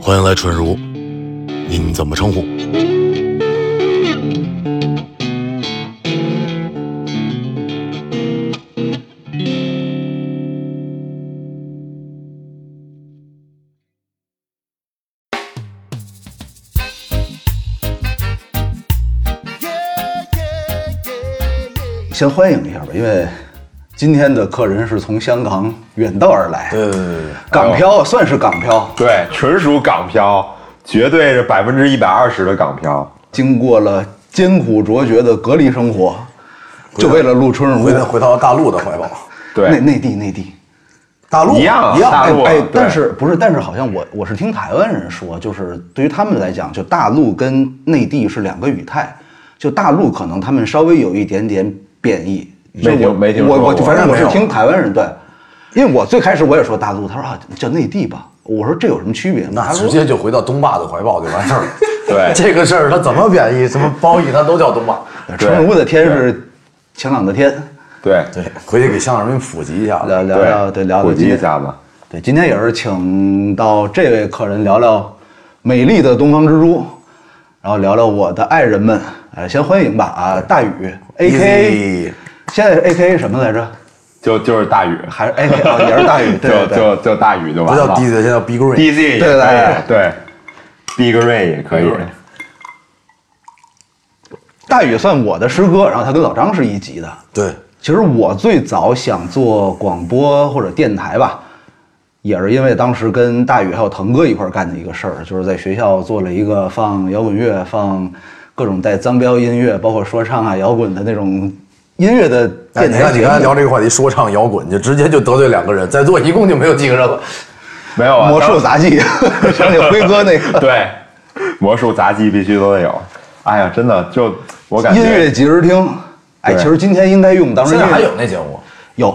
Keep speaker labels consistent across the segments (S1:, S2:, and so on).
S1: 欢迎来春如，您怎么称呼？
S2: 先欢迎一下吧，因为今天的客人是从香港远道而来，
S1: 呃，
S2: 港漂算是港漂，
S3: 对，纯属港漂，绝对是百分之一百二十的港漂。
S2: 经过了艰苦卓绝的隔离生活，就为了陆春如
S4: 回到回到大陆的怀抱，
S2: 内
S3: 对，
S2: 内地内地
S4: 大陆
S3: 一样啊
S4: 一样。
S3: 大陆啊
S2: 哎哎
S3: 对，
S2: 但是不是？但是好像我我是听台湾人说，就是对于他们来讲，就大陆跟内地是两个语态，就大陆可能他们稍微有一点点贬义。
S3: 没听
S2: 就我
S3: 没听
S2: 我
S3: 说
S2: 我
S3: 过
S2: 反正我是
S4: 没有
S2: 听台湾人对，因为我最开始我也说大陆，他说啊叫内地吧，我说这有什么区别吗？
S4: 那
S2: 他
S4: 直
S2: 说
S4: 接就回到东坝的怀抱就完事儿了。
S3: 对
S4: 这个事儿，他怎么贬义，什么褒义，他都叫东坝。
S2: 春如的天是香港的天，
S3: 对，
S4: 对，回去给香港人民普及一下。
S2: 聊聊聊对聊聊
S3: 普
S2: 今
S3: 及一
S2: 天
S3: 下子。
S2: 对，今天也是请到这位客人聊聊美丽的东方之珠，然后聊聊我的爱人们。哎，先欢迎吧啊，大宇 A K A，
S4: Easy
S2: 现在是 A K A 什么来着？
S3: 就就是大宇，
S2: 还是 A K 啊，也是大宇，对 对
S3: 就
S2: 对。
S3: 就就大宇就
S4: 不
S3: 完了。
S4: 叫 DZ，现在叫 Big Green。
S3: DZ
S2: 对大宇
S3: 对对，Big Ray 也可以。
S2: 大宇算我的师哥，然后他跟老张是一级的。
S4: 对，
S2: 其实我最早想做广播或者电台吧，也是因为当时跟大宇还有腾哥一块儿干的一个事儿，就是在学校做了一个放摇滚乐、放各种带脏标音乐，包括说唱啊、摇滚的那种音乐的
S4: 哎，
S2: 电
S4: 你
S2: 台
S4: 看，你
S2: 节
S4: 刚才
S2: 目。
S4: 聊这个话题，说唱摇滚，你就直接就得罪两个人，在座一共就没有几个人了。
S3: 没有啊，
S2: 魔术
S3: 当
S2: 杂技，想起辉哥那个
S3: 对，魔术杂技必须都得有。哎呀，真的，就我感觉
S2: 音乐几时听。哎，
S3: 对
S2: 其实今天应该用，当时
S4: 现在
S2: 因为
S4: 还有那节目，
S2: 有，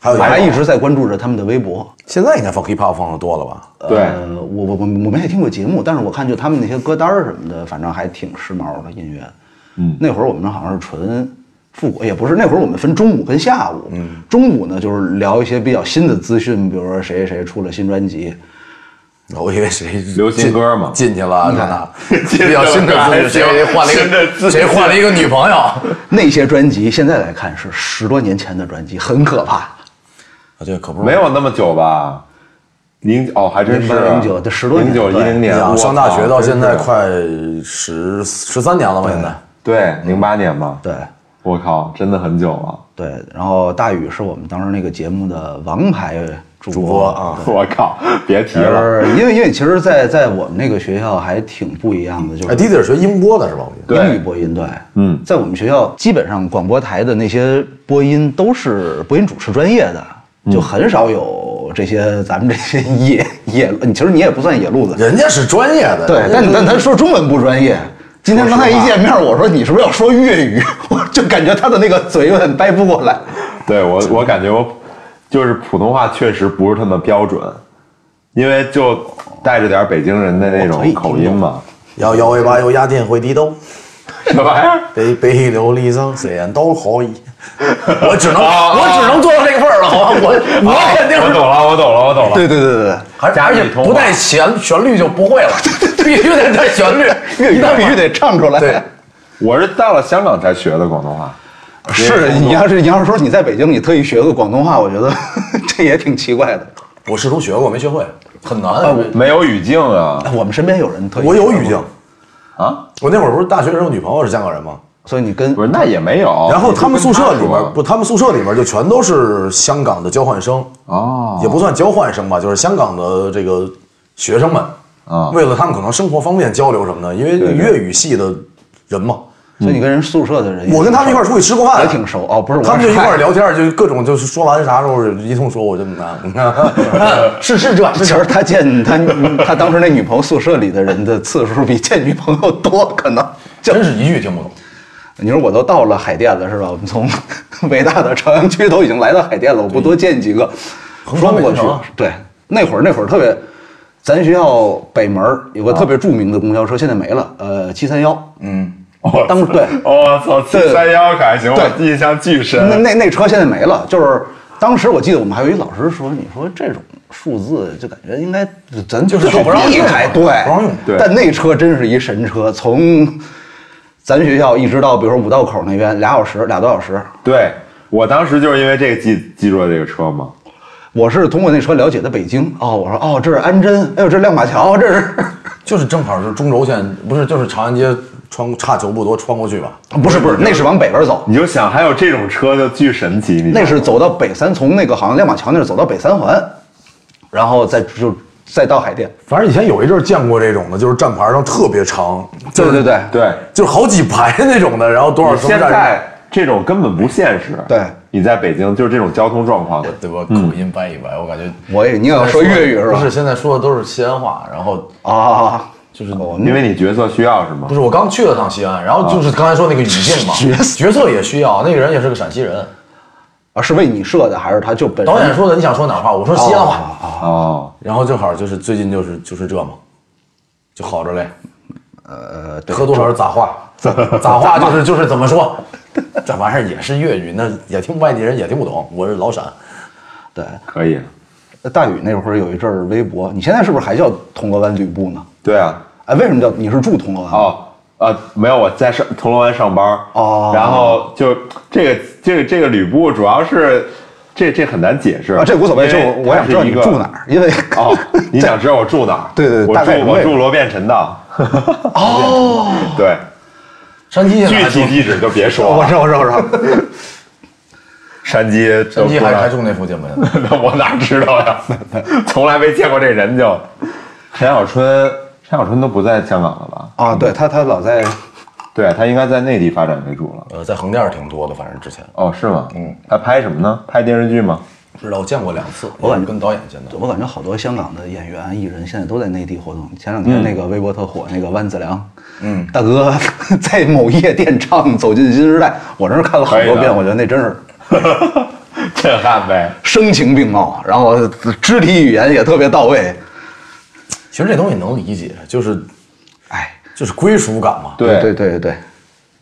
S4: 还有
S2: 我还
S4: 有
S2: 一直在关注着他们的微博。
S4: 现在应该放 hip hop 放的多了吧？
S3: 对
S2: 呃我我我我没太听过节目，但是我看就他们那些歌单儿什么的，反正还挺时髦的音乐。嗯，那会儿我们好像是纯复古，也不是那会儿我们分中午跟下午。嗯，中午呢就是聊一些比较新的资讯，比如说谁谁谁出了新专辑，
S4: 我以为谁
S3: 流行歌嘛
S4: 进进去了，这那
S3: 进
S4: 比较新的
S3: 进
S4: 资
S3: 去
S4: 讯，
S3: 了
S4: 谁换了
S3: 新的
S4: 一
S3: 资讯
S4: 个谁换了一个女朋友。
S2: 那些专辑现在来看是十多年前的专辑，很可怕。
S4: 啊，对，可不是
S3: 没有那么久吧？零哦，还真是
S2: 08 09这十多年
S3: 零九一零
S2: 对
S3: 年，
S4: 想
S3: 我
S4: 上大
S3: 操
S4: 学到
S3: 真
S4: 现在
S3: 是
S4: 快十十三年了吧？现在
S3: 对零八年吧？
S2: 对
S3: 我靠，真的很久了。
S2: 对，然后大宇是我们当时那个节目的王牌主播
S4: 主播啊，
S3: 我靠，别提
S2: 就
S3: 了。
S2: 是因为因为其实在，在我们那个学校还挺不一样的，就是
S4: 哎，迪迪是学音波的是吧？我记得
S3: 对
S2: 英语播音对，
S3: 嗯
S2: 在我们学校，基本上广播台的那些播音都是播音主持专业的，就很少有这些咱们这些野 野，你其实你也不算野路子，
S4: 人家是专业的，
S2: 对，但但咱说中文不专业。今天刚
S4: 说
S2: 才
S4: 实
S2: 一
S4: 话
S2: 见面，我说你是不是要说粤语？ 我就感觉他的那个嘴有点掰不过来。
S3: 对我，我感觉我就是普通话确实不是那么标准，因为就带着点北京人的那
S2: 我可以
S3: 种口音嘛。
S4: 摇摇尾巴又压电会低头，
S3: 什么 玩意儿？
S4: 北北流离声，谁人都可以。我只能
S3: 啊
S4: 我只能做到这个份儿了，好吧？我我肯定
S3: 哦我
S4: 是
S3: 懂了，我懂了，我懂了。
S2: 对对对对
S4: 还是
S3: 假
S4: 而
S3: 如
S4: 且
S3: 你通话
S4: 不带旋旋律就不会了，必须得带旋律，
S2: 对，粤语
S4: 一旦
S2: 必 须得唱出来。
S4: 对，
S3: 我是到了香港才学的广东话。
S2: 是嗯你要是你要是说你在北京，你特意学个广东话，我觉得 这也挺奇怪的。
S4: 我试图学过，没学会，很难。
S3: 没有语境啊
S2: 哎我们身边有人特意，
S4: 我有语境，
S3: 啊！
S4: 我那会儿不是大学时候女朋友是香港人吗？
S2: 所以你跟
S3: 不是，那也没有。
S4: 然后他们宿舍里
S3: 哦你就
S4: 面
S3: 跟他说
S4: 不，他们宿舍里面就全都是香港的交换生，
S3: 哦，
S4: 也不算交换生吧，就是香港的这个学生们
S3: 啊
S4: 为了他们可能生活方便交流什么的，因为
S3: 对
S4: 粤语系的人嘛，
S2: 所以你跟人宿舍的人也，
S4: 我跟他们 一块儿出去吃过饭，
S2: 也挺熟哦，不是我
S4: 他们就一块儿
S2: 嗨
S4: 聊天，就各种就是说完啥时候一通说，我就嗯，是是这
S2: 其实他见他他当时那女朋友宿舍里的人的次数比见女朋友多，可能就
S4: 真是一句听不懂。
S2: 你说我都到了海淀了是吧？我们从伟大的朝阳区都已经来到海淀了，我不多见几个，
S4: 横
S2: 说
S4: 穿
S2: 不
S4: 北
S2: 过去
S4: 城啊。
S2: 对，那会儿那会儿特别，咱学校北门儿有
S4: 啊
S2: 个特别著名的公交车，现在没了，呃，七三幺。嗯，当
S4: 哦
S2: 时对，
S3: 哦我操，
S2: 对
S3: 七三幺还行，我
S2: 对
S3: 印象巨深。
S2: 那那那车现在没了，就是当时我记得我们还有一老师说，你说这种数字，就感觉应该咱
S4: 就是
S2: 好
S4: 不让
S2: 避
S4: 用
S2: 开，对，
S4: 不让用
S3: 对
S2: 但那车真是一神车，从咱学校一直到比如说五道口那边，俩小时，俩多小时。
S3: 对我当时就是因为这个记记住了这个车嘛，
S2: 我是通过那车了解的北京哦，我说哦，这是安贞，哎呦，这是亮马桥，这是
S4: 就是正好是中轴线，不是就是长安街穿差九步多穿过去吧？
S2: 不是不是，那是往北边走，
S3: 你就想还有这种车就巨神奇，你知道
S2: 那
S3: 吗
S2: 是走到北三，从那个好像亮马桥那儿走到北三环，然后再就再到海淀。
S4: 反正以前有一阵儿见过这种的，就是站牌上特别长，就
S2: 对
S4: 是
S2: 对对
S3: 对。
S4: 就是好几排那种的，然后多少
S3: 你
S4: 车
S3: 现
S4: 站
S3: 在这种根本不现实。
S2: 对
S3: 你在北京就是这种交通状况，
S4: 对吧？口音掰一掰，我感觉
S2: 嗯我也你要说粤语是
S4: 不
S2: 吧
S4: 是，？现在说的都是西安话，然后
S2: 啊，
S4: 就是
S2: 我
S3: 因
S2: 们
S3: 为你角色需要是吗
S4: 不？是我刚去了趟西安，然后就是刚才说那个语境 嘛，角色也需要，那个人也是个陕西人，
S2: 啊是为你设的，还是他就本身
S4: 导演说的你想说哪话，我说西安话，
S3: 哦，
S4: 然后正好就是最近就是就是这嘛，就好着嘞，
S2: 呃对
S4: 喝多少是咋话， 咋话就是就是怎么说，这玩意儿也是粤语，那也听外地人也听不懂，我是老陕，
S2: 对
S3: 可以，
S2: 大宇那会儿有一阵儿微博，你现在是不是还叫铜锣湾旅部呢？
S3: 对啊，
S2: 哎，为什么叫你是住铜锣湾吗？
S3: 哦，呃，没有，我在上铜锣湾上班，
S2: 哦
S3: 然后就这个这个这个吕布主要是这这很难解释
S2: 啊，这无所谓，就我我想知道你住哪
S3: 儿。
S2: 儿，因为
S3: 哦，你想知道我住哪儿？
S2: 对对对
S3: 我
S2: 大概什
S3: 住
S2: 么
S3: 我
S2: 位置
S3: 住罗便臣道。哦， 对，
S4: 山鸡现在
S3: 具
S4: 还住
S3: 体地址就别 说
S2: 我
S3: 了。
S2: 知道我知道我知 道，
S3: 山鸡都
S4: 山鸡
S3: 不
S4: 还
S3: 知道
S4: 还住那附近吗？现在
S3: 那我哪知道呀？ 从来没见过这人就。陈小春，陈小春都不在香港了吧？
S2: 啊，对他他老在
S3: 对啊他应该在内地发展为主了。
S4: 呃，在横店儿挺多的，反正之前
S3: 哦，是吗？嗯，他拍什么呢？拍电视剧吗？
S4: 不知道，我见过两次，
S2: 我感觉
S4: 跟导演见到。
S2: 我感觉好多香港的演员、艺人现在都在内地活动。前两
S3: 嗯
S2: 天那个微博特火，那个万梓良，嗯，大哥 在某夜店唱《走进新时代》，我真是看了好多
S3: 可以的
S2: 遍，我觉得那真是
S3: 震撼呗。
S2: 声情并茂，然后肢体语言也特别到位。
S4: 其实这东西能理解，就是
S2: 哎，
S4: 就是归属感嘛。
S3: 对
S2: 对对对对，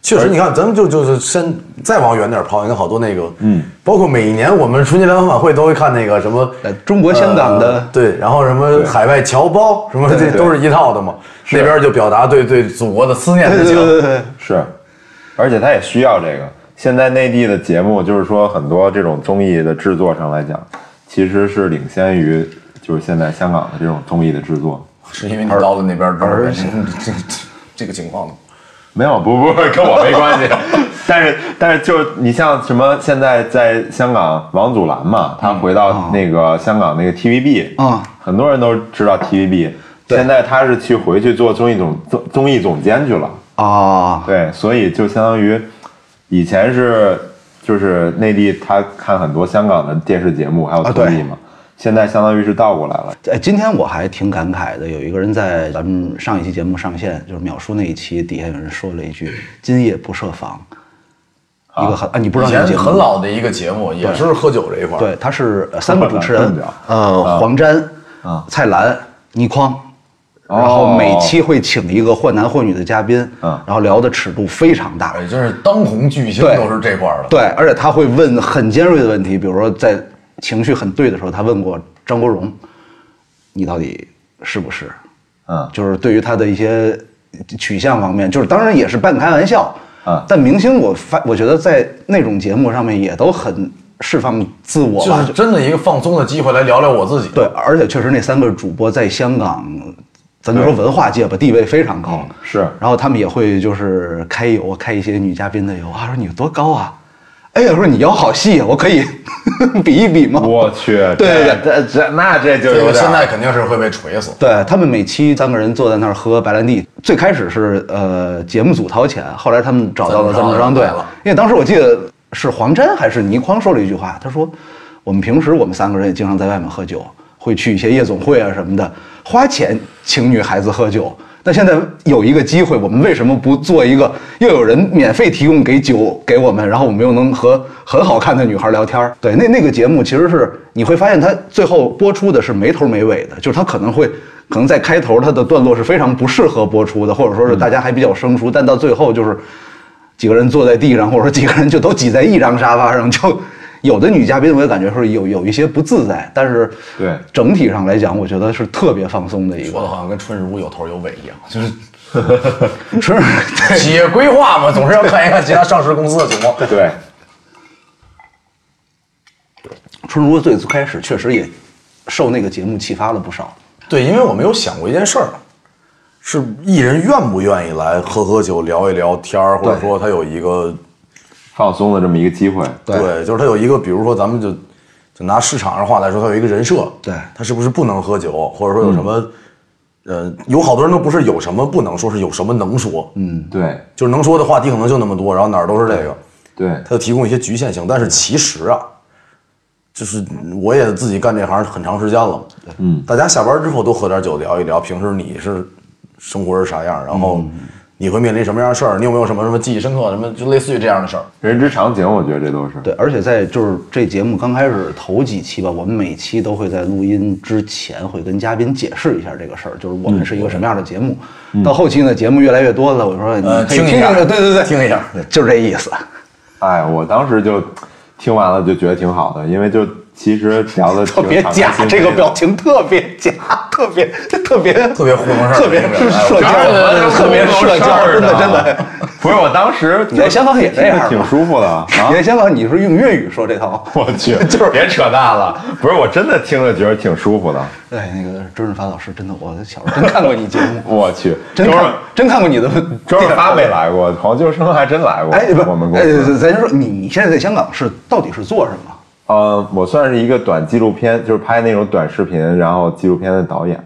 S4: 确实，你看，咱们就就是先再往远点儿抛，你看好多那个，
S3: 嗯，
S4: 包括每一年我们春节联欢晚会都会看那个什么
S2: 呃中国香港的
S4: 呃对，然后什么海外侨胞什么，这
S3: 对
S4: 都是一套的嘛。那边就表达对对祖国的思念
S2: 对
S4: 之
S2: 对
S4: 情。
S2: 对对，
S3: 是，而且他也需要这个。现在内地的节目，就是说很多这种综艺的制作上来讲，其实是领先于就是现在香港的这种综艺的制作。
S4: 是因为你到了那边之后
S2: 而，
S4: 这这个情况呢？
S3: 没有，不不，跟我没关系。 但是但是，就是你像什么，现在在香港，王祖蓝
S2: 嗯
S3: 嘛，他回到那个香港那个 TVB
S2: 啊
S3: 很多人都知道 TVB。
S2: 对
S3: 现在他是去回去做综艺总综综艺总监去了。
S2: 啊，
S3: 对，所以就相当于以前是就是内地他看很多香港的电视节目还有
S2: 啊
S3: 综艺嘛，现在相当于是倒过来了。
S2: 哎，今天我还挺感慨的，有一个人在咱们上一期节目上线，就是秒叔那一期底下有人说了一句“今夜不设防”，一个很啊，你不知
S4: 以
S2: 道
S4: 前
S2: 那个节目
S4: 很老的一个节目，也是喝酒这一块儿。
S2: 对，他是呃三个主持
S3: 这
S2: 人
S3: 么屌，
S2: 呃，黄沾、
S3: 啊
S2: 蔡澜、倪匡，
S3: 哦
S2: 然后每期会请一个或男或女的嘉宾，
S3: 嗯
S2: 然后聊的尺度非常大，
S4: 哎，真是当红巨星
S2: 对
S4: 都是这块儿的。
S2: 对，而且他会问很尖锐的问题，比如说在情绪很对的时候，他问过张国荣，你到底是不是？
S3: 嗯，
S2: 就是对于他的一些取向方面，就是当然也是半开玩笑
S3: 啊
S2: 但明星我发我觉得在那种节目上面也都很释放自我
S4: 就
S2: 吧，
S4: 是真的一个放松的机会来聊聊我自己。
S2: 对，而且确实那三个主播在香港，咱就说文化界吧，地位非常高。
S3: 是
S2: 然后他们也会就是开油，开一些女嘉宾的油啊，说你有多高啊？哎呀，说你腰好细，我可以 比一比吗？
S3: 我去，
S2: 对对
S3: 这这这那这就
S4: 这
S3: 有
S4: 个
S3: 点
S4: 现在
S3: 儿。
S4: 肯定是会被锤死。
S2: 对他们每期三个人坐在那儿喝白兰地，最开始是呃节目组掏钱，后来他们找到了赞助商队
S4: 赞助商来了，
S2: 因为当时我记得是黄沾还是倪匡说了一句话，他说我们平时我们三个人也经常在外面喝酒，会去一些夜总会啊什么的，花钱请女孩子喝酒。那现在有一个机会，我们为什么不做一个又有人免费提供给酒给我们，然后我们又能和很好看的女孩聊天儿？对，那那个节目其实是你会发现，它最后播出的是没头没尾的，就是它可能会可能在开头它的段落是非常不适合播出的，或者说是大家还比较生疏，但到最后就是几个人坐在地上，或者说几个人就都挤在一张沙发上，就有的女嘉宾我也感觉是有有一些不自在，但是
S3: 对
S2: 整体上来讲，我觉得是特别放松的一
S4: 说的
S2: 个。
S4: 好像跟春日屋有头有尾一样，就是
S2: 是，
S4: 嗯企业规划嘛，总是要看一看其他上市公司的情况。
S3: 对，
S2: 春如最开始确实也受那个节目启发了不少。
S4: 对，因为我没有想过一件事儿，是艺人愿不愿意来喝喝酒、聊一聊天儿，或者
S2: 对
S4: 说他有一个
S3: 放松的这么一个机会，
S2: 对
S4: 就是他有一个，比如说咱们就就拿市场上话来说，他有一个人设，
S2: 对
S4: 他是不是不能喝酒，或者说有什么，呃，有好多人都不是有什么不能说，是有什么能说，嗯，
S3: 对
S4: 就是能说的话题可能就那么多，然后哪儿都是这个，
S3: 对
S4: 他就提供一些局限性。但是其实啊，就是我也自己干这行很长时间了，嗯，大家下班之后都喝点酒聊一聊，平时你是生活是啥样，然后你会面临什么样的事儿，你有没有什么什么记忆深刻的什么，就类似于这样的事儿。
S3: 人之常情，我觉得这都是
S2: 对，而且在就是这节目刚开始头几期吧，我们每期都会在录音之前会跟嘉宾解释一下这个事儿，就是我们是一个什么样的节目。到后期呢，节目越来越多了，我说你
S4: 呃
S2: 可以嗯听
S4: 听一下
S2: 对对对，
S4: 听一下，
S2: 就是这意思。
S3: 哎，我当时就听完了就觉得挺好的，因为就其实聊 的
S2: 特别假，这个表情特别假，特别特别
S4: 特别糊弄事儿
S2: 特别
S4: 这个
S2: 是
S4: 表情
S2: 社交
S3: 哎我觉得，
S2: 特别
S3: 糊弄
S2: 社
S3: 事
S2: 交，
S3: 儿
S2: 真的
S3: 呢
S2: 真的。
S3: 不是，我当时
S2: 你在香港也这样吗
S3: 挺舒服的啊。
S2: 你在香港你是用粤语说这套，
S3: 我 去，就是别扯淡了，不是，我真的听着觉得挺舒服的。，
S2: 哎，那个周润发老师真的，我小时候真看过你节目
S3: 我去，周
S2: 真看
S3: 润
S2: 真看过你的。
S3: 周润发没来过，黄秋生还真来过。
S2: 哎，不，
S3: 我们公
S2: 哎，
S3: 司。
S2: 咱就说你你现在在香港是到底是做什么？
S3: 呃，我算是一个短纪录片，就是拍那种短视频，然后纪录片的导演。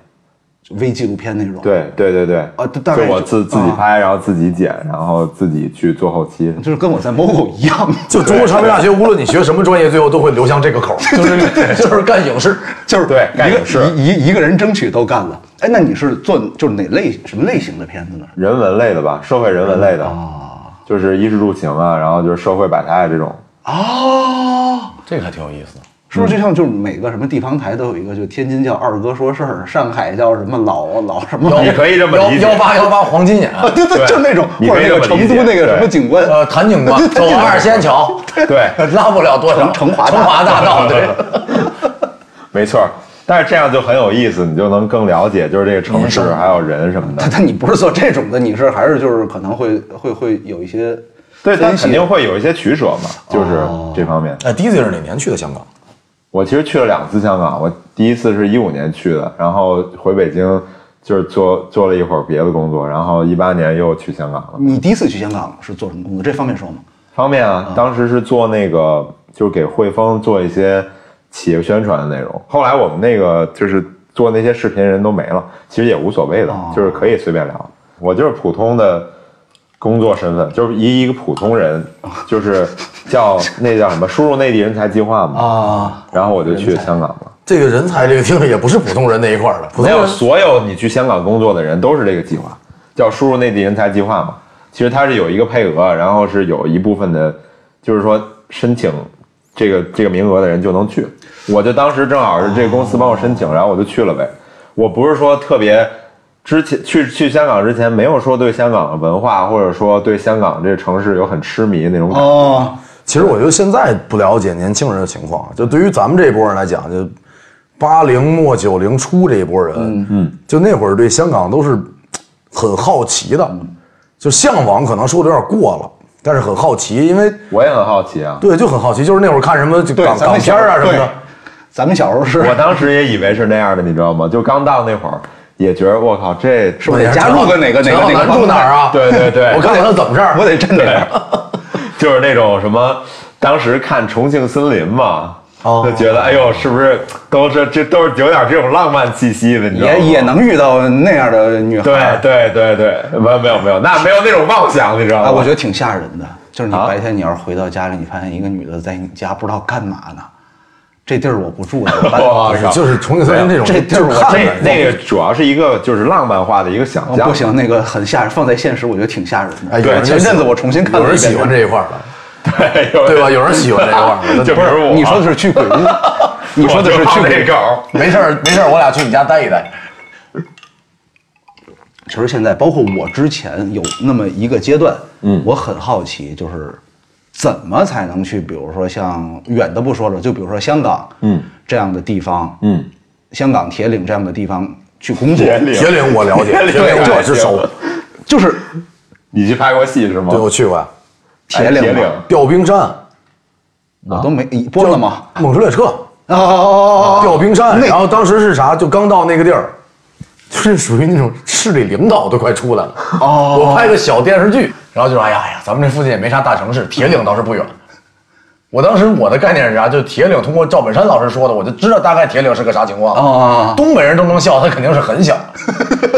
S2: 就微纪录片那种？，
S3: 对对对对，
S2: 啊大概
S3: 就我
S2: 就
S3: 自自己
S2: 啊
S3: 拍，然后自己剪，然后自己去做后期。
S2: 就是跟我在某某一样，
S4: 就中国传媒大学，无论你学什么专业，最后都会流向这个口儿，就是就是干影视。
S2: 就是
S3: 对
S2: 一
S3: 干
S2: 个
S3: 影视
S2: 一一一个人争取都干了。哎，那你是做就是哪类什么类型的片子呢？
S3: 人文类的吧，社会人文类的，就是衣食住行啊，然后就是社会百态这种。
S2: 哦，
S4: 这个还挺有意思的。
S2: 是不是就像就是每个什么地方台都有一个，就天津叫二哥说事儿，上海叫什么老老什么
S3: 你可以这么
S4: 幺
S3: 理解
S4: 幺八幺八黄金眼，
S2: 啊， 对对，
S3: 对
S2: 就那种
S3: 你
S2: 或者那个
S3: 可以这么
S2: 成
S3: 理解
S2: 都那个什么
S3: 对
S2: 景观，
S4: 呃，谭警官走完二仙桥，
S3: 对，
S4: 拉不了多少，
S2: 成成华大道
S4: 成华大道， 对，
S3: 没错儿。但是这样就很有意思，你就能更了解就是这个城市
S2: 嗯
S3: 还有人什么的
S2: 但。但你不是做这种的，你是还是就是可能会会会有一些
S3: 对，但
S2: 分析哦
S3: 肯定会有一些取舍嘛，就是这方面。
S4: 哎，第一次是哪年去的香港？
S3: 我其实去了两次香港，我第一次是一五年去的，然后回北京就是做做了一会儿别的工作，然后一八年又去香港了。
S2: 你第一次去香港是做什么工作？这方便说吗？
S3: 方便啊，当时是做那个就是给汇丰做一些企业宣传的内容。后来我们那个就是做那些视频人都没了，其实也无所谓的，就是可以随便聊。我就是普通的工作身份，就是以一个普通人，就是叫那叫什么输入内地人才计划嘛。
S2: 啊，
S3: 然后我就去香港了。
S4: 这个人才，这个听着也不是普通人那一块儿的，普
S3: 没
S4: 通
S2: 嗯
S3: 有，
S4: 人
S3: 所有你去香港工作的人都是这个计划，叫输入内地人才计划嘛。其实它是有一个配额，然后是有一部分的，就是说申请这个这个名额的人就能去。我就当时正好是这个公司帮我申请，然后我就去了呗。我不是说特别之前去去香港之前没有说对香港的文化或者说对香港这个城市有很痴迷那种感觉。
S2: 哦，
S4: 其实我觉得现在不了解年轻人的情况，啊就对于咱们这波人来讲，就八零末九零初这一波人，嗯，就那会儿对香港都是很好奇的，就向往可能说的有点过了，但是很好奇，因为
S3: 我也很好奇啊，
S4: 对就很好奇，就是那会儿看什么就港港片儿啊什么的，
S2: 咱们小时候是
S3: 我当时也以为是那样的，你知道吗？就刚到那会儿也觉得我靠，这
S2: 是不是得加入个哪个哪
S4: 陈浩
S2: 个哪
S4: 南
S2: 个
S4: 住哪儿啊？
S3: 对对对
S4: 我看看他怎么事儿，
S2: 我得站这边。
S3: 就是那种什么，当时看《重庆森林》嘛，
S2: 哦
S3: 就觉得哎呦，是不是都是这都是有点这种浪漫气息的，你知道吗？
S2: 也也能遇到那样的女孩
S3: 对
S2: 儿
S3: 对对对，没有没有没有，那没有那种妄想，你知道吗？
S2: 啊，我觉得挺吓人的。就是你
S3: 啊
S2: 白天你要是回到家里，你发现一个女的在你家不知道干嘛呢，这地儿我不住，怎么办
S3: 哇靠
S4: 就是重庆森林这种，
S2: 这
S4: 就
S2: 地儿
S4: 就
S2: 我
S4: 看
S3: 那
S4: 呗
S3: 那个主要是一个就是浪漫化的一个想
S2: 哦
S3: 象，
S2: 不行，那个很吓人，放在现实我觉得挺吓人的。
S4: 哎有人就
S2: 前
S4: 喜
S2: 阵子我重新看
S4: 有
S2: 了
S4: 人
S2: 一遍
S4: 喜欢这一块儿的，
S3: 对有
S4: 对吧？有人喜欢这一块儿 的，
S3: 就比如我，
S2: 你说的是去鬼屋，你说的是去
S3: 我
S2: 鬼屋
S3: 就怕那。狗，
S4: 没事儿没事儿，我俩去你家待一待。
S2: 其实现在，包括我之前有那么一个阶段，嗯，我很好奇，就是怎么才能去，比如说像远的不说了，就比如说香港，嗯，这样的地方，
S3: 嗯，
S2: 香港铁岭这样的地方去工作，
S4: 铁岭我 了解，铁岭我是熟，
S2: 就是
S3: 你去拍过戏是吗？
S4: 对我去过呀，
S2: 铁岭嘛，
S3: 铁岭
S4: 调兵山，
S2: 我都没你播了吗？
S4: 蒙特列车，
S2: 哦哦哦哦
S4: 调兵山，
S2: 那
S4: 然后当时是啥？就刚到那个地儿，就是属于那种市里领导都快出来了。
S2: 哦
S4: 我拍个小电视剧，然后就说：“哎呀哎呀，咱们这附近也没啥大城市，铁岭倒是不远。”我当时我的概念是啥？就铁岭，通过赵本山老师说的，我就知道大概铁岭是个啥情况。
S2: 哦哦哦
S4: 东北人都能笑，他肯定是很 小。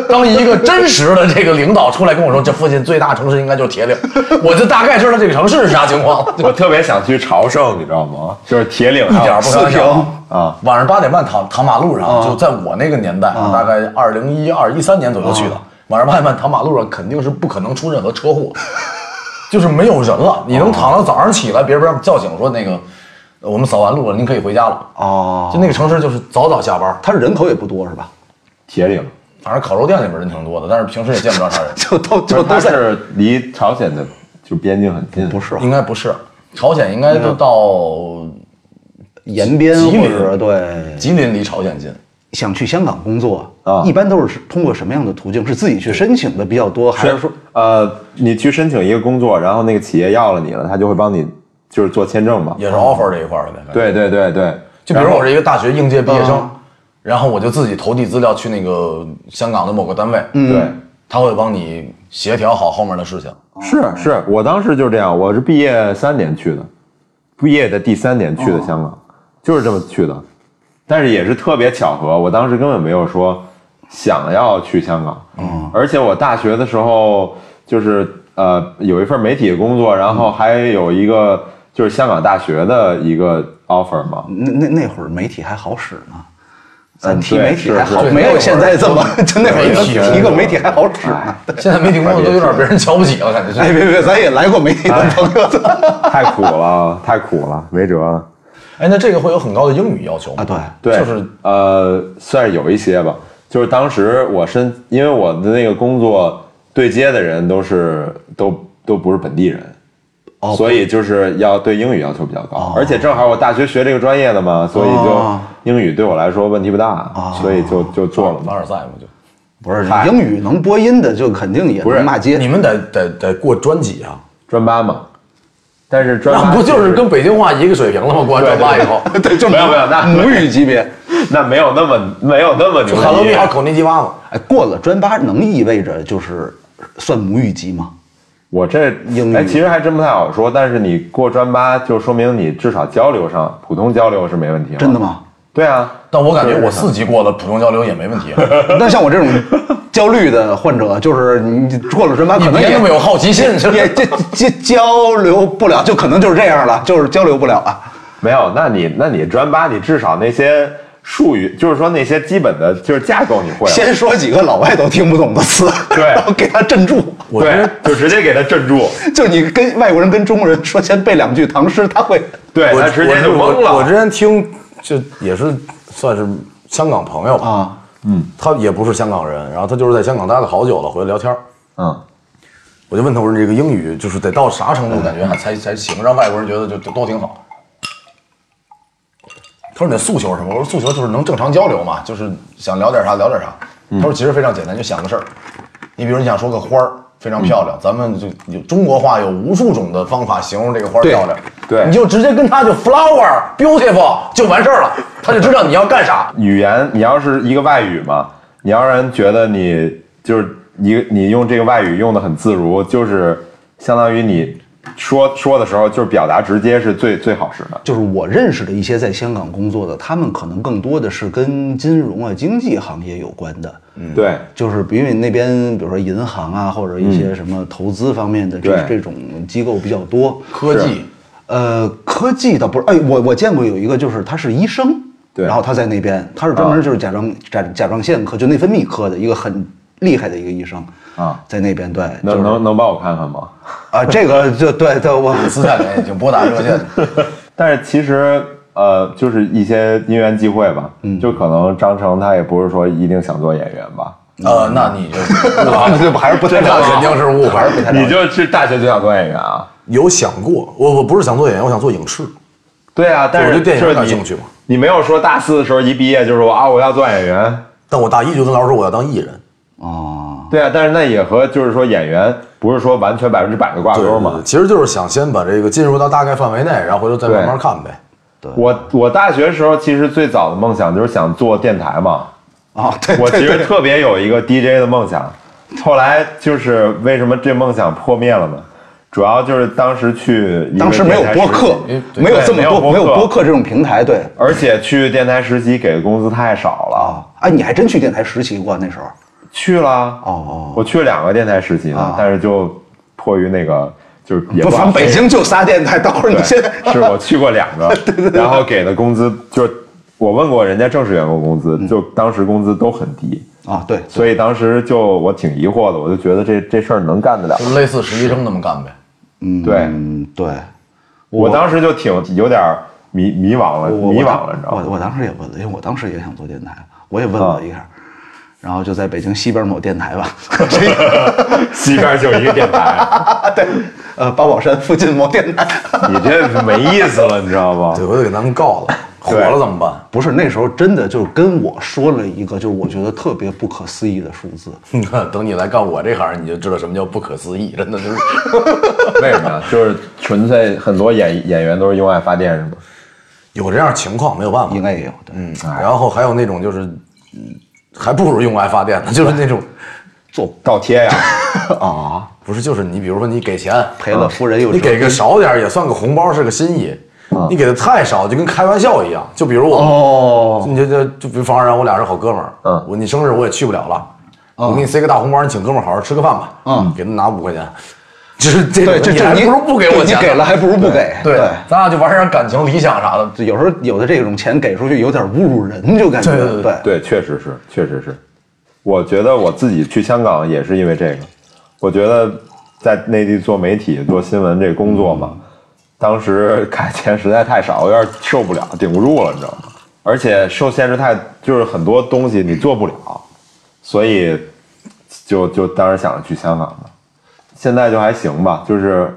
S4: 当一个真实的这个领导出来跟我说，这附近最大城市应该就是铁岭，我就大概知道这个城市是啥情况。
S3: 我特别想去朝圣，你知道吗？就是铁岭
S4: 一点儿
S3: 上
S4: 不开玩笑
S3: 啊！
S4: 晚上八点半躺躺马路上，就在我那个年代，大概二零一二一三年左右去的。晚上八点半躺马路上，肯定是不可能出任何车祸，就是没有人了。你能躺到早上起来，别人让叫醒说那个呃我们扫完路了，您可以回家了。
S2: 哦，
S4: 就那个城市就是早早下班，
S2: 它人口也不多是吧？
S3: 铁岭，
S4: 反正烤肉店里边人挺多的，但是平时也见不着啥人。
S2: 就都
S3: 就
S2: 就
S3: 它
S2: 都在
S3: 是离朝鲜的就边境很近，嗯
S2: 不是
S4: 应该不是，朝鲜应该都到
S2: 延边
S4: 吉林
S2: 或者对，
S4: 吉林离朝鲜近。
S2: 想去香港工作
S3: 啊
S2: 一般都是通过什么样的途径？是自己去申请的比较多，还是说
S3: 呃，你去申请一个工作，然后那个企业要了你了，他就会帮你就是做签证嘛。
S4: 也是 offer 这一块儿的。
S3: 对对对对，
S4: 就比如我是一个大学应届毕业
S2: 嗯
S4: 生，然后我就自己投递资料去那个香港的某个单位，
S2: 嗯
S3: 对，
S4: 他会帮你协调好后面的事情。
S3: 是是，我当时就这样，我是毕业三年去的，毕业的第三年去的香港，就是这么去的，但是也是特别巧合，我当时根本没有说想要去香港，嗯，而且我大学的时候就是呃有一份媒体工作，然后还有一个就是香港大学的一个 offer 嘛，
S2: 那那那会儿媒体还好使呢？咱提
S3: 对
S2: 媒体
S3: 是
S2: 还好，
S4: 是
S2: 没
S4: 那会
S2: 有
S4: 儿
S2: 现在 这么就那会
S4: 媒
S2: 儿
S4: 体
S2: 提个媒体还好使呢
S3: 哎。
S4: 现在媒体工作都有点被人瞧不起了，感觉
S2: 哎，
S4: 是。
S2: 别别，咱也来过媒体的朋友
S3: 太苦了，太苦了，没辙了。
S4: 哎，那这个会有很高的英语要求吗
S2: 啊，对，
S3: 对，
S4: 就是
S3: 呃，算是有一些吧。就是当时我身，因为我的那个工作对接的人都是都都不是本地人，
S2: 哦
S3: 所以就是要对英语要求比较高。
S4: 哦
S3: 而且正好我大学学这个专业的嘛，所以就
S2: 哦
S3: 英语对我来说问题不大，
S4: 哦
S3: 所以就就做了
S4: 凡
S3: 嘛。
S4: 尔赛嘛，就
S2: 不是英语能播音的就肯定也
S3: 不是
S2: 能骂街
S4: 你。们得得得过专几啊？
S3: 专八嘛，但是专八
S4: 那不就是跟北京话一个水平了吗？过完专八以 后，
S2: 对，就
S3: 没有没有那
S2: 母语级别。
S3: 那没有那么没有那么牛 逼。
S4: 卡罗比还口尼基蛙嘛？
S2: 哎，过了专八能意味着就是算母语级吗？
S3: 我这
S2: 英语
S3: 哎，其实还真不太好说。但是你过专八，就说明你至少交流上，普通交流是没问题。
S2: 真的？吗？
S3: 对啊，
S4: 但我感觉我四级过了，普通交流也没问 题啊。
S2: 那像我这种焦虑的患者，就是你过了专八，
S4: 你
S2: 可能
S4: 别
S2: 也
S4: 那么有好奇心，是不
S2: 也
S4: 是？
S2: 这这交流不了，就可能就是这样了，就是交流不了啊。
S3: 没有。那你那你专八，你至少那些术语，就是说那些基本的，就是架构你
S4: 啊
S3: 会了。
S2: 先说几个老外都听不懂的词，
S3: 对
S2: 然后给他镇住。
S3: 对，就直接给他镇住。
S2: 就你跟外国人跟中国人说，先背两句唐诗，他会
S3: 对
S4: 我
S3: 他直接就懵了。嗯
S4: 我我之前听就也是算是香港朋友吧，
S2: 啊。
S4: 他也不是香港人，然后他就是在香港待了好久了，回来聊天儿
S3: 嗯，
S4: 我就问他我说这个英语就是得到啥程度感觉还才才行，让外国人觉得就就都挺好。他说你的诉求是什么？我说诉求就是能正常交流嘛，就是想聊点啥聊点啥。他说其实非常简单，就想个事儿。你比如你想说个花儿非常漂亮，咱们就有中国话有无数种的方法形容这个花儿
S2: 对
S4: 漂亮，
S3: 对
S4: 你就直接跟他就 flower beautiful 就完事儿了，他就知道你要干啥。
S3: 语言，你要是一个外语嘛，你要让人觉得你就是你你用这个外语用的很自如，就是相当于你说说的时候，就是表达直接是最最好使的。
S2: 就是我认识的一些在香港工作的，他们可能更多的是跟金融啊、经济行业有关的，
S4: 嗯
S3: 对。
S2: 就是因为那边比如说银行啊，或者一些什么投资方面的这、
S3: 对
S2: 这种机构比较多。
S4: 科技
S2: 呃，科技倒不是，哎，我我见过有一个，就是他是医生，
S3: 对啊
S2: 然后他在那边，他是专门就是甲状甲甲状腺科，就内分泌科的一个很厉害的一个医生
S3: 啊，
S2: 在那边对，就
S3: 能
S2: 是
S3: 能能帮我看看吗？
S2: 啊，这个就对对， 我
S4: 私下里面已经拨打热线，
S3: 但是其实呃，就是一些因缘际会吧，
S2: 嗯
S3: 就可能张成他也不是说一定想做演员 吧，
S4: 呃，那你就
S2: 还是不太
S4: 这
S2: 了解
S4: 肯定是误会，
S2: 还是不太了解
S3: 你就去大学就想做演员啊？
S4: 有想过，我我不是想做演员，我想做影视。
S3: 对啊，但是
S4: 我对电影
S3: 就是
S4: 感
S3: 你
S4: 兴趣嘛
S3: 你没有说大四的时候一毕业就是我啊我要做演员，
S4: 但我大一就跟老师说我要当艺人，
S2: 哦，
S3: 对啊，但是那也和就是说演员不是说完全百分之百的挂
S4: 对
S3: 钩嘛。
S4: 对对其实就是想先把这个进入到大概范围内，然后回头再慢慢看呗。
S3: 我我大学时候其实最早的梦想就是想做电台嘛，
S2: 哦，对，
S3: 我
S2: 对
S3: 其实
S2: 对
S3: 特别有一个 DJ 的梦想，后来就是为什么这梦想破灭了呢？主要就是当时去一个
S2: 当时没有
S3: 电台
S2: 播
S3: 实
S2: 客
S3: 习，
S2: 没有这么多，
S3: 对
S2: 没
S3: 没
S2: 有
S3: 有
S2: 播
S3: 播
S2: 客这种平台，对
S3: 而且去电台实习给的工资太少了，
S2: 啊，哎，你还真去电台实习过那时候？
S3: 去了
S2: 哦哦啊
S3: 我去了两个电台实习呢，但是就迫于那个就是也
S2: 不，
S3: 不
S2: 反正
S3: 好
S2: 北京就仨电台，等会儿你现在
S3: 对， 是我去过两 个，然后给的工资就是我问过人家正式员工工资，就当时工资都很低，
S2: 啊，嗯对，
S3: 所以当时就我挺疑惑的，我就觉得这这事儿能干得了吗。
S4: 就类似实习生那么干呗。
S3: 对，
S2: 嗯，对，
S3: 我当时就挺有点儿迷迷惘了，
S2: 我
S3: 迷惘了，你知道
S2: 我
S3: 吗？
S2: 我当时也问了，因为我当时也想做电台，我也问了一下，然后就在北京西边某电台吧，
S3: 西边就一个电台，
S2: 对，呃，八宝山附近某电台。
S3: 你这没意思了，你知道吗
S4: 对，？回头给咱们告了，火
S3: 对
S4: 了怎么办？
S2: 不是那时候真的就是跟我说了一个，就是我觉得特别不可思议的数字，
S4: 你看， 等你来干我这行，你就知道什么叫不可思议，真的就是。
S3: 为什么呀？就是纯粹很多演演员都是用爱发电，是吗？
S4: 有这样情况没有办法
S2: 应。该也有对，
S4: 嗯，然后还有那种就是，嗯还不如用爱发电呢，就是那种，
S3: 倒贴呀，
S4: 不是就是你比如说你给钱，
S2: 赔了夫人又
S4: 你
S2: 折
S4: 给个少点儿也算个红包，是个心意。
S2: 啊
S4: 你给的太少，就跟开玩笑一样。就比如我，
S2: 哦，
S4: 你就就就比方然，我俩是好哥们儿，
S3: 嗯
S4: 我你生日我也去不了了，
S2: 嗯
S4: 我给你塞个大红包，你请哥们儿好好吃个饭吧，嗯，给他拿五块钱，就是这种
S2: 对，这
S4: 你
S2: 这
S4: 还
S2: 你
S4: 不如不给我
S2: 你
S4: 钱呢，
S2: 给了还不如不给，
S4: 对，咱俩就玩点感情、理想啥的，
S2: 就有时候有的这种钱给出去有点侮辱人，就感觉
S4: 对对对
S3: 对，确实是，确实是。我觉得我自己去香港也是因为这个。我觉得在内地做媒体、做新闻这工作嘛，当时给钱实在太少，我有点受不了，顶不住了，你知道吗？而且受限制太，就是很多东西你做不了，所以就就当时想着去香港了。现在就还行吧，就是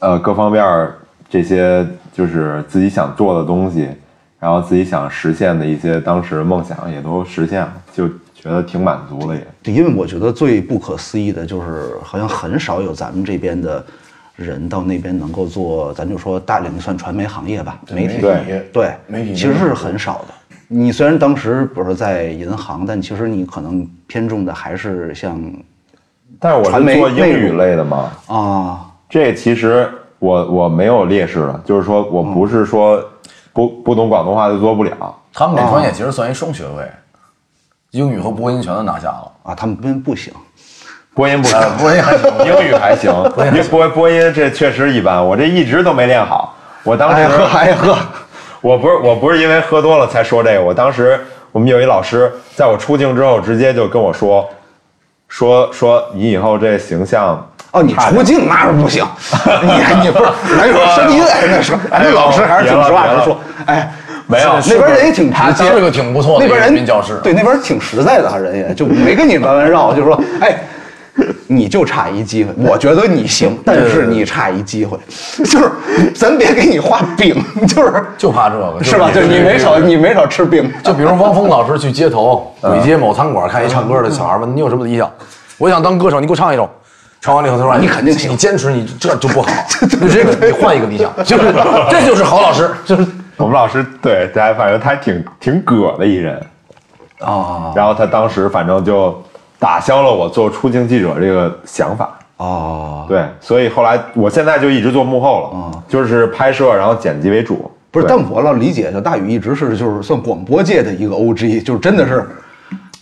S3: 呃各方面儿这些就是自己想做的东西，然后自己想实现的一些当时梦想也都实现了，就觉得挺满足了也。
S2: 对，因为我觉得最不可思议的就是，好像很少有咱们这边的人到那边能够做，咱就说大领域算传媒行业吧，媒体
S3: 对
S2: 对
S4: 媒体
S2: 其实是很少的。你虽然当时比如说在银行，但其实你可能偏重的还是像
S3: 但是我
S2: 传媒
S3: 是做英
S2: 内
S3: 语
S2: 容
S3: 类的嘛，
S2: 啊，
S3: 这其实我我没有劣势了，就是说我不是说不不懂广东话就做不了。
S4: 他们这专
S2: 哦
S4: 业其实算一双学位，英语和播音全都拿下了，
S2: 啊，他们真不行。
S3: 播音不行，
S4: 播音还行，
S3: 英语还行，因为播播音这确实一般，我这一直都没练好。我当时
S2: 哎呀呵，哎呀呵，
S3: 我不是我不是因为喝多了才说这个，我当时我们有一老师，在我出境之后直接就跟我说，说说你以后这形象。
S2: 哦，你出镜那是 不行，你你不是，哎呦，声音哎那说，哎那老师还是挺实话实说，哎，
S3: 没有
S2: 那边人也挺直
S4: 他
S2: 接，
S4: 是个挺不错的
S2: 那边
S4: 人
S2: 人
S4: 民教师，
S2: 对，那边挺实在的，他人也就没跟你弯弯绕，就说，哎，你就差一机会，我觉得你行，但是你差一机会，就是咱别给你画饼，就是
S4: 就怕这个，
S2: 是吧？就
S4: 就
S2: 你没少，你没少吃饼，
S4: 就比如汪峰老师去街头
S2: 嗯
S4: 鬼街某餐馆看一唱歌的小孩问你有什么理想，我想当歌手，你给我唱一首。唱完了以后，他说：“
S2: 你肯定行
S4: 你坚持，你这就不好，你这个你换一个理想， 就是这就是好老师，就是
S3: 我们老师对，他反正他挺挺葛的一人，
S2: 哦
S3: 然后他当时反正就打消了我做出境记者这个想法。
S2: 哦，
S3: 对，所以后来我现在就一直做幕后了，就是拍摄然后剪辑为主。
S2: 嗯不是，
S3: 对
S2: 但我老理解，就大宇一直是就是算广播界的一个 OG，就是真的是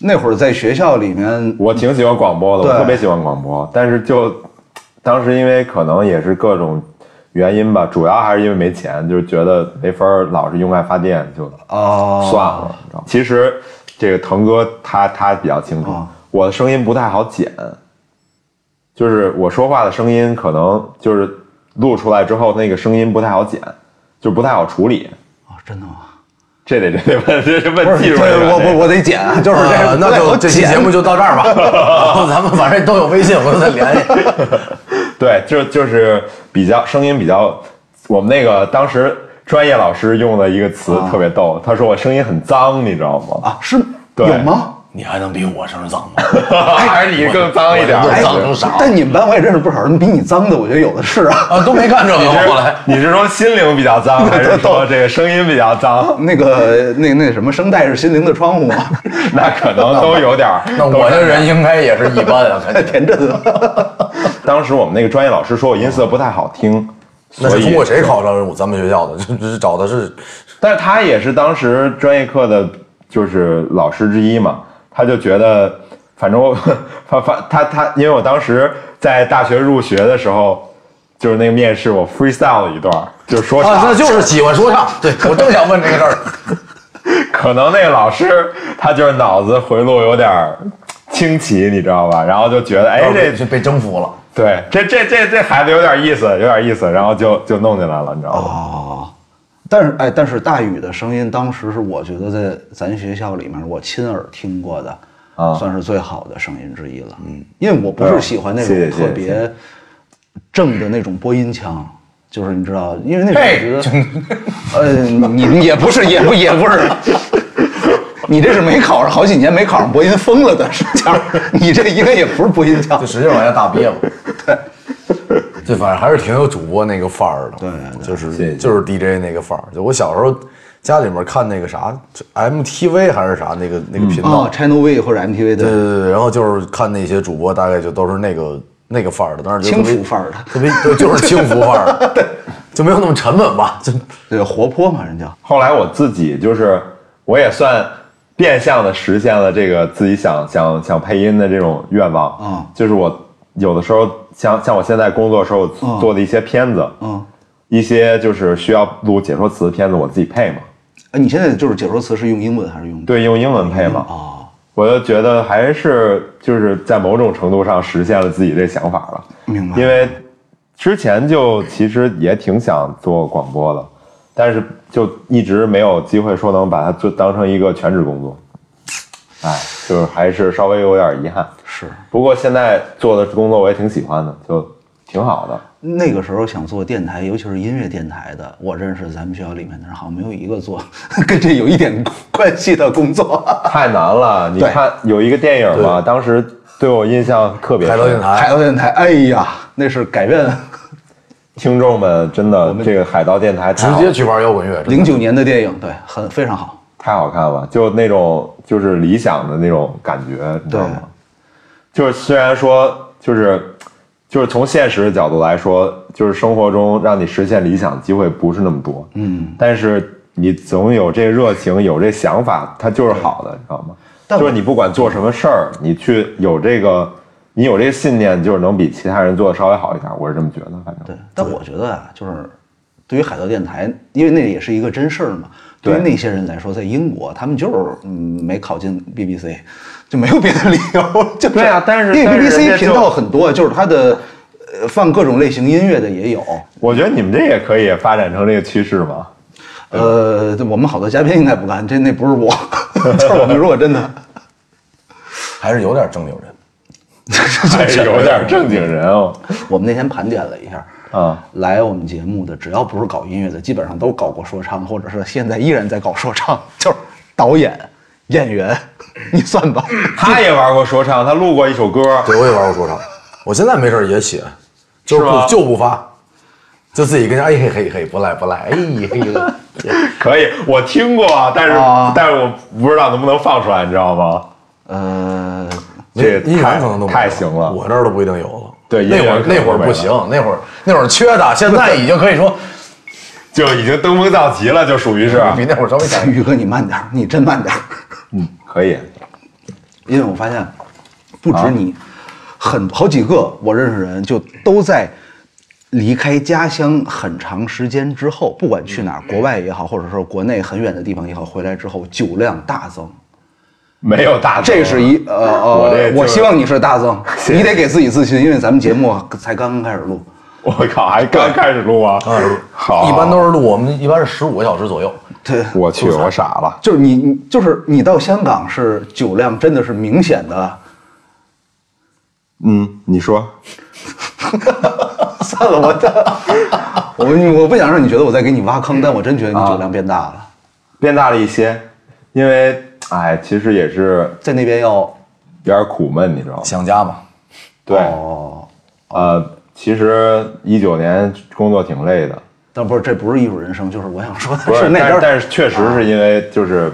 S2: 那会儿在学校里面，
S3: 我挺喜欢广播的，
S2: 对
S3: 我特别喜欢广播，但是就当时因为可能也是各种原因吧，主要还是因为没钱，就是觉得没法儿老是用爱发电，就
S2: 哦
S3: 算了。你知道吗其实这个腾哥他他比较清楚，
S2: 哦
S3: 我的声音不太好剪，就是我说话的声音可能就是录出来之后那个声音不太好剪，就不太好处理。
S2: 哦，真的吗？
S3: 这得这得问这是问技术人员
S2: 我我
S3: 这个啊
S2: 我得剪，啊就是这
S4: 呃
S2: 个，
S4: 那
S2: 不太好
S4: 就这期
S2: 剪啊
S4: 节目就到这儿吧。然后咱们反正都有微信，回头再联系。
S3: 对，就就是比较声音比较，我们那个当时专业老师用的一个词
S4: 啊
S3: 特别逗，他说我声音很脏，你知道吗？
S2: 啊，是
S3: 对
S2: 有吗？
S5: 你还能比我声儿脏吗？
S4: 啊
S3: 还是你更脏一点儿。
S5: 我
S2: 哎
S5: 脏成啥
S2: 但你们班我也认识不少人，比你脏的，我觉得有的是啊。
S5: 啊，都没干这个，
S3: 你是
S5: 后来。
S3: 你是说心灵比较脏，还是说这个声音比较脏？
S2: 那个那那什么，声带是心灵的窗户嘛，
S3: 那可能都有点儿。
S5: 那我这人应该也是一般 啊，感觉
S2: 田震啊。
S3: 当时我 们那个专业老师说我音色不太好听，
S4: 那
S3: 所
S4: 是
S3: 以
S4: 通过谁考上咱们学校的？这这是找的是
S3: 但是他也是当时专业课的，就是老师之一嘛，他就觉得，反正我 反反他他，因为我当时在大学入学的时候，就是那个面试我 freestyle 了一段儿，就是说唱，
S4: 啊，那就是喜欢说唱。
S5: 对我正想问这个事儿，
S3: 可能那个老师他就是脑子回路有点儿清奇，你知道吧？然后就觉得，哎，这
S5: 是被征服了。
S3: 对这这这这孩子有点意思，有点意思，然后就就弄进来了，你知道吗？
S2: 哦但是哎，但是大宇的声音当时是我觉得在咱学校里面我亲耳听过的，
S3: 啊
S2: 算是最好的声音之一了。嗯，因为我不是喜欢那种
S3: 哎呦谢谢
S2: 特别正的那种播音腔。就是你知道，因为那种
S5: 嘿
S2: 我觉得， 呃，你你也不是，也不也不是， 你这是没考上好几年没考上播音疯了的，是这样。 你这应该也不是播 音腔
S5: 就，使劲往下大憋吧。
S4: 这反正还是挺有主播那个范儿的，对，就是
S3: 谢谢
S4: 就是 DJ 那个范儿。就我小时候家里面看那个啥这 MTV 还是啥那个那个频道，
S2: 哦，Channel V 或者 MTV
S4: 嗯对
S2: 的，
S4: 对对，然后就是看那些主播，大概就都是那个那个范儿的，当然就特
S2: 轻
S4: 别
S2: 浮范儿的，
S4: 特别对，就是轻浮范儿， 对，就没有那么沉稳吧，就
S2: 对，活泼嘛，人家。
S3: 后来我自己就是，我也算变相的实现了这个自己想 想想配音的这种愿望啊、
S2: 嗯
S3: 就是我有的时候像像我现在工作的时候
S2: 嗯
S3: 做的一些片子，
S2: 嗯，
S3: 一些就是需要录解说词的片子，我自己配嘛，
S2: 哎，你现在就是解说词是用英文还是用？
S3: 对，用英文配嘛，
S2: 哦，
S3: 我就觉得还是就是在某种程度上实现了自己这想法了。
S2: 明白。
S3: 因为之前就其实也挺想做广播的，但是就一直没有机会说能把它做当成一个全职工作，哎，就是还是稍微有点遗憾。
S2: 是
S3: 不过现在做的工作我也挺喜欢的，就挺好的。
S2: 那个时候想做电台，尤其是音乐电台的，我认识咱们学校里面的人，好像没有一个做 跟这有一点关系的工作。
S3: 太难了，你
S2: 对
S3: 看有一个电影嘛，当时对我印象特别
S4: 海盗电
S3: 深。
S4: 台
S2: 海盗电台，哎呀，那是改变
S3: 听众们真的这个海盗电台
S4: 直
S3: 太好
S4: 接去玩摇滚乐，真的
S2: 零九年的电影，对，很非常好。
S3: 太好看了，就那种就是理想的那种感觉，你知道吗？就是虽然说就是就是从现实的角度来说，就是生活中让你实现理想的机会不是那么多，嗯，但是你总有这热情，有这想法，它就是好的，你知道吗？
S2: 但我
S3: 就是你不管做什么事儿，你去有这个，你有这个信念，就是能比其他人做的稍微好一点，我是这么觉得，反
S2: 对
S3: 正。，
S2: 但我觉得啊，就是对于海盗电台，因为那也是一个真事儿嘛。对于
S3: 对
S2: 那些人来说，在英国，他们就是嗯没考进 BBC，就没有别的理由。就
S3: 对啊但是
S2: 因为
S3: 但是人家
S2: BBC
S3: 就
S2: 频道很多，就是它的呃放各种类型音乐的也有。
S3: 我觉得你们这也可以发展成这个趋势 嘛。
S2: 呃，我们好多嘉宾应该不干，这那不是我， 就是我们如果真 的，
S4: 还是有点正经人。
S3: 还是有点正经 人哦。
S2: 我们那天盘点了一下。
S3: 啊，
S2: 来我们节目的，只要不是搞音乐的，基本上都搞过说唱，或者是现在依然在搞说唱，就是导演、演员，你算吧。
S3: 他也玩过说唱，他录过一首歌，
S4: 对，我也玩过说 唱，我现在没事儿也写，就是
S3: 是吗
S4: 不就不发，就自己跟人哎嘿嘿嘿，不赖不赖，哎嘿嘿。
S3: 可以，我听过，啊，但是、
S2: 啊
S3: 但是我不知道能不能放出来，你知道吗？
S2: 呃，
S3: 这
S4: 依
S3: 太
S4: 然可能都没有
S3: 太行了
S4: 我这儿都不一定有了。
S3: 对
S4: 那
S3: 依
S4: 会
S3: 然
S4: 儿
S3: 可能
S4: 那会儿
S3: 没
S4: 不
S3: 了
S4: 行，那会儿那会儿缺的，现在已经可以说
S3: 就已经登峰造极了，就属 于是，啊
S4: 比那会儿稍微强。
S2: 宇哥你慢点儿，你真慢点儿，
S3: 嗯，可以，
S2: 因为我发现不止你，很好几个我认识人就都在。离开家乡很长时间之后，不管去哪儿，国外也好，或者说国内很远的地方也好，回来之后酒量大增，
S3: 没有大头，
S2: 这是一呃
S3: 我这
S2: 呃，
S3: 就是
S2: 我希望你是大 增，你得给自己自信，因为咱们节目才刚刚开始录，
S3: 我靠，还刚开始录啊， 好，
S4: 一般都是录我们一般是十五个小时左右，
S2: 对，
S3: 我去，我傻了，
S2: 就是你你就是你到香港是酒量真的 是明显的，
S3: 嗯嗯，你说，
S2: 算了，我的，我我不想让你觉得我在给你挖坑，但我真觉得你酒量变大
S3: 啊
S2: 了，
S3: 变大了一些，因为哎，其实也是
S2: 在那边要
S3: 有点苦闷，你知道吗？
S5: 想家嘛，
S3: 对，
S2: 哦，
S3: 呃，其实一九年工作挺累的，
S2: 但不是这不是艺术人生，就是我想 说的
S3: 不
S2: 是那
S3: 但
S2: 边
S3: 是但是确实是因为就是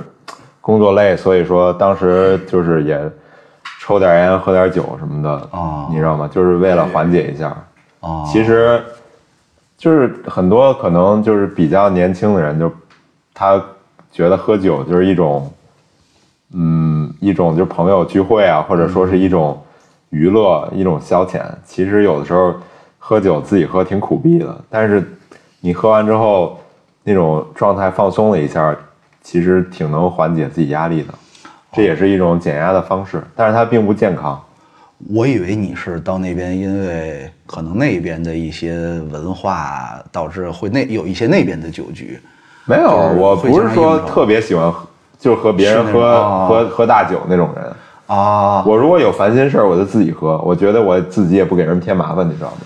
S3: 工作累，所以说当时就是也抽点烟、喝点酒什么的，
S2: 哦
S3: 你知道吗？就是为了缓解一下。
S2: 哦
S3: 其实就是很多可能就是比较年轻的人就，他觉得喝酒就是一种，嗯，一种就是朋友聚会啊，或者说是一种娱乐、一种消遣。其实有的时候喝酒自己喝挺苦逼的，但是你喝完之后那种状态放松了一下，其实挺能缓解自己压力的。这也是一种减压的方式，但是它并不健康。
S2: 我以为你是到那边，因为可能那边的一些文化导致会那有一些那边的酒局，
S3: 没有，
S2: 就是
S3: 我
S2: 会
S3: 不
S2: 经常
S3: 是说
S2: 应酬
S3: 特别喜欢喝，就是和别
S2: 是
S3: 人
S2: 那
S3: 喝
S2: 种哦
S3: 喝喝大酒那种人。
S2: 啊，
S3: 我如果有烦心事儿，我就自己喝。我觉得我自己也不给人添麻烦，你知道吗？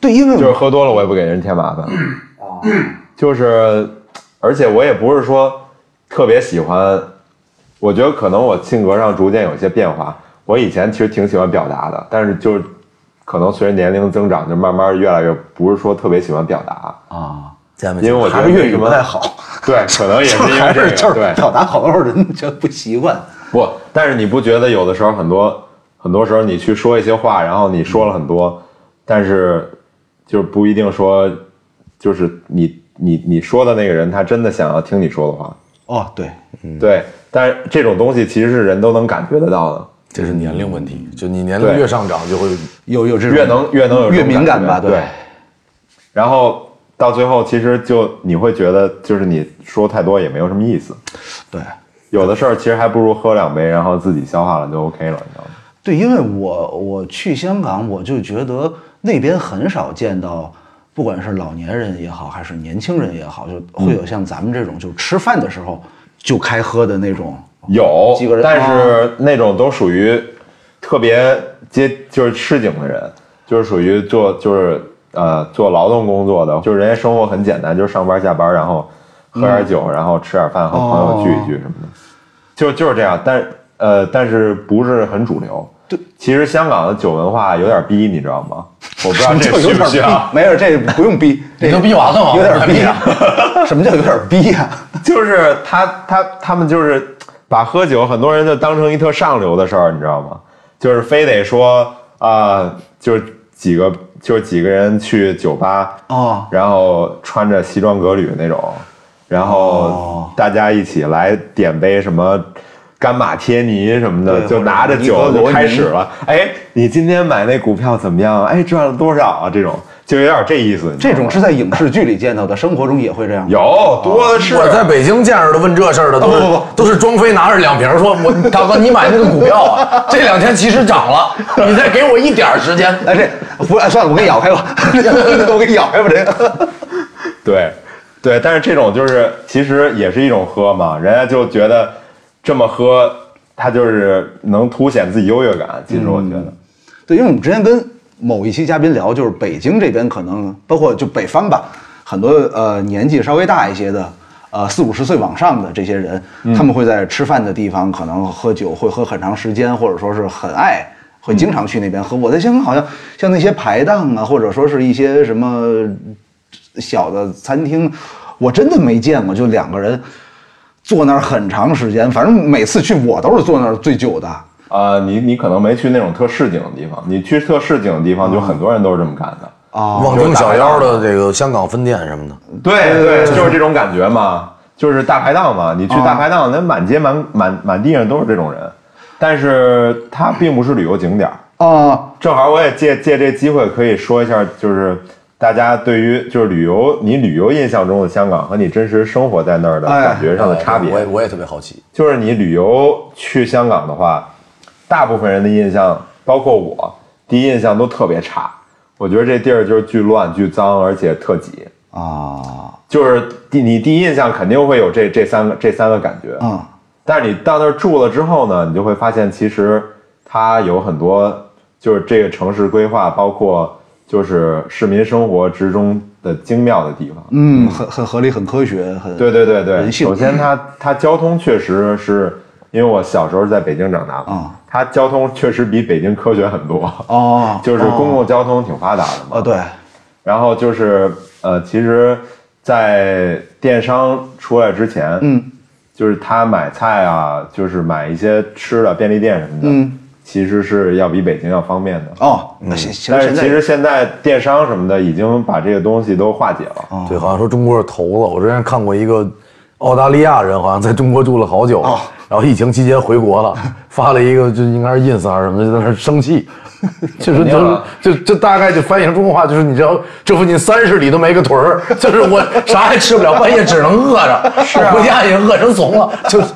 S2: 对，因为
S3: 就是喝多了我也不给人添麻烦。
S2: 哦
S3: 就是，而且我也不是说特别喜欢，我觉得可能我性格上逐渐有些变化。我以前其实挺喜欢表达的，但是就是可能随着年龄增长，就慢慢越来越不是说特别喜欢表达。
S2: 啊，
S4: 见没
S3: 因为
S4: 见？
S3: 我觉
S2: 还
S3: 得
S2: 是粤
S3: 为
S2: 语
S3: 什
S2: 不
S3: 么
S2: 太好，
S3: 对，可能也是因为
S2: 还
S3: 这
S2: 是
S3: 个
S2: 就是
S3: 对。
S2: 表达好多时候人觉得不习惯，
S3: 不，但是你不觉得有的时候很多很多时候你去说一些话，然后你说了很多，但是就是不一定说，就是你你你说的那个人他真的想要听你说的话，
S2: 哦，对，
S3: 对。但是这种东西其实是人都能感觉得到的，
S4: 这是年龄问题，就你年龄
S3: 对
S4: 越上涨就会
S2: 有有这种
S3: 越能越能有这
S2: 越
S3: 种
S2: 敏感
S3: 觉
S2: 吧，
S3: 对。然后到最后，其实就你会觉得，就是你说太多也没有什么意思。
S2: 对
S3: 有的事儿其实还不如喝两杯，然后自己消化了就 OK 了，你知道吗？
S2: 对，因为我我去香港，我就觉得那边很少见到，不管是老年人也好，还是年轻人也好，就会有像咱们这种就吃饭的时候就开喝的那种。
S3: 有
S2: 几个人啊
S3: 但是那种都属于特别接就是市井的人，就是属于做就是呃做劳动工作的，就是人家生活很简单，就是上班下班，然后喝点
S2: 嗯
S3: 酒，然后吃点饭，和朋友聚一聚什么
S2: 哦
S3: 的，就就是这样。但呃，但是不是很主流。
S2: 对，
S3: 其实香港的酒文化有点逼，你知道吗？我不知道
S2: 什么
S3: 啊这
S2: 叫有
S3: 需
S2: 点
S3: 不
S2: 儿
S3: 需
S2: 逼
S3: 要，？
S2: 没事，这不用 逼，这
S5: 你都逼完了吗？
S2: 有点
S5: 我
S2: 儿
S5: 还
S2: 逼
S5: 没
S2: 啊
S5: 啊。
S2: 什么叫有点儿逼啊呀？
S3: 就是他他他们就是把喝酒，很多人就当成一特上流的事儿，你知道吗？就是非得说啊、就是几个就是几个人去酒吧，
S2: 哦
S3: 然后穿着西装革履那种，然后
S2: 哦
S3: 大家一起来点杯什么。干马贴尼什么的，
S2: 对
S3: 就拿着
S2: 或者
S3: 酒
S2: 尼格罗
S3: 就
S2: 尼
S3: 开始了。哎，你今天买那股票怎么样？哎，赚了多少啊？这种就有点这意思。你知道
S2: 这
S3: 吗
S2: 种是在影视剧里见到的，生活中也会这样。
S3: 有多的是。啊
S4: 我在北京见着的问这事儿的，都是、
S2: 不不
S4: 都是庄飞拿着两瓶儿说，
S5: 我大哥，你买那个股票啊，这两天其实涨了，你再给我一点儿时间，
S2: 哎，这不哎算了，我给你咬开吧， 我给你咬开吧，这个。
S3: 对，对，但是这种就是其实也是一种喝嘛，人家就觉得这么喝，他就是能凸显自己优越感。其实我觉得，
S2: 对，因为我们之前跟某一期嘉宾聊，就是北京这边可能包括就北方吧，很多呃年纪稍微大一些的，呃四五十岁往上的这些人，他们会在吃饭的地方可能喝酒，会喝很长时间，或者说是很爱。会经常去那边喝。我在香港好像像那些排档啊，或者说是一些什么小的餐厅，我真的没见过，就两个人坐那儿很长时间。反正每次去我都是坐那儿最久的。
S3: 啊、你你可能没去那种特市井的地方，你去特市井的地方，就很多人都是这么干的。
S4: 望京小妖的这个香港分店什么的，
S3: 嗯对对，嗯就是这种感觉嘛，就是大排档嘛，你去大排档，那满街满满满地上都是这种人，但是它并不是旅游景点儿。
S2: 啊、
S3: 正好我也借借这机会可以说一下，就是大家对于就是旅游，你旅游印象中的香港和你真实生活在那儿的
S2: 哎
S3: 感觉上的差别。
S5: 我也我也特别好奇，
S3: 就是你旅游去香港的话，大部分人的印象，包括我，第一印象都特别差。我觉得这地儿就是巨乱、巨脏，而且特挤。
S2: 啊
S3: 就是第你第一印象肯定会有这这三个这三个感觉。
S2: 啊
S3: 但是你到那儿住了之后呢，你就会发现其实它有很多就是这个城市规划，包括就是市民生活之中的精妙的地方。
S2: 嗯，很很合理，很科学，很
S3: 对对对对，
S2: 人性
S3: 首先它它交通确实是因为我小时候是在北京长大嘛，
S2: 啊
S3: 它交通确实比北京科学很多，
S2: 哦，
S3: 就是公共交通挺发达的嘛。
S2: 哦对，
S3: 然后就是呃，其实，在电商出来之前，
S2: 嗯，
S3: 就是他买菜啊，就是买一些吃的便利店什么的，
S2: 嗯，
S3: 其实是要比北京要方便的。
S2: 哦，那行行，
S3: 但是
S2: 现在
S3: 其实现在电商什么的已经把这个东西都化解了。
S5: 哦
S4: 对，好像说中国是头子。我之前看过一个澳大利亚人，好像在中国住了好久，
S5: 哦
S4: 然后疫情期间回国 了，发了一个就应该是 ins 还是什么的，就在那儿生气，就是
S3: 定
S4: 就
S3: 啊
S4: 就就大概就翻译成中国话就是你知道这附近三十里都没个屯儿， 就是我啥也吃不了，半夜只能饿着，
S5: 啊
S4: 是回家也饿成怂了，就是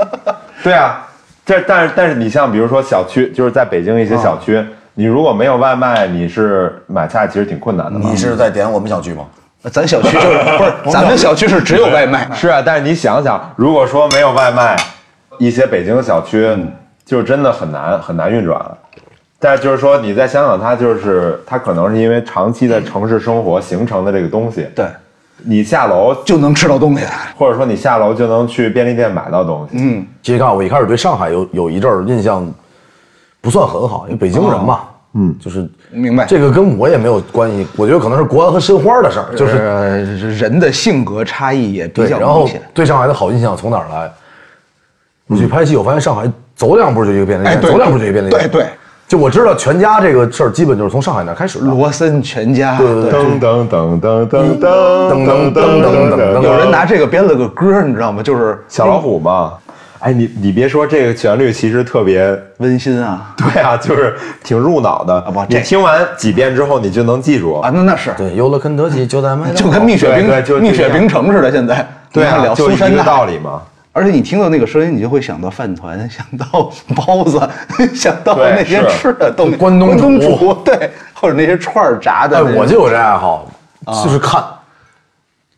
S3: 对啊，这但是但是你像比如说小区，就是在北京一些小区，你如果没有外卖，你是买菜其实挺困难的嘛。
S5: 你是在点我们小区吗？
S2: 呃咱小区就是不是咱们小区是只有外卖，
S3: 是啊，但是你想想，如果说没有外卖，一些北京的小区就真的很难很难运转了。但是就是说你在香港，它就是它可能是因为长期的城市生活形成的这个东西，
S2: 对，
S3: 你下楼
S2: 就能吃到东西，
S3: 或者说你下楼就能去便利店买到东西。嗯，
S4: 其实看我一开始对上海有有一阵儿印象不算很好，因为北京人
S5: 哦
S4: 嘛，嗯，就是
S2: 明白
S4: 这个跟我也没有关系，我觉得可能是国安和申花的事儿，就是
S2: 呃人的性格差异也比
S4: 对，
S2: 较
S4: 然后
S2: 明显。
S4: 对上海的好印象从哪儿来？我去拍戏，我发现上海走两步就一个便利店，
S2: 哎对
S4: 走两步就一个便利
S2: 对
S4: 店。，
S2: 对，
S4: 就我知道全家这个事儿，基本就是从上海那儿开始的。
S2: 罗森全家，
S4: 对对对
S3: 噔噔噔噔噔噔噔噔噔噔，
S2: 有人拿这个编了个歌，你知道吗？就是
S3: 小老虎嘛。哎，你你别说，这个旋律其实特别
S2: 温馨啊
S3: 对啊，就是挺入脑的。
S2: 不这
S3: 你听完几遍之后，你就能记住
S2: 啊，。那那是
S4: 对，有了肯德基就在麦当劳哎
S2: 就跟蜜雪冰
S3: 对对就
S2: 蜜雪
S3: 就这样
S2: 冰城似的，现在
S3: 对
S2: 你看
S3: 啊，
S2: 了
S3: 就
S2: 苏
S3: 一
S2: 珊
S3: 个
S2: 娜
S3: 道理嘛。
S2: 而且你听到那个声音，你就会想到饭团， 想到包子， 想到
S3: 对
S2: 那些
S3: 是
S2: 吃的东西，
S4: 关东
S2: 关东
S4: 煮
S2: 煮，对，或者那些串儿炸的
S4: 哎，
S2: 那种。啊
S4: 我就有这爱好，就是看，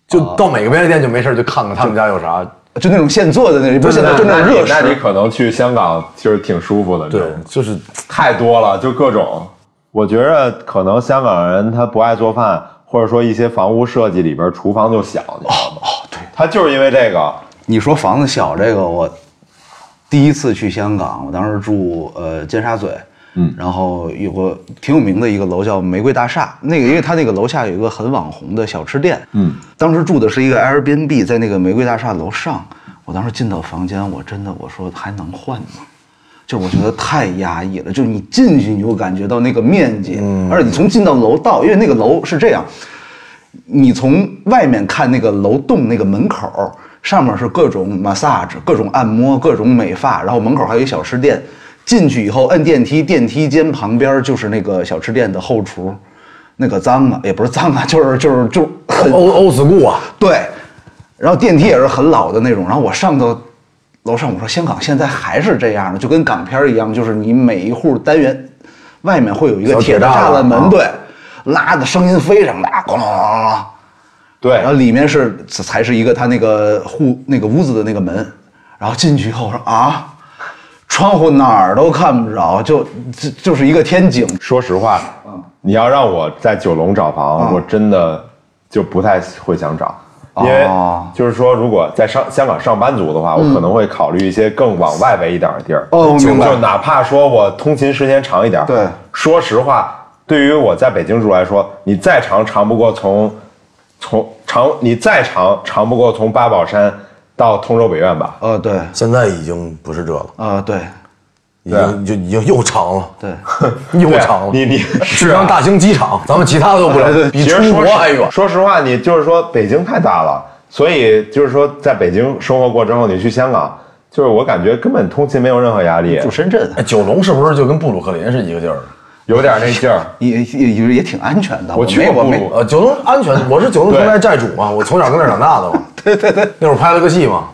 S4: 就到每个便利店就没事儿就看看他们家有啥。
S2: 就那种现做的那，不是
S3: 那
S2: 那种
S3: 那
S2: 热
S3: 你那你
S2: 食。
S3: 可能去香港就是挺舒服的，你知
S4: 对
S3: 道吗，
S4: 就是
S3: 太多了，就各种。我觉着可能香港人他不爱做饭，或者说一些房屋设计里边厨房就小，你知道吗？哦，对，他就是因为这个。
S2: 你说房子小这个，我第一次去香港，我当时住呃尖沙咀，嗯，然后有个挺有名的一个楼叫玫瑰大厦，那个因为它那个楼下有一个很网红的小吃店，嗯，当时住的是一个 Airbnb，在那个玫瑰大厦楼上，我当时进到房间，我真的我说还能换吗？就是我觉得太压抑了，就是你进去你就感觉到那个面积，而且你从进到楼道，因为那个楼是这样，你从外面看那个楼栋那个门口，上面是各种 massage、各种按摩、各种美发，然后门口还有一小吃店。进去以后摁电梯，电梯间旁边就是那个小吃店的后厨，那个脏啊，也不是脏啊，就是就是就是很
S4: 欧欧 school 啊，
S2: 对，然后电梯也是很老的那种。然后我上到楼上，我说香港现在还是这样的，就跟港片儿一样，就是你每一户单元外面会有一个
S4: 小铁
S2: 铁的栅
S4: 栅
S2: 栏
S4: 栏
S2: 门，
S4: 啊
S2: 对，拉的声音非常大，咣啷咣啷咣啷。
S3: 对
S2: 然，后里面是才是一个他那个户那个屋子的那个门，然后进去以后我说啊，窗户哪儿都看不着，就就就是一个天井。
S3: 说实话，
S2: 嗯
S3: 你要让我在九龙找房，我真的就不太会想找，
S2: 哦
S3: 因为就是说，如果在上香港上班族的话，我可能会考虑一些更往外围一点的地儿。
S2: 嗯哦我
S3: 就
S2: 明白
S3: 就哪怕说我通勤时间长一点，
S2: 对
S3: 说实话，对于我在北京住来说，你再长长不过从从长，你再长长不过从八宝山到通州北苑吧。
S2: 呃，对，
S4: 现在已经不是这了，
S2: 呃，对，啊
S4: 已经就已经又长了，
S2: 对，
S4: 又
S3: 对啊
S4: 长了。
S3: 你你
S4: 是刚大兴机场，咱们其他的都不 聊，比
S3: 其
S4: 出
S3: 实说
S4: 国
S3: 实
S4: 还远。
S3: 说实话，你就是说北京太大了，所以就是说在北京生活过之后，你去香港，就是我感觉根本通勤没有任何压力
S2: 住，深圳
S4: 哎，九龙是不是就跟布鲁克林是一个地儿？啊
S3: 有点那劲儿。
S2: 也也也也挺安全的。
S3: 我去
S2: 没
S3: 过
S2: 我
S3: 布
S2: 没
S3: 鲁，
S4: 呃，九龙安全，我是九龙城寨寨主嘛，我从小跟那儿长大的 嘛。对对对，那会儿拍了个戏嘛，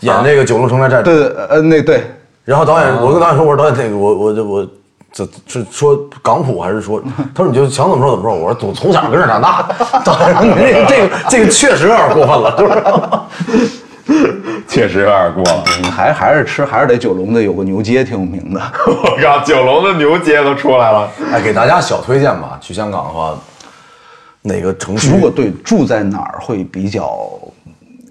S4: 演那个九龙城寨寨
S3: 啊
S4: 主。
S2: 对，呃，那对，
S4: 然后导演，我跟导演说，我说导演，那个我我我这是说港普还是 说？他说你就想怎么说怎么说。我说我从小跟这儿长大。 导演说你这个这个这个确实有点过分了，就是
S3: 确实 有点过。
S4: 嗯
S2: 还还是吃还是得九龙的有个牛街挺有名的。
S3: 我靠，九龙的牛街都出来了。
S4: 哎，给大家小推荐吧，去香港的话，哪个城市，
S2: 如果对住在哪儿会比较，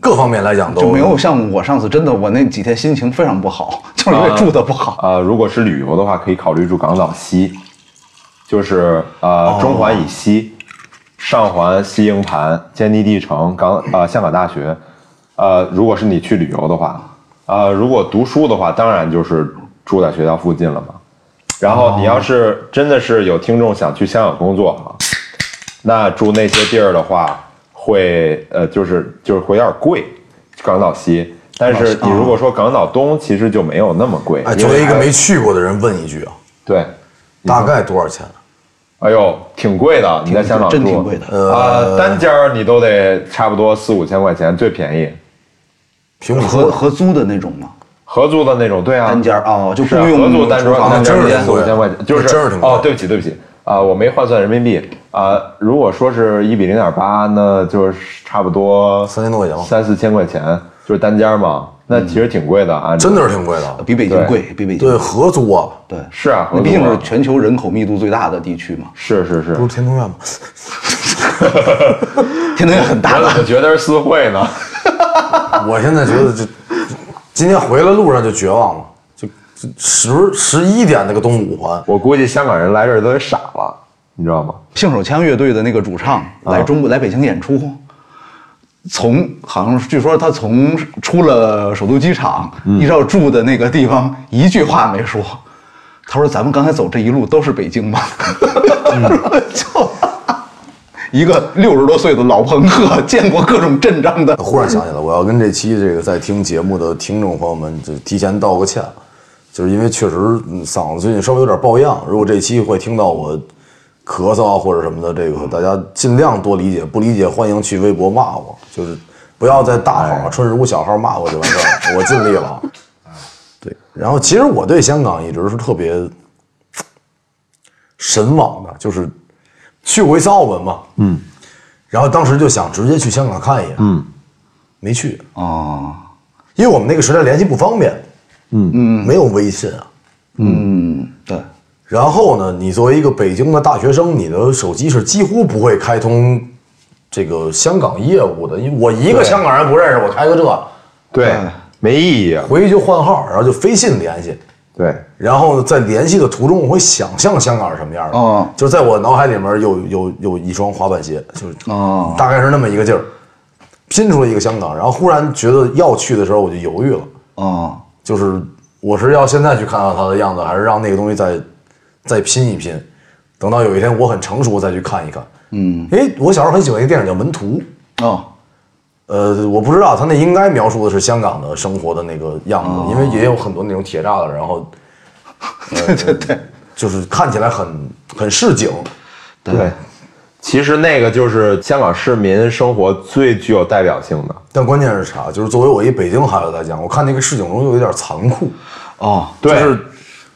S4: 各方面来讲都
S2: 就没有像我上次真的我那几天心情非常不好， 就是因为住的不好。
S3: 呃，如果是旅游的话，可以考虑住港岛西，就是
S4: 哦
S3: 呃中环以西，上环西营盘、坚尼地城、港呃香港大学。呃，如果是你去旅游的话，呃，如果读书的话，当然就是住在学校附近了嘛。然后你要
S4: 哦
S3: 是真的是有听众想去香港工作哈，那住那些地儿的话，会呃就是就是会有点贵，港岛西。但是你如果说港岛东，其实就没有那么贵。
S4: 哎，
S3: 因
S4: 哦作为一
S3: 还
S4: 个
S3: 有
S4: 没去过的人问一句啊，
S3: 对，
S4: 大概多少钱？啊
S3: 哎呦，挺贵的，你在香港住
S2: 真挺贵的
S3: 呃，单间儿你都得差不多四五千块钱，最便宜，
S4: 平米
S2: 合合租的那种嘛，
S3: 合租的那种，对啊，
S2: 单间儿哦就是不用
S3: 合租单
S2: 厨
S3: 桌
S2: 房
S3: 单间
S4: 真
S3: 儿
S4: 是
S3: 也
S4: 挺
S3: 四
S4: 贵
S3: 五千块钱，就是
S4: 真是挺贵
S3: 哦，对不起对不起啊，我没换算人民币啊。如果说是一比零点八，那就是差不多
S4: 三千多块钱吗
S3: 三四千块钱，就是单间儿嘛，那
S2: 嗯
S3: 其实挺贵的啊，
S4: 真的是挺贵的。
S2: 比北京
S3: 对
S2: 贵，比北京
S4: 对，
S2: 贵
S4: 合租啊，
S2: 对，
S3: 是啊，合
S2: 那
S3: 租
S2: 毕竟是
S3: 啊
S2: 全球人口密度最大的地区嘛，
S3: 是是是
S4: 不，是天 通苑吗？
S2: 天津也很大
S3: 我
S2: 了。
S3: 怎么觉得是四惠呢？
S4: 我现在觉得这，今天回来路上就绝望了，就就十十一点那个东五环，
S3: 我估计香港人来这儿都得傻了，你知道吗？
S2: 信手枪乐队的那个主唱
S3: 嗯
S2: 来中国、来北京演出，从好像是据说他从出了首都机场，
S3: 嗯
S2: 依照住的那个地方，一句话没说。他说：“咱们刚才走这一路都是北京吗？”
S3: 嗯
S2: 就一个六十多岁的老朋克，见过各种阵仗的，
S4: 忽然想起来，我要跟这期这个在听节目的听众朋友们，就提前道个歉，就是因为确实嗯嗓子最近稍微有点抱恙，如果这期会听到我咳嗽啊或者什么的，这个大家尽量多理解，不理解欢迎去微博骂我，就是不要在大号、啊春日屋小号骂我就完事儿了，我尽力 了。对，然后其实我对香港一直是特别神往的，就是去过一次澳门嘛，嗯，然后当时就想直接去香港看一眼，嗯，没去哦，因为我们那个时代联系不方便，嗯嗯，没有微信啊。
S2: 嗯，对，
S4: 然后呢，你作为一个北京的大学生，你的手机是几乎不会开通这个香港业务的，因为我一个香港人不认识，我开个这，
S3: 对，没意义啊。
S4: 回去就换号，然后就飞信联系。
S3: 对，
S4: 然后在联系的途中，我会想象香港是什么样的。
S2: 哦
S4: 就是在我脑海里面有有有一双滑板鞋，就是
S2: 哦
S4: 大概是那么一个劲儿，拼出了一个香港。然后忽然觉得要去的时候，我就犹豫了，
S2: 哦，
S4: 就是我是要现在去看看它的样子，还是让那个东西再再拼一拼，等到有一天我很成熟再去看一看。嗯，因为我小时候很喜欢一个电影叫《门徒》，
S2: 哦，
S4: 呃，我不知道他那应该描述的是香港的生活的那个样子，因为也有很多那种铁栅栏，然 后
S2: 哦
S4: 呃
S2: 对对对，
S4: 就是看起来很很市井，
S3: 对，其实那个就是香港市民生活最具有代表性的。
S4: 但关键是啥？就是作为我一北京孩子来讲，我看那个市井中就有点残酷。
S2: 哦，
S3: 对
S4: 就是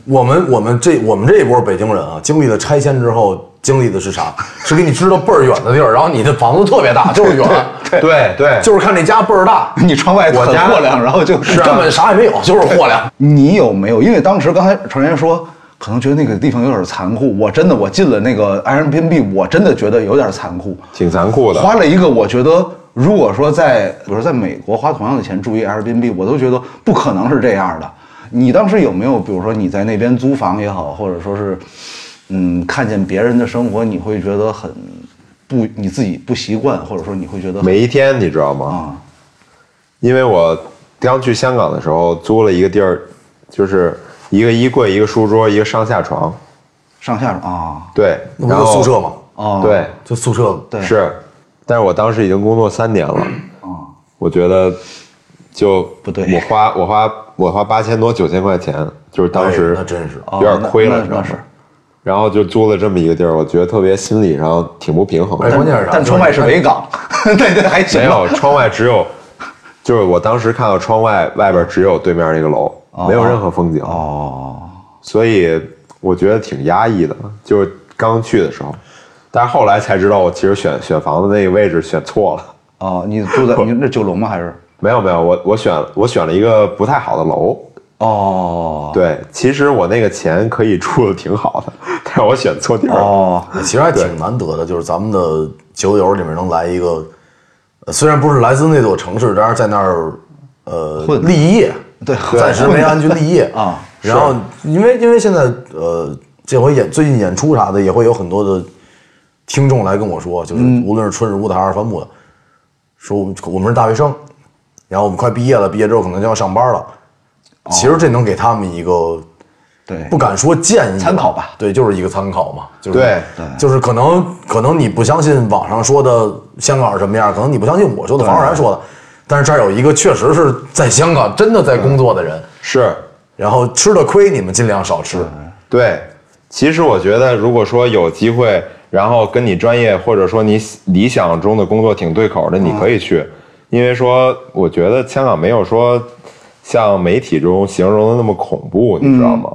S4: 我们我们这我们这一波北京人啊，经历了拆迁之后，经历的是啥？是给你支到倍儿远的地儿，然后你的房子特别大，就是远，
S3: 对对
S4: 就是看这家倍儿大， 啊
S2: 你窗外很
S3: 我家
S2: 豁亮，然后就是
S4: 根本啥也没有，就是货量。
S2: 你有没有？因为当时刚才程岩说，可能觉得那个地方有点残酷。我真的，我进了那个 Airbnb，我真的觉得有点残酷。
S3: 挺残酷的。
S2: 花了一个，我觉得如果说在，比如说在美国花同样的钱住一 Airbnb，我都觉得不可能是这样的。你当时有没有，比如说你在那边租房也好，或者说是，嗯，看见别人的生活，你会觉得很不，你自己不习惯，或者说你会觉得很啊
S3: 每一天你知道
S2: 嗯
S3: 吗？因为我刚去香港的时候租了一个地儿，就是一个衣柜、一个书桌、一个上下床。
S2: 上下啊，
S3: 对，
S4: 那
S3: 然
S4: 不就
S3: 后
S4: 宿舍吗？
S2: 哦，
S3: 对，
S4: 就宿舍，
S2: 对
S3: 是，但是我当时已经工作三年了，我觉得就
S2: 嗯不对
S3: 我花我花我花八千多九千块钱，就是当时
S4: 哎那真是
S3: 有点亏了，
S2: 哦那
S3: 你知
S2: 那
S3: 道吗
S2: 是？
S3: 然后就租了这么一个地儿，我觉得特别心理上挺不平衡
S4: 哎关
S3: 的。
S4: 键是啥？
S2: 但窗外是
S4: 就是
S2: 维港，对对，还行
S3: 没
S2: 吧。
S3: 有窗外只有，就是我当时看到窗外外边只有对面那个楼，没有任何风景，
S2: 哦，
S3: 所以我觉得挺压抑的。就是刚去的时候，但是后来才知道，我其实选选房子那个位置选错了。
S2: 哦，你住在你那九龙吗？还是？
S3: 没有没有，我我选我选了一个不太好的楼。
S2: 哦，
S3: 对，其实我那个钱可以住的挺好的，但是我选错地儿了。
S2: 哦，
S4: 其实还挺难得的，就是咱们的酒友里面能来一个，呃虽然不是来自那座城市，但是在那儿呃
S2: 混
S4: 立业，
S2: 对
S4: 暂时没安去立业
S2: 啊。
S4: 然后因为因为现在呃这回演最近演出啥的也会有很多的听众来跟我说，就是
S2: 嗯
S4: 无论是春日屋的还是帆布的，说我们我们是大学生，然后我们快毕业了，毕业之后可能就要上班了。
S2: 哦
S4: 其实这能给他们一个
S2: 对，
S4: 不敢说建议，
S2: 参考吧。
S4: 对，就是一个参考嘛。就是、
S3: 对
S2: 对
S4: 就是可能可能你不相信网上说的香港是什么样，可能你不相信我说的房若然说的，但是这儿有一个确实是在香港真的在工作的人，
S3: 是，
S4: 然后吃的亏你们尽量少吃。
S3: 嗯对，其实我觉得，如果说有机会，然后跟你专业或者说你理想中的工作挺对口的，你可以去，因为说我觉得香港没有说像媒体中形容的那么恐怖，你知道吗？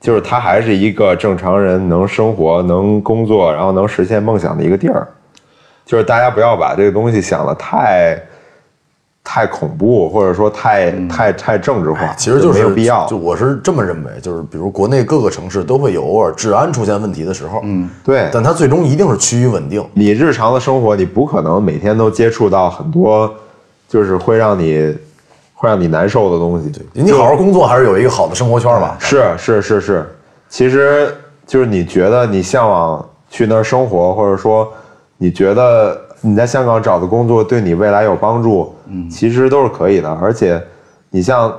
S3: 就是它还是一个正常人能生活、能工作，然后能实现梦想的一个地儿。就是大家不要把这个东西想的太太恐怖，或者说太、太太政治化，
S4: 哎啊其实就是
S3: 没有必要。
S4: 就我是这么认为，就是比如国内各个城市都会有偶尔治安出现问题的时候，嗯，
S3: 对，
S4: 但它最终一定是趋于稳定。
S3: 你日常的生活，你不可能每天都接触到很多，就是会让你会让你难受的东西。
S4: 你好好工作还是有一个好的生活圈吧。
S3: 是是是是，其实就是你觉得你向往去那儿生活，或者说你觉得你在香港找的工作对你未来有帮助，嗯，其实都是可以的。而且你像，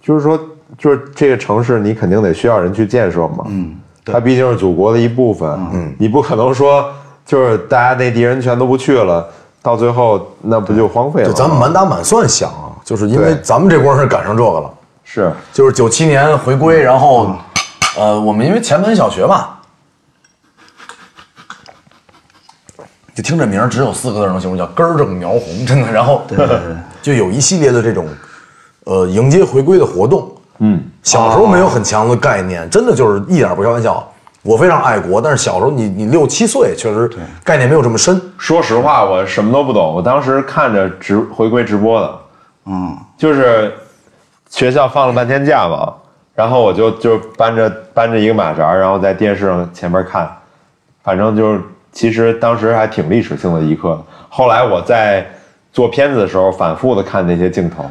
S3: 就是说，就是这个城市，你肯定得需要人去建设嘛，嗯，它毕竟是祖国的一部分，嗯，你不可能说就是大家内地人全都不去了，到最后那不就荒废
S4: 对，
S3: 了吗？
S4: 咱们满打满算想啊，就是因为
S3: 对
S4: 咱们这波是赶上这个了。
S3: 是
S4: 就是九七年回归，然后，呃，我们因为前门小学嘛，就听这名儿只有四个字儿能形容，叫根儿正苗红，真的。然后， 就有一系列的这种，呃，迎接回归的活动。嗯，小时候没有很强的概念，真的就是一点儿不开玩笑。我非常爱国，但是小时候你你六七岁，确实概念没有这么深。
S3: 说实话，我什么都不懂。我当时看着直回归直播的，
S2: 嗯，
S3: 就是学校放了半天假嘛，然后我就就搬着搬着一个马扎儿，然后在电视上前面看，反正就是其实当时还挺历史性的一刻。后来我在做片子的时候，反复的看那些镜头，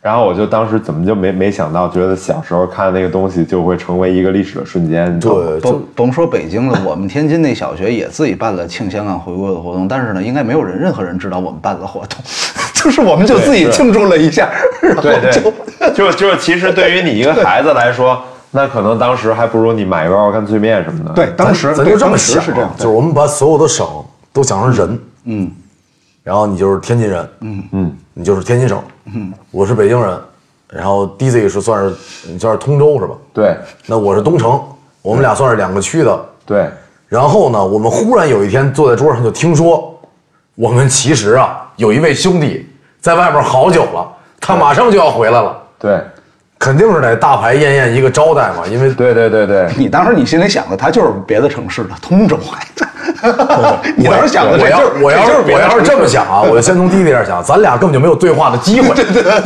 S3: 然后我就当时怎么就没没想到，觉得小时候看那个东西就会成为一个历史的瞬间。你知道吗，
S4: 对，就
S2: 甭甭说北京了，我们天津那小学也自己办了庆香港回归的活动，但是呢，应该没有人任何人知道我们办了活动， 就是我们就自己庆祝了一下，然 后
S3: 对
S2: 就
S3: 对，就就其实对于你一个孩子来说，那可能当时还不如你买一包儿干脆面什么的。
S2: 对，当时
S4: 咱就
S2: 对
S4: 这么
S2: 当时
S4: 想，
S2: 是这啊样，
S4: 就是我们把所有的省都想成人，嗯，然后你就是天津人，嗯嗯，你就是天津省，嗯，我是北京人，然后 DZ 是算是你算是通州是吧？
S3: 对
S4: 那我是东城，我们俩算是两个区的。
S3: 对，
S4: 然后呢，我们忽然有一天坐在桌上就听说，我们其实啊有一位兄弟在外边好久了，他马上就要回来了，
S3: 对
S4: 肯定是得大排宴宴一个招待嘛，因为
S3: 对对对对，
S2: 你当时你心里想的，他就是别的城市的通州孩子， 你当时想的
S4: 我
S2: 这
S4: 要
S2: 就是
S4: 我要
S2: 这
S4: 是
S2: 就是别
S4: 我
S2: 的
S4: 要是
S2: 城市
S4: 这么想啊，我就先从第一点想，咱俩根本就没有对话的机 会，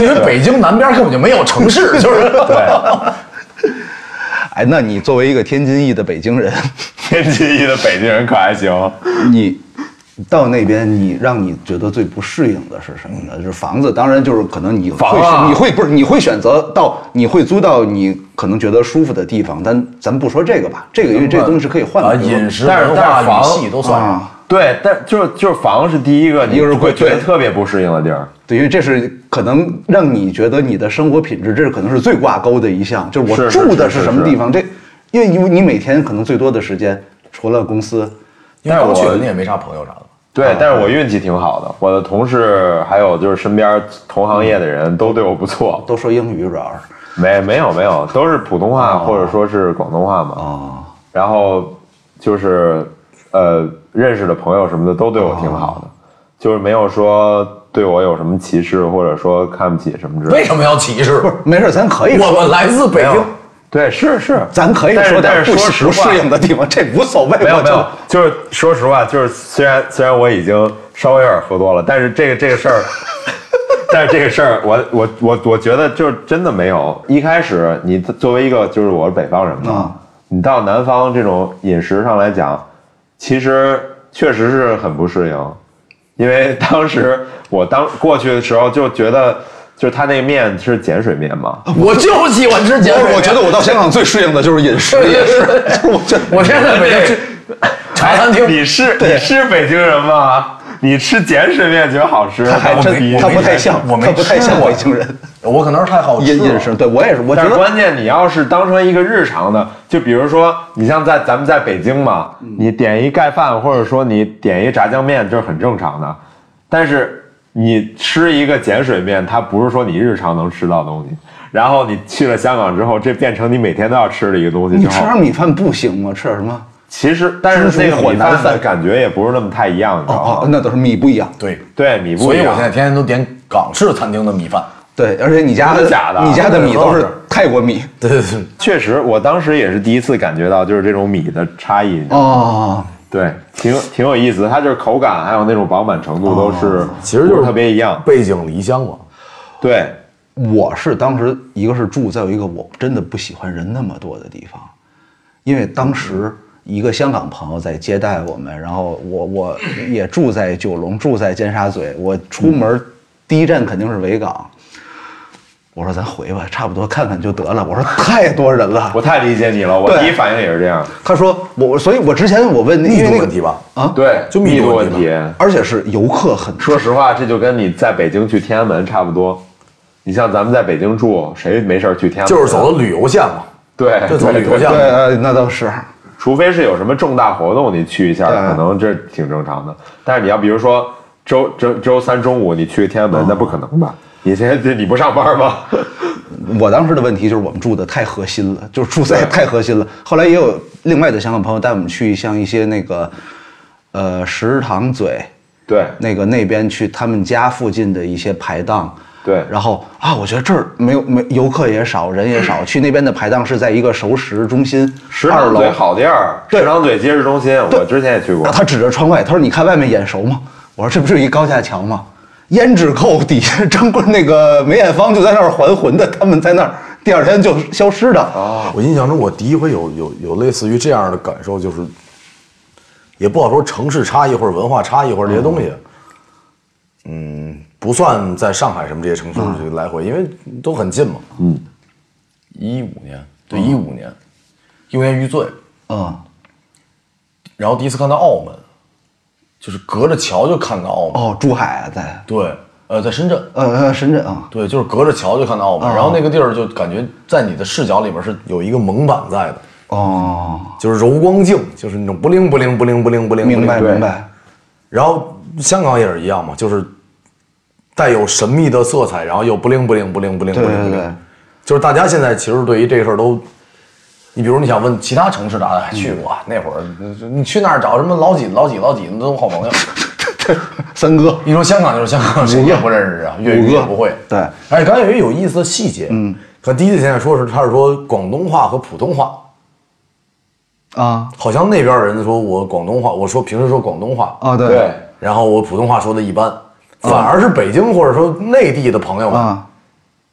S4: 因为北京南边根本就没有城市，就是啊
S2: 哎，那你作为一个天津裔的北京人，
S3: 天津一的北京人可还行？
S2: 你到那边，你让你觉得最不适应的是什么呢？就是房子，当然就是可能你会
S3: 房啊
S2: 你会不是你会选择到你会租到你可能觉得舒服的地方，但咱不说这个吧，这个因为这个东西是可以换
S4: 啊，
S2: 的，比如
S4: 饮食
S3: 但是
S4: 文
S3: 但
S4: 化
S3: 是房
S4: 语系都算上。
S2: 啊，
S3: 对，但就是就是房是第一个，你
S2: 一个是
S3: 会
S2: 贵
S3: 觉得
S2: 对
S3: 特别不适应的地儿。
S2: 对，因为这是可能让你觉得你的生活品质，这是可能是最挂钩的一项，就是我
S3: 是是
S2: 住的
S3: 是
S2: 是
S3: 是
S2: 什么
S3: 是
S2: 地方，这因为你你每天可能最多的时间除了公司，
S4: 因为
S3: 但
S4: 刚
S3: 我
S4: 去你也没啥朋友啥的，
S3: 对，但是我运气挺好的，我的同事还有就是身边同行业的人都对我不错，
S2: 都说英语主要是。
S3: 没没有没有，都是普通话或者说是广东话嘛。
S2: 哦，
S3: 然后就是呃认识的朋友什么的都对我挺好
S2: 哦
S3: 的，就是没有说对我有什么歧视或者说看不起什么之类
S4: 为
S3: 的。
S4: 什么要歧视？
S2: 没事，咱可以说
S4: 我们来自北
S3: 没
S4: 京
S3: 有，，对，是是，
S2: 咱可以
S3: 但是
S2: 说点
S3: 但是
S2: 不
S3: 说
S2: 适
S3: 实
S2: 不
S3: 话
S2: 适应的地方，这无所 谓。
S3: 没有
S2: 我
S3: 没
S2: 就
S3: 有，就是说实话，就是虽然虽然我已经稍微有点喝多了，但是这个这 个事儿，但是这个事儿，我我
S2: 嗯
S3: 我我觉得就是真的没有。一开始你作为一个就是我是北方人嘛，你到南方这种饮食上来讲，其实确实是很不适应，因为当时我当过去的时候就觉得，就是他那面是碱水 面嘛，
S5: 我就喜欢吃碱水面。
S2: 我觉得我到香港最适应的就是饮食，也是，就是 我觉得
S5: 我现在每天去茶餐
S2: 哎
S5: 厅，
S3: 你是你是北京人吗？你吃碱水面觉得好吃，
S2: 还
S3: 我
S2: 真
S3: 没
S2: 他不
S3: 我没
S2: 太像，
S4: 我没
S2: 他不太
S4: 吃
S2: 像
S4: 过
S2: 北京人，
S4: 我可能是太好吃
S2: 饮饮
S4: 了。
S2: 食，对我也是，我觉
S3: 但是
S2: 得
S3: 关键，你要是当成一个日常的，就比如说你像在咱们在北京嘛，
S2: 嗯
S3: 你点一盖饭，或者说你点一炸酱面，这是很正常的。但是你吃一个碱水面，它不是说你日常能吃到的东西。然后你去了香港之后，这变成你每天都要吃的一个东西
S2: 你
S3: 之
S2: 吃
S3: 后，
S2: 点米饭不行吗？吃点什么？
S3: 其实但是
S2: 吃
S3: 那个
S2: 出
S3: 米
S2: 混蛋
S3: 饭的
S2: 饭
S3: 感觉也不是那么太一样，你知道
S2: 哦，
S3: 吗？
S2: 那都是米不一样。
S4: 对，
S3: 对，米不
S4: 所
S3: 一
S4: 以我
S3: 样
S4: 现在天天都点港式餐厅的米饭。
S2: 对，而且你家
S3: 真的假的
S2: 你家的米都
S4: 真的
S2: 是泰国米
S4: 对对对，
S3: 确实，我当时也是第一次感觉到就是这种米的差异，
S2: 哦，
S3: 对，挺挺有意思的，它就是口感还有那种饱满程度都是，
S4: 哦其实就
S3: 不
S4: 是
S3: 特别一样。
S4: 背井离乡嘛。
S3: 对，
S2: 我是当时一个是住，再有一个我真的不喜欢人那么多的地方，因为当时一个香港朋友在接待我们，然后我我也住在九龙，住在尖沙咀，我出门第一站肯定是维港。我说咱回吧，差不多看看就得了。我说太多人 了。
S3: 我太理解你了，我
S2: 对
S3: 第一反应也是这样。
S2: 他说我，所以我之前我问因
S4: 密
S2: 为
S4: 度
S2: 那
S4: 问
S2: 个
S4: 题吧，
S2: 啊，
S3: 对，
S4: 就密
S3: 密
S4: 度
S3: 度
S4: 问
S3: 问
S4: 题
S3: 题。
S2: 而且是游客很多。
S3: 说实话，这就跟你在北京去天安门差不多。你像咱们在北京住，谁没事儿去天安门？啊
S4: 就是走的旅游线嘛。
S3: 对，
S4: 就走
S3: 对
S4: 旅游
S3: 对
S4: 线
S2: 对，呃那倒是。
S3: 除非是有什么重大活动，你去一下，
S2: 对
S3: 可能这挺正常的。但是你要比如说周周周三中午你去天安
S4: 哦
S3: 门，那不可能吧？你现在你不上班吗？
S2: 我当时的问题就是我们住的太核心了， 就是住在太核心了。后来也有另外的香港朋友带我们去像一些那个，呃，石塘嘴
S3: 对
S2: 那个那边去他们家附近的一些排档。
S3: 对
S2: 然后啊，我觉得这儿没有没游客也少，人也少。去那边的排档是在一个熟食中心，
S3: 食
S2: 二
S3: 堂
S2: 楼
S3: 嘴。好地儿，
S2: 对
S3: 食堂嘴街市中心，我之前也去过。
S2: 他指着窗外，他说：“你看外面眼熟吗？”我说：“这不是一高架桥吗？胭脂扣底下张坤那个梅艳芳就在那儿还魂的，他们在那儿第二天就消失的。
S3: 啊
S4: 我印象中，我第一回有有有类似于这样的感受，就是也不好说城市差异或者文化差异或者这些东西。嗯不算在上海什么这些城市就来回，因为都很近嘛。
S5: 一五年，对，
S4: 嗯
S5: 一五年，一五年余罪，
S2: 嗯，
S5: 然后第一次看到澳门，就是隔着桥就看到澳门。
S2: 哦，珠海啊，在
S5: 对，呃，在深圳，
S2: 呃呃深圳啊，
S5: 对，就是隔着桥就看到澳门，然后那个地儿就感觉在你的视角里面是有
S4: 哦有一个蒙版在的，
S2: 哦，
S4: 就是柔光镜，就是那种不灵不灵不灵不灵不灵。
S2: 明白
S4: 不灵
S2: 明。白，
S4: 然后香港也是一样嘛，就是带有神秘的色彩，然后又不灵不灵不灵不灵不
S2: 对
S4: 灵不
S2: 对
S4: 灵。
S2: 对，
S4: 就是大家现在其实对于这个事儿都，你比如你想问
S5: 其他城市的，哎，去过
S4: 啊
S2: 嗯
S5: 那会儿，你去那儿找什么老几老几老几，那都好朋友。
S2: 三哥，
S5: 一说香港就是香港，谁也不认识啊，粤语也不会。
S2: 对，
S4: 而哎且刚才有一个有意思的细节，嗯，看第一次现在说是他是说广东话和普通话，
S2: 啊
S4: 好像那边人说我广东话，我说平时说广东话，
S2: 啊
S3: 对
S2: 对，啊
S4: 然后我普通话说的一般，反而是北京或者说内地的朋友们
S2: 啊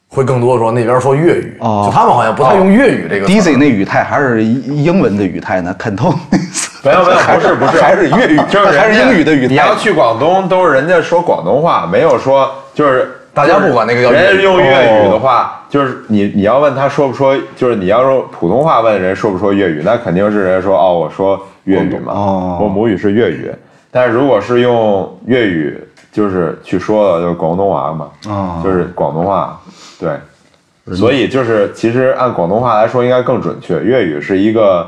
S4: 会更多说那边说粤语，
S2: 哦
S4: 就他们好像不太用粤语这个词儿。
S2: ，Dizzy 那语态还是英文的语态呢肯 e
S3: 没有没有，不是不是，
S2: 还是粤语
S3: 就是人家
S2: 还是英语的语态
S3: 你要去广东，都是人家说广东话，没有说就是
S5: 大家不管那个叫粤语
S3: 人家用粤哦语的话，就是你你要问他说不说，就是你要用普通话问人说不说粤语，那肯定是人家说哦，我说粤语嘛，
S2: 哦
S3: 我母语是粤语。但是如果是用粤语，就是去说的，就是广东话嘛，
S4: 啊
S2: 哦
S3: 就是广东话，对。
S4: 嗯
S3: 所以就是，其实按广东话来说应该更准确，粤语是一个，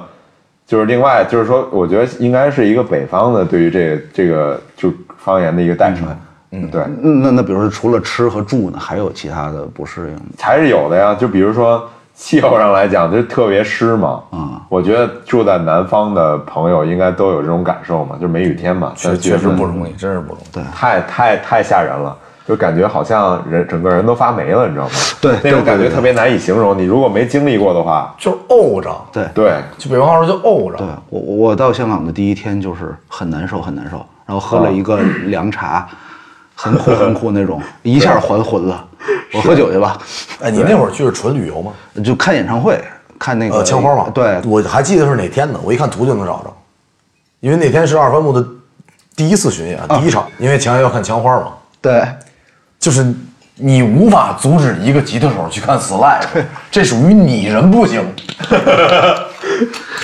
S3: 就是另外就是说，我觉得应该是一个北方的对于这个这个就方言的一个代称，嗯，对，
S2: 那那比如说除了吃和住呢，还有其他的不适应吗？
S3: 还是有的呀。就比如说气候上来讲，就特别湿嘛，嗯，我觉得住在南方的朋友应该都有这种感受嘛，就梅雨天嘛，
S4: 确确实不
S3: 易，
S4: 容易，真是不容易。对，
S3: 太太太吓人了。就感觉好像人整个人都发霉了，你知道吗？
S2: 对
S3: 那种
S2: 对
S3: 感觉
S2: 对对
S3: 特别难以形容。你如果没经历过的话，
S4: 就是沤着，
S2: 对
S3: 对，
S4: 就北方话说就沤着
S2: 对。我我我到香港的第一天就是很难受很难受，然后喝了一个凉茶，很苦很苦那种，一下还魂了。我喝酒去吧，
S4: 哎，你那会儿去是纯旅游吗？
S2: 就看演唱会，看那个
S4: 呃，枪花嘛，
S2: 对，
S4: 我还记得是哪天呢，我一看图就能找着，因为那天是二番木的第一次巡演，
S2: 啊
S4: 第一场，因为强爷要看枪花嘛，
S2: 对，
S5: 就是你无法阻止一个吉他手去看 slide，这属于你人不行。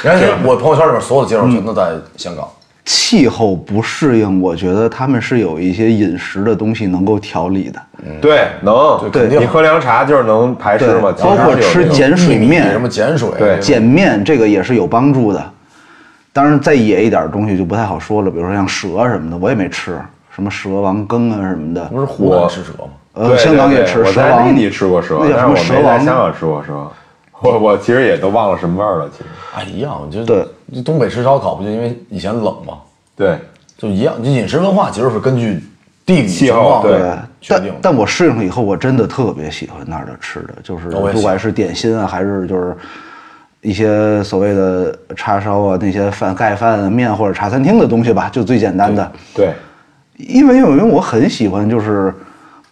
S5: 然后我朋友圈里面所有的介绍全都在香港，
S2: 气候不适应，我觉得他们是有一些饮食的东西能够调理的，
S3: 对，能，
S5: 对肯定
S3: 你喝凉茶就是能排湿
S2: 对
S3: 嘛，，
S2: 包括吃
S3: 碱，
S2: 碱水
S5: 玉米
S2: 面
S5: 什么碱水，啊
S3: 对
S2: 碱面这个也是有帮助的。当然，再野一点的东西就不太好说了，比如说像蛇什么的，我也没吃，什么蛇王羹啊什么的
S5: 不。是湖南吃蛇吗？
S2: 呃，
S3: 对
S2: 香港
S3: 对
S2: 也
S3: 对
S2: 吃
S3: 我
S2: 蛇
S3: 在
S2: 王，
S3: 内地吃过蛇，
S2: 那叫什
S3: 但
S2: 么
S3: 是
S2: 蛇
S3: 我没在
S2: 王？
S3: 香港吃过蛇。我我其实也都忘了什么味儿了，其实
S5: 哎，一样，我觉得
S2: 对
S5: 就东北吃烧烤不就因为以前冷嘛，
S3: 对，
S5: 就一样，就饮食文化其实是根据地理
S3: 气
S5: 情
S3: 候
S5: 况
S3: 对
S5: 确
S2: 但
S5: 定的。
S2: 但我适应了以后，我真的特别喜欢那儿的吃的，就是
S5: 我也
S2: 不管是点心啊，还是就是一些所谓的叉烧啊，那些饭盖饭啊、面或者茶餐厅的东西吧，就最简单的。
S3: 对，
S2: 因为因为我很喜欢，就是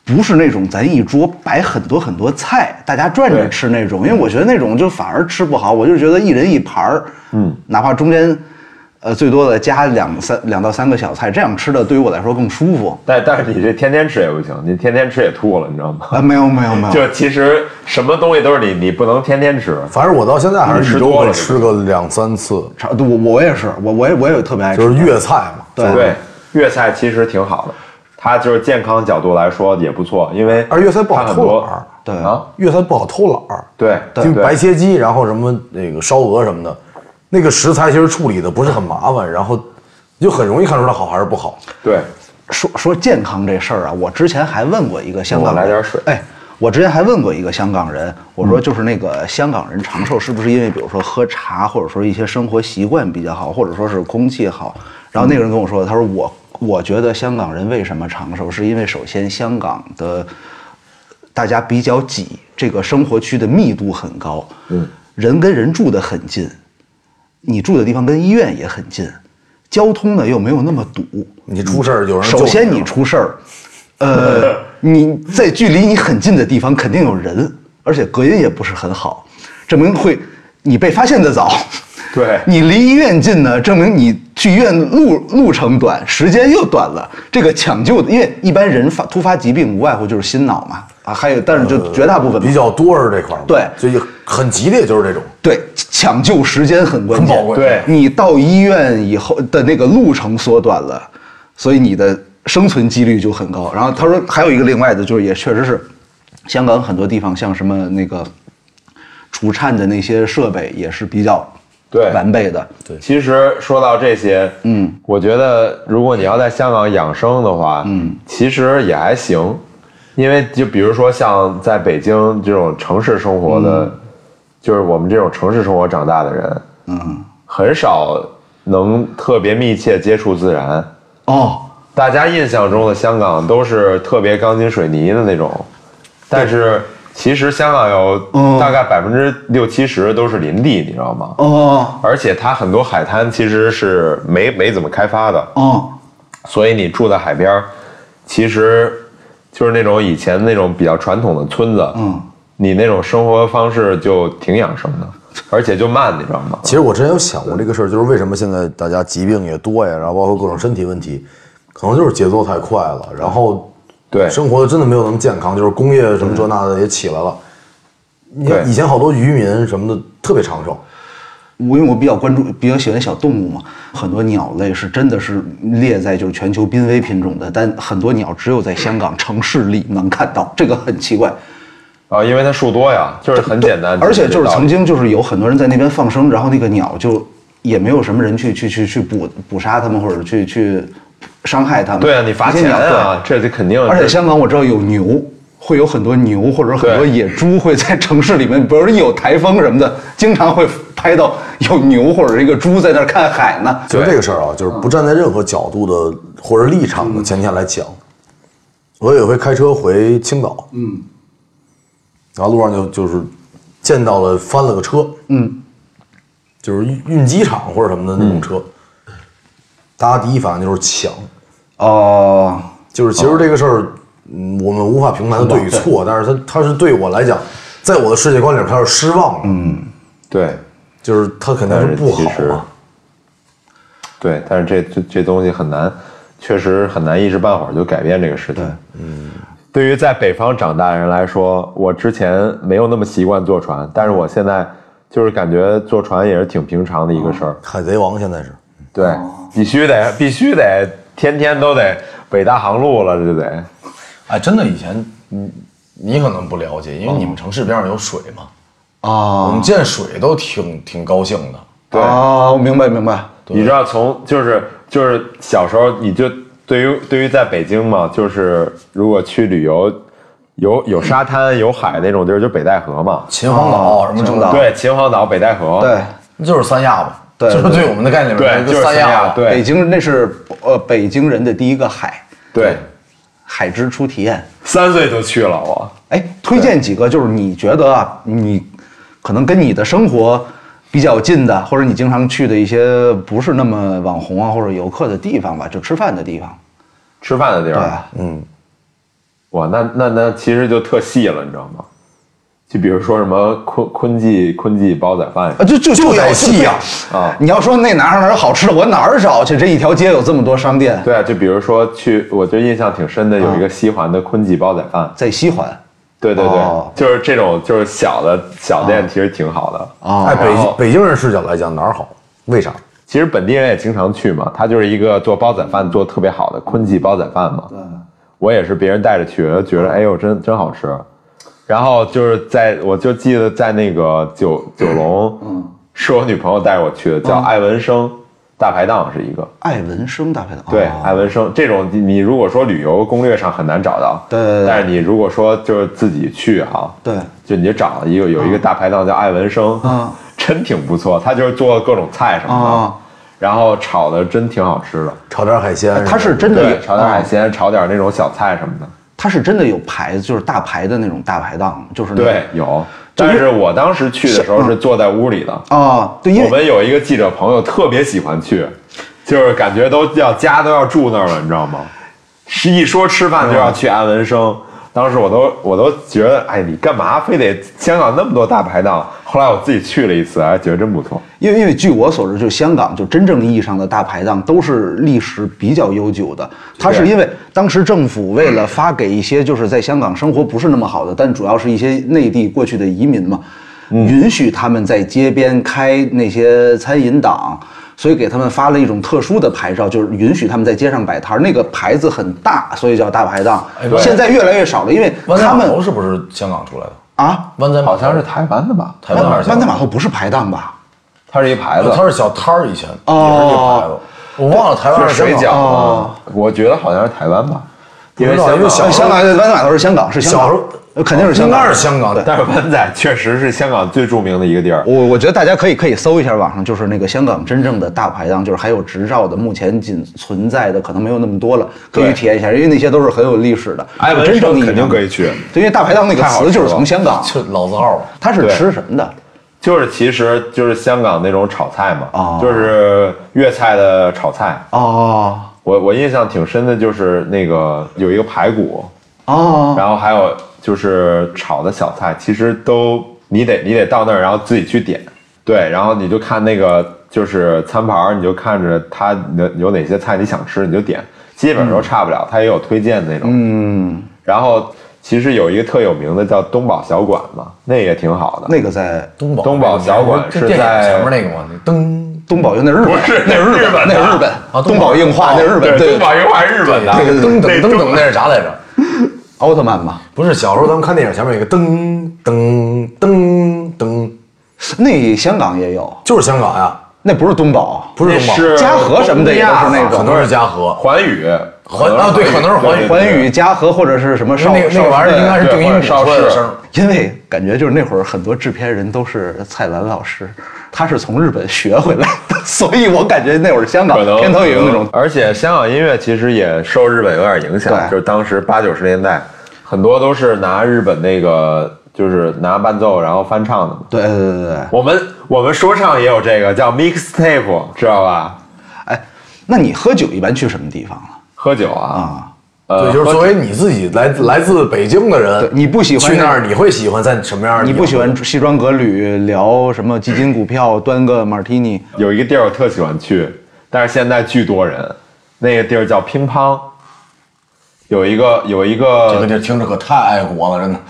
S2: 不是那种咱一桌摆很多很多菜，大家转着
S3: 对
S2: 吃那种，因为我觉得那种就反而吃不好，我就觉得一人一盘儿，嗯，哪怕中间。呃，最多的加两三两到三个小菜，这样吃的对于我来说更舒服。
S3: 但但是你这天天吃也不行，你天天吃也吐了，你知道吗？
S2: 啊，没有没有没有，
S3: 就其实什么东西都是你你不能天天吃，
S4: 反正我到现在还
S3: 你
S4: 是
S3: 吃
S4: 一
S3: 多
S4: 周
S3: 了
S4: 会吃个两三次，
S2: 差不多我我也是，我我也我也特别爱吃，
S4: 就是粤菜嘛，
S2: 对
S3: 对，粤菜其实挺好的，它就是健康角度来说也不错，因为
S4: 而粤菜不好
S3: 它很
S4: 偷
S3: 多
S4: 懒儿
S2: 对
S3: 啊，
S4: 粤菜不好偷懒儿，
S3: 对
S4: 就
S3: 对
S4: 白切鸡，然后什么那个烧鹅什么的，那个食材其实处理的不是很麻烦，然后就很容易看出它好还是不好。
S3: 对，
S2: 说说健康这事儿啊，我之前还问过一个香港人，
S3: 我来点水嗯
S2: 哎，我之前还问过一个香港人，我说就是那个香港人长寿是不是因为比如说喝茶，或者说一些生活习惯比较好，或者说是空气好？然后那个人跟我说，他说我我觉得香港人为什么长寿，是因为首先香港的大家比较挤，这个生活区的密度很高，嗯，人跟人住得很近，你住的地方跟医院也很近，交通呢又没有那么堵。
S4: 你出事儿有人救
S2: 首先
S4: 你
S2: 你出事儿，呃，你在距离你很近的地方肯定有人，而且隔音也不是很好，证明会你被发现的 早。
S3: 对
S2: 你离医院近呢，证明你去医院路路程短，时间又短了。这个抢救的，因为一般人发突发疾病无外乎就是心脑嘛，啊，还有，但是就绝大部分嘛
S4: 比较多是这块儿，
S2: 对嗯
S4: 所以很激烈就是这种。
S2: 对，抢救时间很关键，
S5: 很宝贵
S3: 对
S2: 你到医院以后的那个路程缩短了，所以你的生存几率就很高。然后他说还有一个另外的，就是也确实是，香港很多地方像什么那个除颤的那些设备也是比较
S3: 对
S2: 完备的，
S3: 对，其实说到这些，嗯，我觉得如果你要在香港养生的话，嗯，其实也还行，因为就比如说像在北京这种城市生活的，
S4: 嗯
S3: 就是我们这种城市生活长大的人，
S2: 嗯，
S3: 很少能特别密切接触自然。
S2: 哦，
S3: 大家印象中的香港都是特别钢筋水泥的那种，但是其实香港有
S2: 嗯
S3: 大概百分之六七十都是林地，你知道吗？
S2: 哦，
S3: 而且它很多海滩其实是没没怎么开发的，
S2: 哦，
S3: 所以你住在海边儿，其实就是那种以前那种比较传统的村子，
S2: 嗯，
S3: 你那种生活方式就挺养生的，而且就慢，你知道吗？
S4: 其实我之前有想过这个事儿，就是为什么现在大家疾病也多呀，然后包括各种身体问题，可能就是节奏太快了，然后
S3: 对
S4: 生活真的没有那么健康，就是工业什么这那的也起来了。你看
S3: 对
S4: 以前好多渔民什么的特别长寿，
S2: 我因为我比较关注，比较喜欢小动物嘛，很多鸟类是真的是列在就是全球濒危品种的，但很多鸟只有在香港城市里能看到，这个很奇怪。
S3: 啊，因为它树多呀，就是很简单，
S2: 而且就是
S3: 这道
S2: 曾
S3: 理
S2: 经就是有很多人在那边放生，然后那个鸟就也没有什么人去去去去捕捕杀它们，或者去去伤害它们。
S3: 对啊，你罚
S2: 那些
S3: 钱
S2: 鸟
S3: 啊，这就肯定
S2: 对
S3: 是，
S2: 而且香港我知道有牛。会有很多牛或者很多
S3: 对
S2: 野猪会在城市里面，比如一有台风什么的，经常会拍到有牛或者一个猪在那儿看海呢。
S4: 就这个事儿啊，就是不站在任何角度的或者立场的前提下来讲。我有一回开车回青岛，嗯，然后路上就就是见到了翻了个车，嗯，就是运运机场或者什么的那种车，大家第一反应就是抢，
S2: 哦，
S4: 就是其实这个事儿，嗯，我们无法评判它对与错，但是它它是对我来讲，在我的世界观里面，它是失望了，嗯，
S3: 对，
S4: 就是他肯定
S3: 但
S4: 是
S3: 是
S4: 不
S3: 其
S4: 好
S3: 实
S4: 嘛。
S3: 对，但是这这这东西很难，确实很难一时半会儿就改变这个事情。嗯，对于在北方长大的人来说，我之前没有那么习惯坐船，但是我现在就是感觉坐船也是挺平常的一个事儿。
S4: 海贼王现在是，
S3: 对，必须得必须得天天都得北大航路了，这就得。
S5: 哎，真的以前你你可能不了解，因为你们城市边上有水嘛，我
S2: 啊
S5: 们见水都挺挺高兴的。
S3: 对
S2: 啊，我明白明白，
S3: 你知道从就是就是小时候你就对于对于在北京嘛，就是如果去旅游，有有沙滩有海那种地儿，就北戴河嘛。
S5: 秦皇哦岛什么
S2: 秦
S5: 什
S2: 皇
S5: 么
S2: 岛
S5: 的，
S3: 对，秦皇岛、北戴河。
S2: 啊对，
S5: 那就是三亚吧？
S2: 对
S5: 就是
S2: 对
S5: 对我们的概念里面有一
S3: 对，就是
S5: 个三
S3: 亚。
S5: 亚。，
S2: 北
S3: 对
S2: 京那是呃北京人的第一个海，
S3: 对，
S2: 海之初体验。
S3: 三岁就去了我。
S2: 哎，推荐几个就是你觉得啊，你可能跟你的生活比较近的，或者你经常去的一些不是那么网红啊或者游客的地方吧，就吃饭的地方。
S3: 吃饭的地
S2: 对，
S3: 儿，哇，那那那其实就特细了，你知道吗？就比如说什么昆昆记昆记煲仔饭
S2: 啊，就就
S4: 就
S2: 有
S4: 在西
S2: 呀
S4: 洋
S3: 啊
S2: 你要说那哪儿哪儿好吃的，我哪儿找去？这一条街有这么多商店，
S3: 对啊，就比如说去，我就印象挺深的，有
S2: 嗯
S3: 一个西环的昆记煲仔饭，
S2: 在西环
S3: 对对对，
S2: 哦
S3: 就是这种就是小的小店，其实挺好的。
S2: 啊
S4: 哎，
S3: 然后
S4: 北北京人视角来讲哪儿好？为啥？
S3: 其实本地人也经常去嘛，他就是一个做煲仔饭做得特别好的昆记煲仔饭嘛。
S2: 呃
S3: 我也是别人带着去，觉
S2: 啊
S3: 得哎呦真真好吃。然后就是在我就记得在那个九九龙，
S2: 嗯
S3: 是我女朋友带我去的，叫艾文生大排档是一个。
S2: 艾文生大排档。
S3: 对，
S2: 哦
S3: 艾文生这种，你你如果说旅游攻略上很难找到，
S2: 对对对
S3: 但是你如果说就是自己去哈，
S2: 对嗯
S3: 就你就找一个有一个大排档叫艾文生，
S2: 啊，
S3: 真挺不错，他就是做各种菜什么的，
S2: 啊
S3: 然后炒的真挺好吃的，
S4: 炒点海鲜是吧？
S2: 哎它是真的有啊
S3: 对，炒点海鲜，炒点那种小菜什么的，
S2: 它是真的有牌子，就是大排的那种大排档，就是那
S3: 对，有。
S2: 就是
S3: 但是我当时去的时候是坐在屋里的，
S2: 啊，对，因
S3: 我
S2: 为
S3: 们有一个记者朋友特别喜欢去，就是感觉都要家都要住那儿了，你知道吗？是一说吃饭就要去安文生，当时我都我都觉得，哎，你干嘛非得香港那么多大排档？后来我自己去了一次，哎，觉得真不错。
S2: 因为因为据我所知，就香港就真正意义上的大排档都是历史比较悠久的。它是
S3: 对
S2: 因为当时政府为了发给一些就是在香港生活不是那么好的，但主要是一些内地过去的移民嘛，允许他们在街边开那些餐饮档。所以给他们发了一种特殊的牌照，就是允许他们在街上摆摊儿。那个牌子很大，所以叫大排档。
S5: 对
S2: 现在越来越少了，因为
S5: 湾仔
S2: 他
S5: 码
S2: 们
S5: 头是不是香港出来的？
S2: 啊，
S5: 湾仔码头
S3: 好像是台湾的吧？
S5: 台湾还是香
S2: 湾
S5: 港
S2: 仔码头不是排档吧？
S3: 它是一牌
S4: 哦
S3: 子，
S5: 哦它是小摊儿，以前也
S2: 哦
S5: 是这个牌子。我忘了台湾
S3: 就
S5: 还
S3: 是
S5: 是
S3: 水
S5: 香
S3: 饺
S5: 港。
S3: 嘛。我觉得好像是台湾吧，因为
S4: 不知道因为
S3: 香
S4: 小
S2: 呃香
S3: 港
S2: 港湾仔码头是香港，是香港，
S4: 小时候
S2: 呃肯定是香港，
S4: 应该是香港
S2: 对
S3: 但是湾仔确实是香港最著名的一个地儿。
S2: 我我觉得大家可以可以搜一下网上，就是那个香港真正的大排档，就是还有执照的，目前仅存在的可能没有那么多了，可以
S3: 对
S2: 体验一下，因为那些都是很有历史的。
S3: 艾文
S2: 真正
S3: 生
S2: 意义
S3: 肯定
S2: 上
S3: 可以去
S2: 对，因为大排档那个
S3: 太好
S2: 词
S3: 吃
S2: 就是
S3: 了
S2: 从香港，
S5: 就老字号吧，
S2: 它是
S3: 对
S2: 吃什么的？
S3: 就是其实就是香港那种炒菜嘛，
S2: 哦
S3: 就是粤菜的炒菜。
S2: 哦
S3: 我我印象挺深的就是那个有一个排骨，
S2: 哦
S3: 然后还有就是炒的小菜，其实都你得你得到那儿，然后自己去点。对，然后你就看那个就是餐盘儿，你就看着它有有哪些菜你想吃，你就点，基本上都差不了。它也有推荐的那种。嗯。然后其实有一个特有名的叫东宝小馆嘛，那也挺好的。
S2: 那个在
S5: 东宝
S3: 东宝小馆
S5: 这
S3: 是
S5: 电影
S3: 在
S5: 前面那个吗？那灯
S2: 东宝，那是日本，
S3: 不是
S2: 那是
S3: 日本的
S2: 那是日本
S5: 啊
S2: 东宝硬化，那是日本，
S3: 哦对，东宝油还是日本的。
S5: 那个灯
S3: 那
S5: 等
S3: 东
S5: 灯等那是啥来着？
S2: 奥特曼嘛，
S4: 不是小时候咱们看电影前面有一个噔噔噔噔，
S2: 那香港也有，
S4: 就是香港呀，
S2: 那不是东宝，
S4: 不是
S3: 那
S4: 东宝，
S3: 是
S2: 嘉禾什么的也都是
S3: 啊
S2: 那
S4: 啊
S5: 可
S2: 种
S5: 能是嘉禾，
S3: 环宇，
S5: 环啊对可能是 环宇
S2: 环宇、嘉禾或者是什么
S5: 那
S2: 少
S5: 那
S2: 少
S5: 个玩意儿
S2: 对
S5: 应该是定音
S3: 对
S5: 鼓
S3: 少
S5: 出来的
S3: 室
S5: 声儿。
S2: 因为感觉就是那会儿很多制片人都是蔡澜老师，他是从日本学回来的，所以我感觉那会儿香港
S3: 可能
S2: 片头也有那种
S3: 可能而且香港音乐其实也受日本有点影响
S2: 对，
S3: 就是当时八九十年代，很多都是拿日本那个，就是拿伴奏然后翻唱的嘛。
S2: 对对对对对。
S3: 我们我们说唱也有这个叫 mixtape，知道吧？
S2: 哎，那你喝酒一般去什么地方啊？
S3: 喝酒啊，
S2: 啊，
S4: 对，就是
S3: 和
S4: 作为你自己来来自北京的
S2: 对
S4: 人，
S2: 你不喜欢
S4: 去
S2: 那
S4: 那儿，你会喜欢在什么
S5: 哎
S4: 样的地
S2: 你
S4: 方？
S2: 不喜欢西装革履，聊什么基金股票，端个马提尼，
S3: 有一个地儿我特喜欢去，但是现在巨多人，那个地儿叫乒乓，有一个有一个
S5: 这个地儿听着可太爱国了，真的。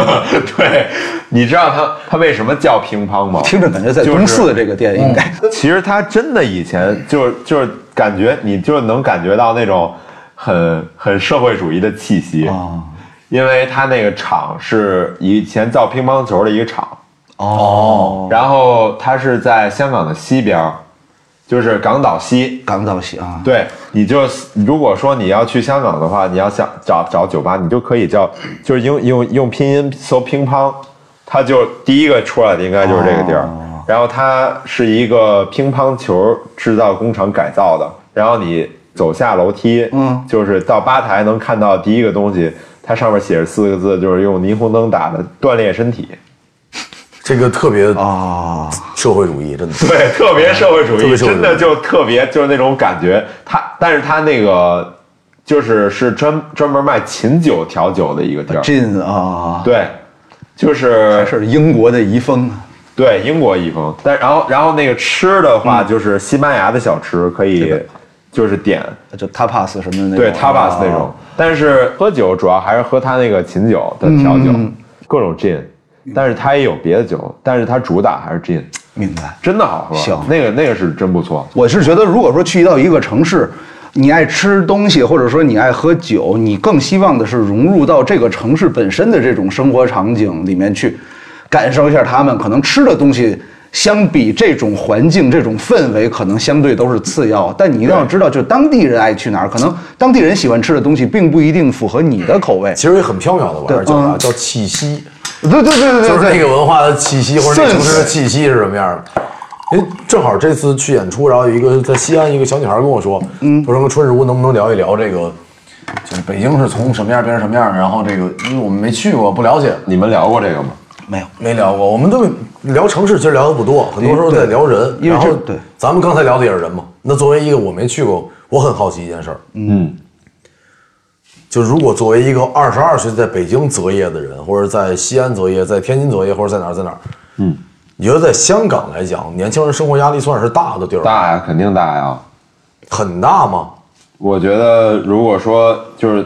S3: 对，你知道它它为什么叫乒乓吗？
S2: 听着感觉在
S3: 就是
S2: 东四的这个店应该
S3: 其实它真的以前就是就是感觉你就能感觉到那种很很社会主义的气息，
S2: 啊
S3: 因为它那个场是以前造乒乓球的一个场，
S2: 哦，
S3: 然后它是在香港的西边儿，就是港岛西。
S2: 港岛西啊，
S3: 对，你就如果说你要去香港的话，你要想找找酒吧，你就可以叫，就是用用用拼音搜乒乓，它就第一个出来的应该就是这个地儿。
S2: 哦
S3: 然后它是一个乒乓球制造工厂改造的，然后你走下楼梯，
S2: 嗯
S3: 就是到吧台能看到第一个东西，它上面写着四个字，就是用霓虹灯打的“锻炼身体
S4: 这个特别
S2: 啊，
S4: 社会主义，真的”，。
S3: 对，特别社会主
S4: 哎特
S3: 义，
S4: 别社会主
S3: 真
S4: 义
S3: 的就特别就是那种感觉。它，但是它那个就是是专专门卖琴酒调酒的一个地
S4: 啊
S3: 儿，
S2: 进啊，
S3: 对，就是
S2: 这是英国的遗风啊，
S3: 对英国遗风。但然后然后那个吃的话，
S4: 嗯
S3: 就是西班牙的小吃可以，就是点
S2: 就 tapas 什么的那种，啊
S3: 对
S4: 啊
S3: tapas 那种，但是喝酒主要还是喝它那个琴酒的调酒，
S4: 嗯
S3: 各种 gin，但是它也有别的酒，但是它主打还是 gin，
S2: 明白。
S3: 真的好喝，
S2: 行
S3: 那个那个是真不错。
S2: 我是觉得，如果说去到一个城市，你爱吃东西，或者说你爱喝酒，你更希望的是融入到这个城市本身的这种生活场景里面去，感受一下他们可能吃的东西。相比这种环境、这种氛围，可能相对都是次要。但你一定要知道，就当地人爱去哪儿，可能当地人喜欢吃的东西，并不一定符合你的口味。
S4: 其实也很缥缈的玩意儿，
S2: 对
S4: 叫啥？
S2: 嗯
S4: 叫气息，
S2: 对对对对 对，
S4: 就是
S2: 对
S4: 那个文化的气息，或者那
S2: Sense
S4: 城市的气息是什么样的。哎，正好这次去演出，然后有一个在西安一个小女孩跟我说，嗯，我说跟春日屋能不能聊一聊这个？
S5: 就是北京是从什么样变成什么样的，然后这个因为我们没去过，不了解，
S3: 你们聊过这个吗？
S2: 没有。
S4: 没聊过，我们都聊城市，其实聊的不多，很多时候在聊人。
S2: 因为
S4: 然
S2: 这
S4: 后
S2: 对，
S4: 咱们刚才聊的也是人嘛。那作为一个我没去过，我很好奇一件事儿，
S3: 嗯，
S4: 就如果作为一个二十二岁在北京择业的人，或者在西安择业，在天津择业，或者在哪儿在哪儿，
S3: 嗯，
S4: 你觉得在香港来讲，年轻人生活压力算是大的地儿，
S3: 大呀，肯定大呀。
S4: 很大吗？
S3: 我觉得如果说就是，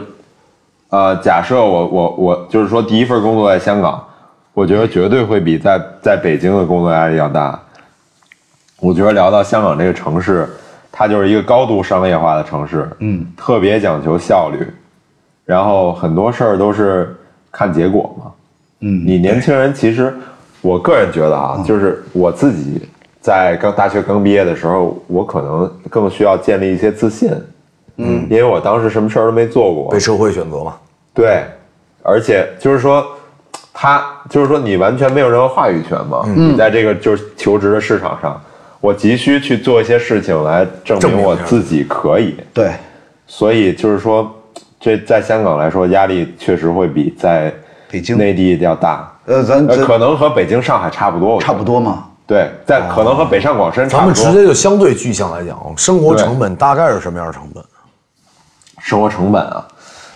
S3: 呃，假设我我我就是说第一份工作在香港，我觉得绝对会比在在北京的工作压力要大。我觉得聊到香港这个城市，它就是一个高度商业化的城市，嗯，特别讲求效率，然后很多事儿都是看结果嘛，嗯，你年轻人其实，我个人觉得啊，就是我自己在刚大学刚毕业的时候，我可能更需要建立一些自信，嗯，因为我当时什么事儿都没做过
S4: 被，社会选择嘛。
S3: 对，而且就是说，他就是说你完全没有任何话语权嘛，你在这个就是求职的市场上，我急需去做一些事情来证
S4: 证
S3: 明
S4: 明
S3: 我
S4: 一下
S3: 自己可以，
S2: 对，
S3: 所以就是说，这在香港来说压力确实会比在
S2: 北京
S3: 内地要大，
S2: 呃，咱
S3: 呃，
S2: 咱
S3: 可能和北京、上海差不多，我觉得
S2: 差不。多嘛。
S3: 对，在可能和北上广深
S4: 哦
S3: 差
S4: 咱
S3: 不
S4: 们直
S3: 多。
S4: 接就相对具象来讲，生活成本大概是什么样的成本？
S3: 生活成本啊，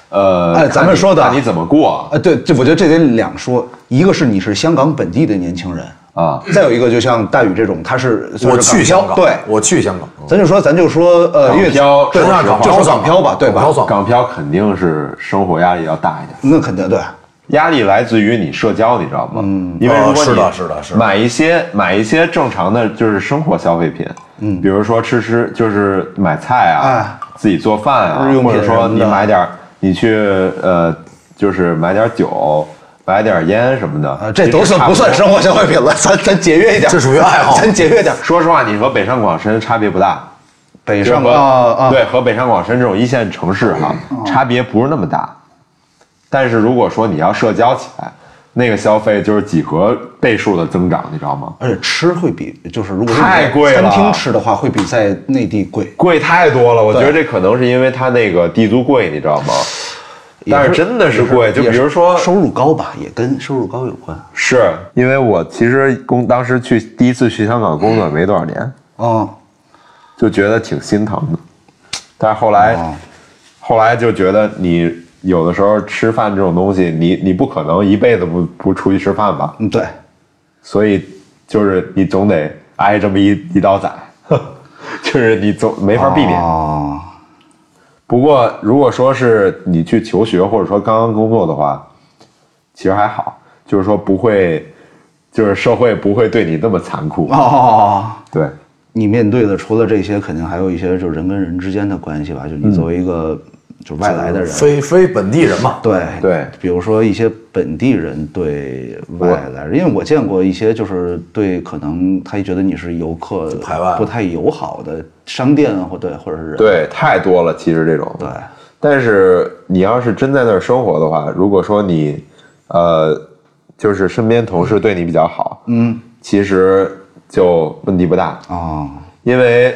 S3: 呃，
S2: 哎咱们
S3: 看你
S2: 说的啊
S3: 看你怎么过
S2: 啊，对，这我觉得这得两说，一个是你是香港本地的年轻人，
S3: 啊？
S2: 再有一个就像大宇这种，他是
S4: 我
S2: 算是
S4: 去香
S2: 港
S4: 港，
S2: 漂对，
S4: 我去香港，
S2: 咱就说咱就说呃，
S3: 港
S2: 粤
S3: 漂
S2: 对，
S3: 说
S4: 实话
S2: 就
S4: 港漂
S2: 说
S4: 爽
S2: 港漂吧，对
S4: 港
S2: 吧
S4: 漂？爽
S3: 港漂肯定是生活压力要大一点，
S2: 那肯定对，
S3: 压力来自于你社交，你知道吗？嗯，因为如
S4: 哦
S3: 果
S4: 是
S3: 你
S4: 的是的是的
S3: 买一些买一些正常的就是生活消费品，嗯，比如说吃吃就是买菜啊
S2: 哎，
S3: 自己做饭啊
S2: 日用，品
S3: 或者说
S2: 什么
S3: 你
S2: 的
S3: 买点儿你去呃就是买点儿酒。买点儿烟什么的
S2: 啊，这
S3: 其实
S2: 都算
S3: 差
S2: 不算
S3: 多
S2: 生活消费品了？咱咱节约一点，
S4: 这属于爱好
S2: 咱节约点。
S3: 说实话，你和北上广深差别不大，
S2: 北
S3: 就是
S2: 上
S3: 和
S2: 啊啊，
S3: 对，和北上广深这种一线城市哈、差别不是那么大。但是如果说你要社交起来，那个消费就是几何倍数的增长，你知道吗？
S2: 而且吃会比就是如果是
S3: 太贵了
S2: 餐厅吃的话会比在内地贵，
S3: 贵太多了，我觉
S2: 对
S3: 得这可能是因为它那个地租贵，你知道吗？
S2: 也
S3: 但是真的是贵
S2: 也
S3: 就比
S2: 也
S3: 如说
S2: 收入高吧，也跟收入高有关。
S3: 是因为我其实工当时去第一次去香港工作没多少年，
S2: 嗯，哦
S3: 就觉得挺心疼的。但是后来，后来就觉得你有的时候吃饭这种东西，你你不可能一辈子不不出去吃饭吧，
S2: 嗯，对，
S3: 所以就是你总得挨这么一一刀宰， 就是你总没法避免。
S2: 哦，
S3: 不过，如果说是你去求学或者说刚刚工作的话，其实还好，就是说不会，就是社会不会对你那么残酷。
S2: 哦，
S3: 对，
S2: 你面对的除了这些，肯定还有一些就是人跟人之间的关系吧。
S3: 嗯
S2: 就你作为一个就是外来的人，
S4: 非非本地人嘛，
S2: 对
S3: 对
S2: 比如说一些本地人对外来人，因为我见过一些就是对可能他觉得你是游客，
S4: 排外
S2: 不太友好的商店或对或者是人，
S3: 对，太多了，其实这种。
S2: 对，
S3: 但是你要是真在那儿生活的话，如果说你，呃，就是身边同事对你比较好，嗯，其实就问题不大，
S2: 哦，
S3: 因为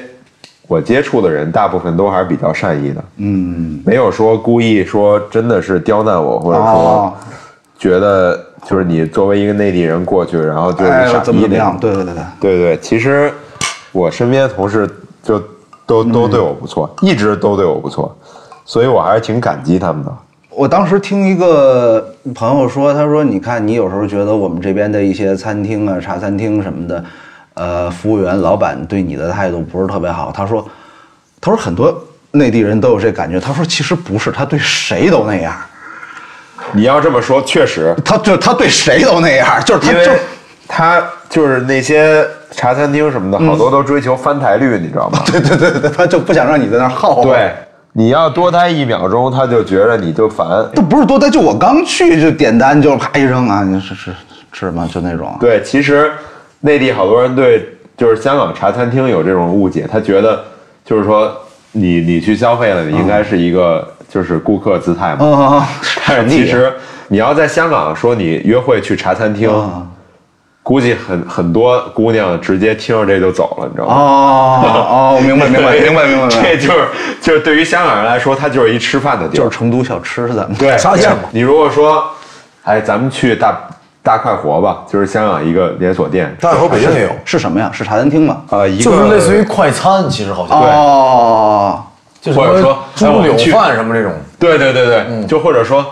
S3: 我接触的人大部分都还是比较善意的，
S2: 嗯，
S3: 没有说故意说真的是刁难我，或者说
S2: 哦
S3: 觉得就是你作为一个内地人过去，然后就是
S2: 哎
S3: 傻
S2: 怎么
S3: 逼
S2: 怎么
S3: 那
S2: 样？
S3: 样。
S2: 对对对对，
S3: 对对，其实我身边的同事就都
S2: 嗯
S3: 都对我不错，一直都对我不错，所以我还是挺感激他们的。
S2: 我当时听一个朋友说，他说：“你看，你有时候觉得我们这边的一些餐厅啊、茶餐厅什么的，呃，服务员、老板对你的态度不是特别好。”他说：“他说很多内地人都有这感觉。”他说：“其实不是，他对谁都那样，
S3: 你要这么说，确实，
S2: 他就他对谁都那样，就是 他
S3: 因
S2: 就
S3: 为他就是那些茶餐厅什么的，
S2: 嗯
S3: 好多都追求翻台率，你 知道吗？
S2: 对对对对，他就不想让你在那儿耗。”
S3: 对，你要多待一秒钟，他就觉着你就烦。
S2: 这不是多他就我刚去就点单就啪一扔啊，你是是是吗？就那种。啊
S3: 对，其实内地好多人对就是香港茶餐厅有这种误解，他觉得就是说你你去消费了，你应
S2: 嗯
S3: 该是一个就是顾客姿态嘛。
S2: 啊，
S3: 但是其实你要在香港说你约会去茶餐厅，
S2: 嗯
S3: 估计很很多姑娘直接听着这就走了，你知道
S2: 哦
S3: 吗？
S2: 哦，哦明白明白明白明白明白。
S3: 这就是就是对于香港人来说，它就是一吃饭的地儿，
S2: 就是成都小吃咱们
S3: 对，
S4: 沙县嘛
S3: 你如果说，哎，咱们去大大快活吧，就是香港一个连锁店，
S4: 大小北京也有，
S2: 是什么呀？是茶餐厅吗？
S3: 呃，一个啊
S5: 就是类似于快餐，其实好像
S2: 哦，
S5: 就
S3: 或者说
S5: 什
S3: 哎
S5: 么猪
S3: 我们
S5: 柳
S3: 去
S5: 饭什么这 种，
S3: 对对对对，嗯就或者说，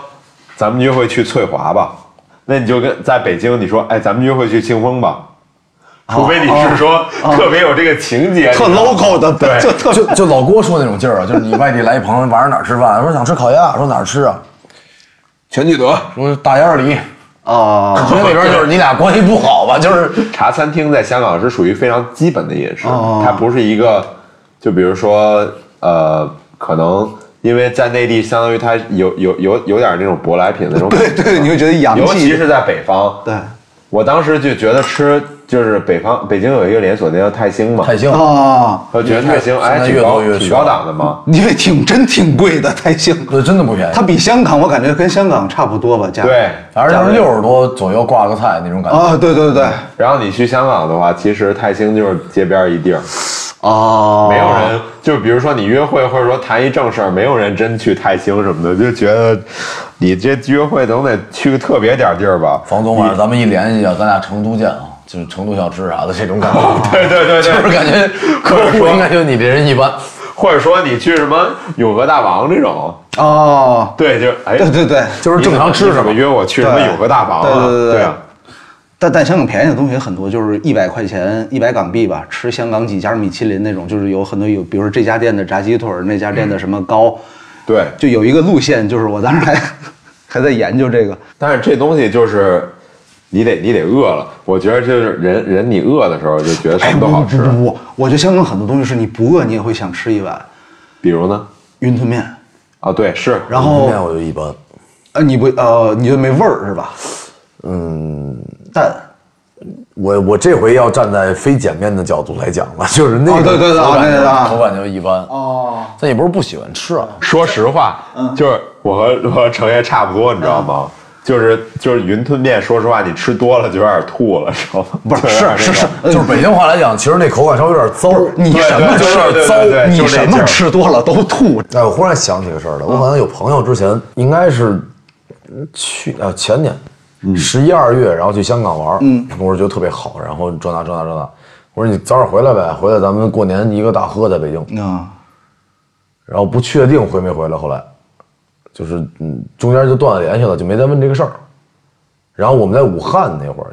S3: 咱们约会去翠华吧，那你就跟在北京，你说，哎，咱们约会去庆丰吧，除非你是说特别有这个情节，
S2: 特
S3: 你知道吗
S2: local 的，
S3: 对
S2: 就特
S5: 就就老郭说那种劲儿啊，就是你外地来一朋友，晚上哪儿吃饭？说想吃烤鸭，说哪儿吃啊？
S3: 全聚德
S5: 说大鸭梨，
S2: 哦
S5: 所以那边就是你俩关系不好吧？就是
S3: 茶餐厅在香港是属于非常基本的饮食，
S2: 哦
S3: 它不是一个，就比如说呃，可能因为在内地，相当于它有有有有点那种舶来品的那种感觉，
S2: 对对，你会觉得洋
S3: 尤其
S2: 气，
S3: 是在北方，
S2: 对，
S3: 我当时就觉得吃就是北方北京有一个连锁店叫泰兴嘛，
S5: 太兴，
S2: 哦，
S3: 我觉得泰兴
S5: 现
S3: 哎
S5: 在
S3: 挺
S5: 越
S3: 高
S5: 多越
S3: 挺
S5: 小
S3: 高档的嘛，
S2: 因为挺真挺贵的，太兴，
S5: 对，真的不便宜
S2: 它。比香港我感觉跟香港差不多吧，价格
S3: 对，
S5: 嗯反正就是
S3: 价位
S5: 六十多左右挂个菜那种感觉。
S2: 啊，对对对，
S3: 然后你去香港的话，其实泰兴就是街边一地儿，
S2: 哦，
S3: 没有人，就比如说你约会或者说谈一正事儿，没有人真去泰兴什么的，就觉得你这约会总得去个特别点儿地儿吧。
S5: 房总晚上咱们一联系啊，咱俩成都见啊，就是成都小吃啥的这种感 觉，
S3: 哦对啊对对
S5: 就
S3: 对，
S5: 是感 觉客户应该就你这人一般。
S3: 或者说你去什么永和大王这种，
S2: 哦，
S3: 对，就是哎，
S2: 对对对，
S5: 就是正常吃
S3: 你怎么
S5: 什么
S3: 约我去什么
S2: 对
S3: 永和大王啊？
S2: 对对对对
S3: 啊，
S2: 但但香港便宜的东西也很多，就是一百块钱一百港币吧，吃香港几家米其林那种，就是有很多有，比如说这家店的炸鸡腿儿，那家店的什么糕，
S3: 对。
S2: 就有一个路线，就是我当时还 还在研究这个，
S3: 但是这东西就是你得你得饿了，我觉得就是人人你饿的时候就觉得什么都好吃
S2: 哎不。不不，我觉得香港很多东西是你不饿你也会想吃一碗
S3: 比如呢？
S2: 云吞面，
S3: 啊，对，是
S2: 然
S4: 后面
S2: 后
S4: 我就一般，
S2: 呃你不呃你觉得没味儿是吧？嗯，淡。
S4: 我我这回要站在非碱面的角度来讲了， 就是那
S2: 哦对
S4: 个
S2: 对对，
S5: 口
S2: 啊
S5: 感
S2: 那个
S5: 就
S2: 啊
S5: 口感就一般。哦，但也不是不喜欢吃啊，
S3: 说实话，
S4: 嗯
S3: 就是我和我和程爷差不多，你知道吗？就是就是云吞面，说实话，你吃多了就有点吐了，知道吗？
S2: 不是
S3: 就有点那
S2: 是
S3: 个
S2: 是呃是，
S4: 就是北京话来讲，其实那口感稍微有点糟。
S2: 你
S3: 对
S2: 什么
S3: 对
S2: 吃
S3: 对对对对对
S2: 糟，你
S3: 就这
S2: 什
S3: 劲
S2: 么
S3: 儿
S2: 吃多了都吐。
S4: 哎，我忽然想起个事儿来，我
S2: 嗯
S4: 好像有朋友之前应该是去啊前年
S2: 嗯
S4: 十一二月，然后去香港玩，嗯，我说觉得特别好，然后这那这那
S2: 嗯
S4: 这那，我说你早点回来呗，回来咱们过年一个大喝在北京，
S2: 啊，
S4: 然后不确定回没回来，后来就是嗯中间就断了联系了，就没再问这个事儿。然后我们在武汉那会儿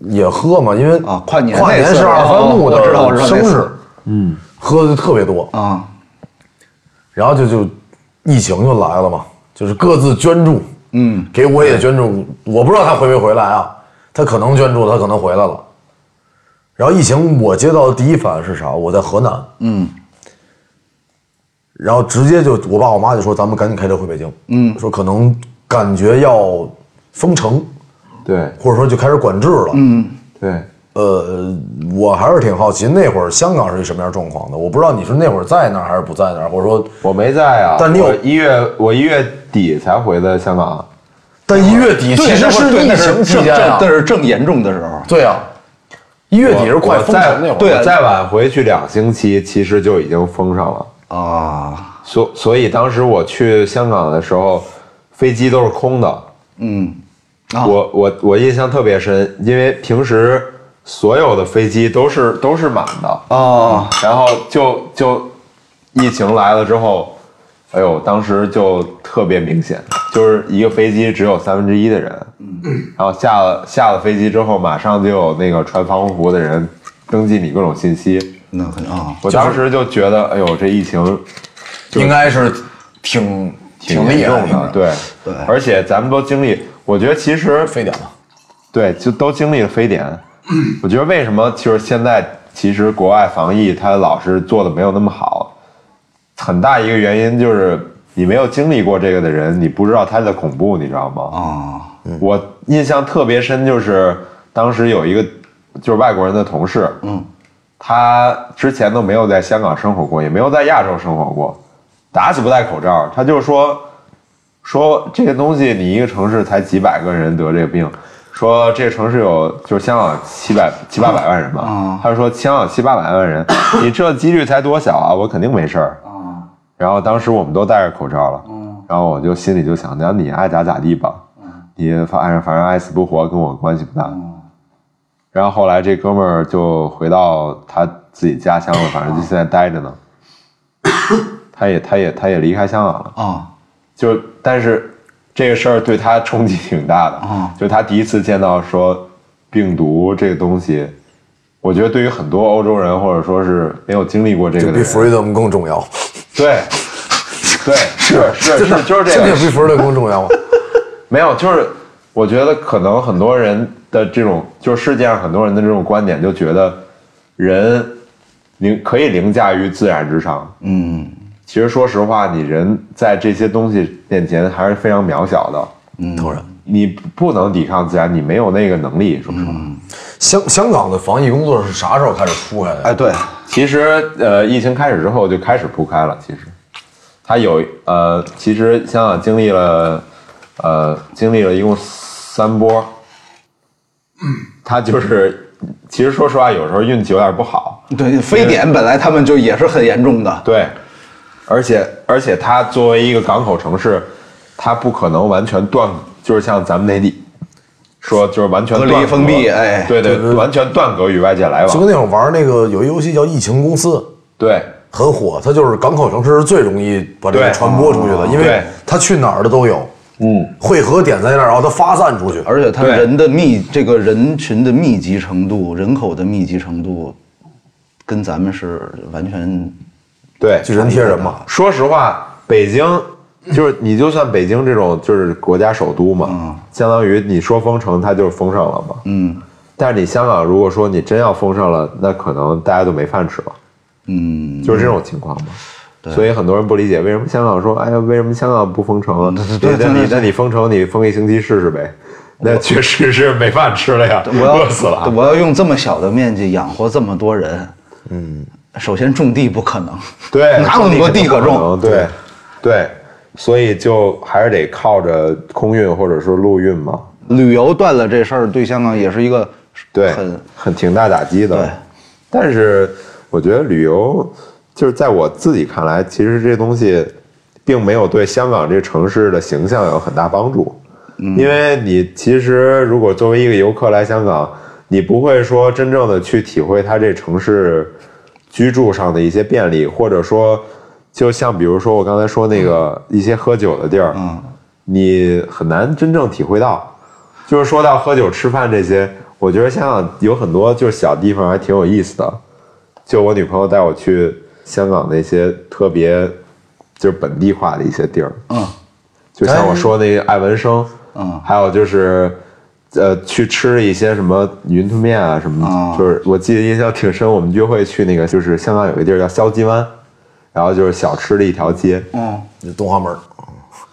S4: 也喝嘛，因为
S2: 啊跨年
S4: 跨年
S2: 那次
S4: 是二番木
S2: 哦我知道我
S4: 的
S2: 知道那
S4: 生
S2: 次
S4: 日，嗯，喝的特别多
S2: 啊，
S4: 然后就就疫情就来了嘛，就是各自捐助，嗯，给我也捐助，我不知道他回没回来啊，他可能捐助，他可能回来了。然后疫情，我接到的第一反应是啥？我在河南，嗯，然后直接就我爸我妈就说咱们赶紧开车回北京，嗯，说可能感觉要封城，
S3: 对
S4: 或者说就开始管制了，嗯，
S3: 对，
S4: 呃，我还是挺好奇那会儿香港是一什么样状况的，我不知道你是那会儿在那儿还是不在那儿，或者说
S3: 我没在啊，
S4: 但你有
S3: 我一月我一月底才回的香港，
S4: 但一月底
S2: 对
S4: 其实是
S2: 对
S4: 疫
S2: 那是
S4: 情期
S2: 正
S4: 间
S2: 正
S4: 啊
S2: 那，是正严重的时候，
S4: 对啊，一月底是
S3: 我
S4: 快
S3: 我
S4: 封
S3: 再
S4: 城那会
S3: 对
S4: 儿，
S3: 我再晚回去两星期，其实就已经封上了。
S2: 啊，
S3: 所所以当时我去香港的时候，飞机都是空的。
S2: 嗯，啊
S3: 我我我印象特别深，因为平时所有的飞机都是都是满的，
S2: 啊，
S3: 然后就就疫情来了之后，哎呦，当时就特别明显，就是一个飞机只有三分之一的人，然后下了下了飞机之后，马上就有那个穿防护服的人登记你各种信息。
S2: 那肯定啊，
S3: 我当时就觉得，哎呦，这疫情
S5: 应该是挺挺厉
S3: 严
S5: 害
S3: 重
S5: 的
S3: 的，，对
S2: 对
S3: 而且咱们都经历，我觉得其实
S5: 非典嘛，
S3: 对，就都经历了非典。我觉得为什么就是现在其实国外防疫它老是做的没有那么好，很大一个原因就是你没有经历过这个的人，你不知道它的恐怖，你知道吗？
S2: 啊，
S3: 我印象特别深，就是当时有一个就是外国人的同事，嗯，他之前都没有在香港生活过，也没有在亚洲生活过，打死不戴口罩。他就说说这个东西，你一个城市才几百个人得这个病，说这个城市有就是香港七百七八百万人嘛，他就说香港七八百万人，你这几率才多小啊，我肯定没事儿。然后当时我们都戴着口罩了，然后我就心里就想，那你爱咋咋地吧，你反正反正爱死不活跟我关系不大。然后后来这哥们儿就回到他自己家乡了，反正就现在待着呢。他也他也他也离开香港了，
S2: 啊，
S3: 就但是这个事儿对他冲击挺大的，
S2: 啊
S3: 就他第一次见到说病毒这个东西，我觉得对于很多欧洲人或者说是没有经历过这
S4: 就
S3: 个的
S4: 比
S3: 人，
S4: freedom 更重要，
S3: 对，对，是是是，就是这
S4: 真的
S3: 个，
S4: 比 freedom 更重要吗？
S3: 没有，就是我觉得可能很多人的这种，就是世界上很多人的这种观点，就觉得人凌可以凌驾于自然之上。
S2: 嗯
S3: 其实说实话，你人在这些东西面前还是非常渺小的，
S4: 当然，
S3: 你不能抵抗自然，你没有那个能力，说实话。
S4: 香香港的防疫工作是啥时候开始铺开的？
S2: 哎，对，
S3: 其实呃，疫情开始之后就开始铺开了。其实，它有呃，其实香港经历了呃，经历了一共三波。它就是，其实说实话，有时候运气有点不好。
S2: 对，非典本来他们就也是很严重的，
S3: 对，而且而且它作为一个港口城市，它不可能完全断，就是像咱们内地说就是完全
S2: 隔离
S3: 断
S2: 封闭哎
S3: 对对，完全断隔与外界来
S4: 就
S3: 往。
S4: 跟那会儿玩那个有一游戏叫《疫情公司》，
S3: 对
S4: 很火，它就是港口城市是最容易把这个
S3: 对
S4: 传播出去的，因为
S3: 对
S4: 它去哪儿的都有，
S3: 嗯，
S4: 汇合点在那儿，然后它发散出去。
S2: 而且它
S3: 对
S2: 人的密，这个人群的密集程度、人口的密集程度，跟咱们是完全
S3: 对，
S4: 就人贴人嘛，
S3: 说实话，北京就是你就算北京这种就是国家首都嘛，相当于你说封城，它就是封上了嘛。
S2: 嗯
S3: 但是你香港如果说你真要封上了，那可能大家都没饭吃了，
S2: 嗯
S3: 就是这种情况嘛。所以很多人不理解为什么香港说，哎呀，为什么香港不封城啊？
S2: 嗯对
S3: 那
S2: 真的
S3: 你
S2: 是
S3: 那你封城，你封一星期试试呗。那确实是没饭吃了呀，
S2: 我要
S3: 饿死了。
S2: 我要用这么小的面积养活这么多人，嗯，首先种地不可能，
S3: 对，
S2: 哪有那么多地可种？
S3: 对，对，所以就还是得靠着空运或者说陆运嘛。
S2: 旅游断了这事儿，对香港也是一个
S3: 对，
S2: 很
S3: 很挺大打击的。
S2: 对，
S3: 但是我觉得旅游就是在我自己看来，其实这东西并没有对香港这个城市的形象有很大帮助，
S2: 嗯
S3: 因为你其实如果作为一个游客来香港，你不会说真正的去体会它这城市居住上的一些便利，或者说。就像比如说我刚才说那个
S2: 嗯
S3: 一些喝酒的地儿，嗯，你很难真正体会到。就是说到喝酒、吃饭这些，我觉得香港有很多就是小地方还挺有意思的。就我女朋友带我去香港那些特别就是本地化的一些地儿，嗯，就像我说那个艾文生，嗯，还有就是呃去吃一些什么云吞面啊什么，
S2: 啊
S3: 就是我记得印象挺深，我们约会去那个就是香港有个地儿叫筲箕湾，然后就是小吃的一条街，
S2: 嗯，
S4: 那东华门儿，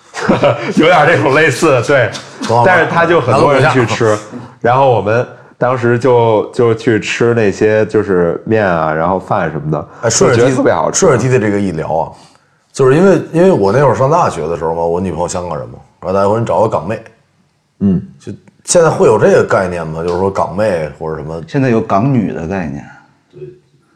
S3: 有点这种类似的， 对
S4: 懂了。
S3: 但是他就很多人去吃，然后我们当时就就去吃那些就是面啊，然后饭什么的，
S4: 哎，顺
S3: 我
S4: 着
S3: 觉
S4: 梯
S3: 得特别好吃
S4: 顺。着梯的这个一聊啊，就是因为因为我那会儿上大学的时候嘛，我女朋友香港人嘛，然后大家伙你找个港妹，
S3: 嗯，
S4: 就现在会有这个概念吗？就是说港妹或者什么
S2: 现在有港女的概念，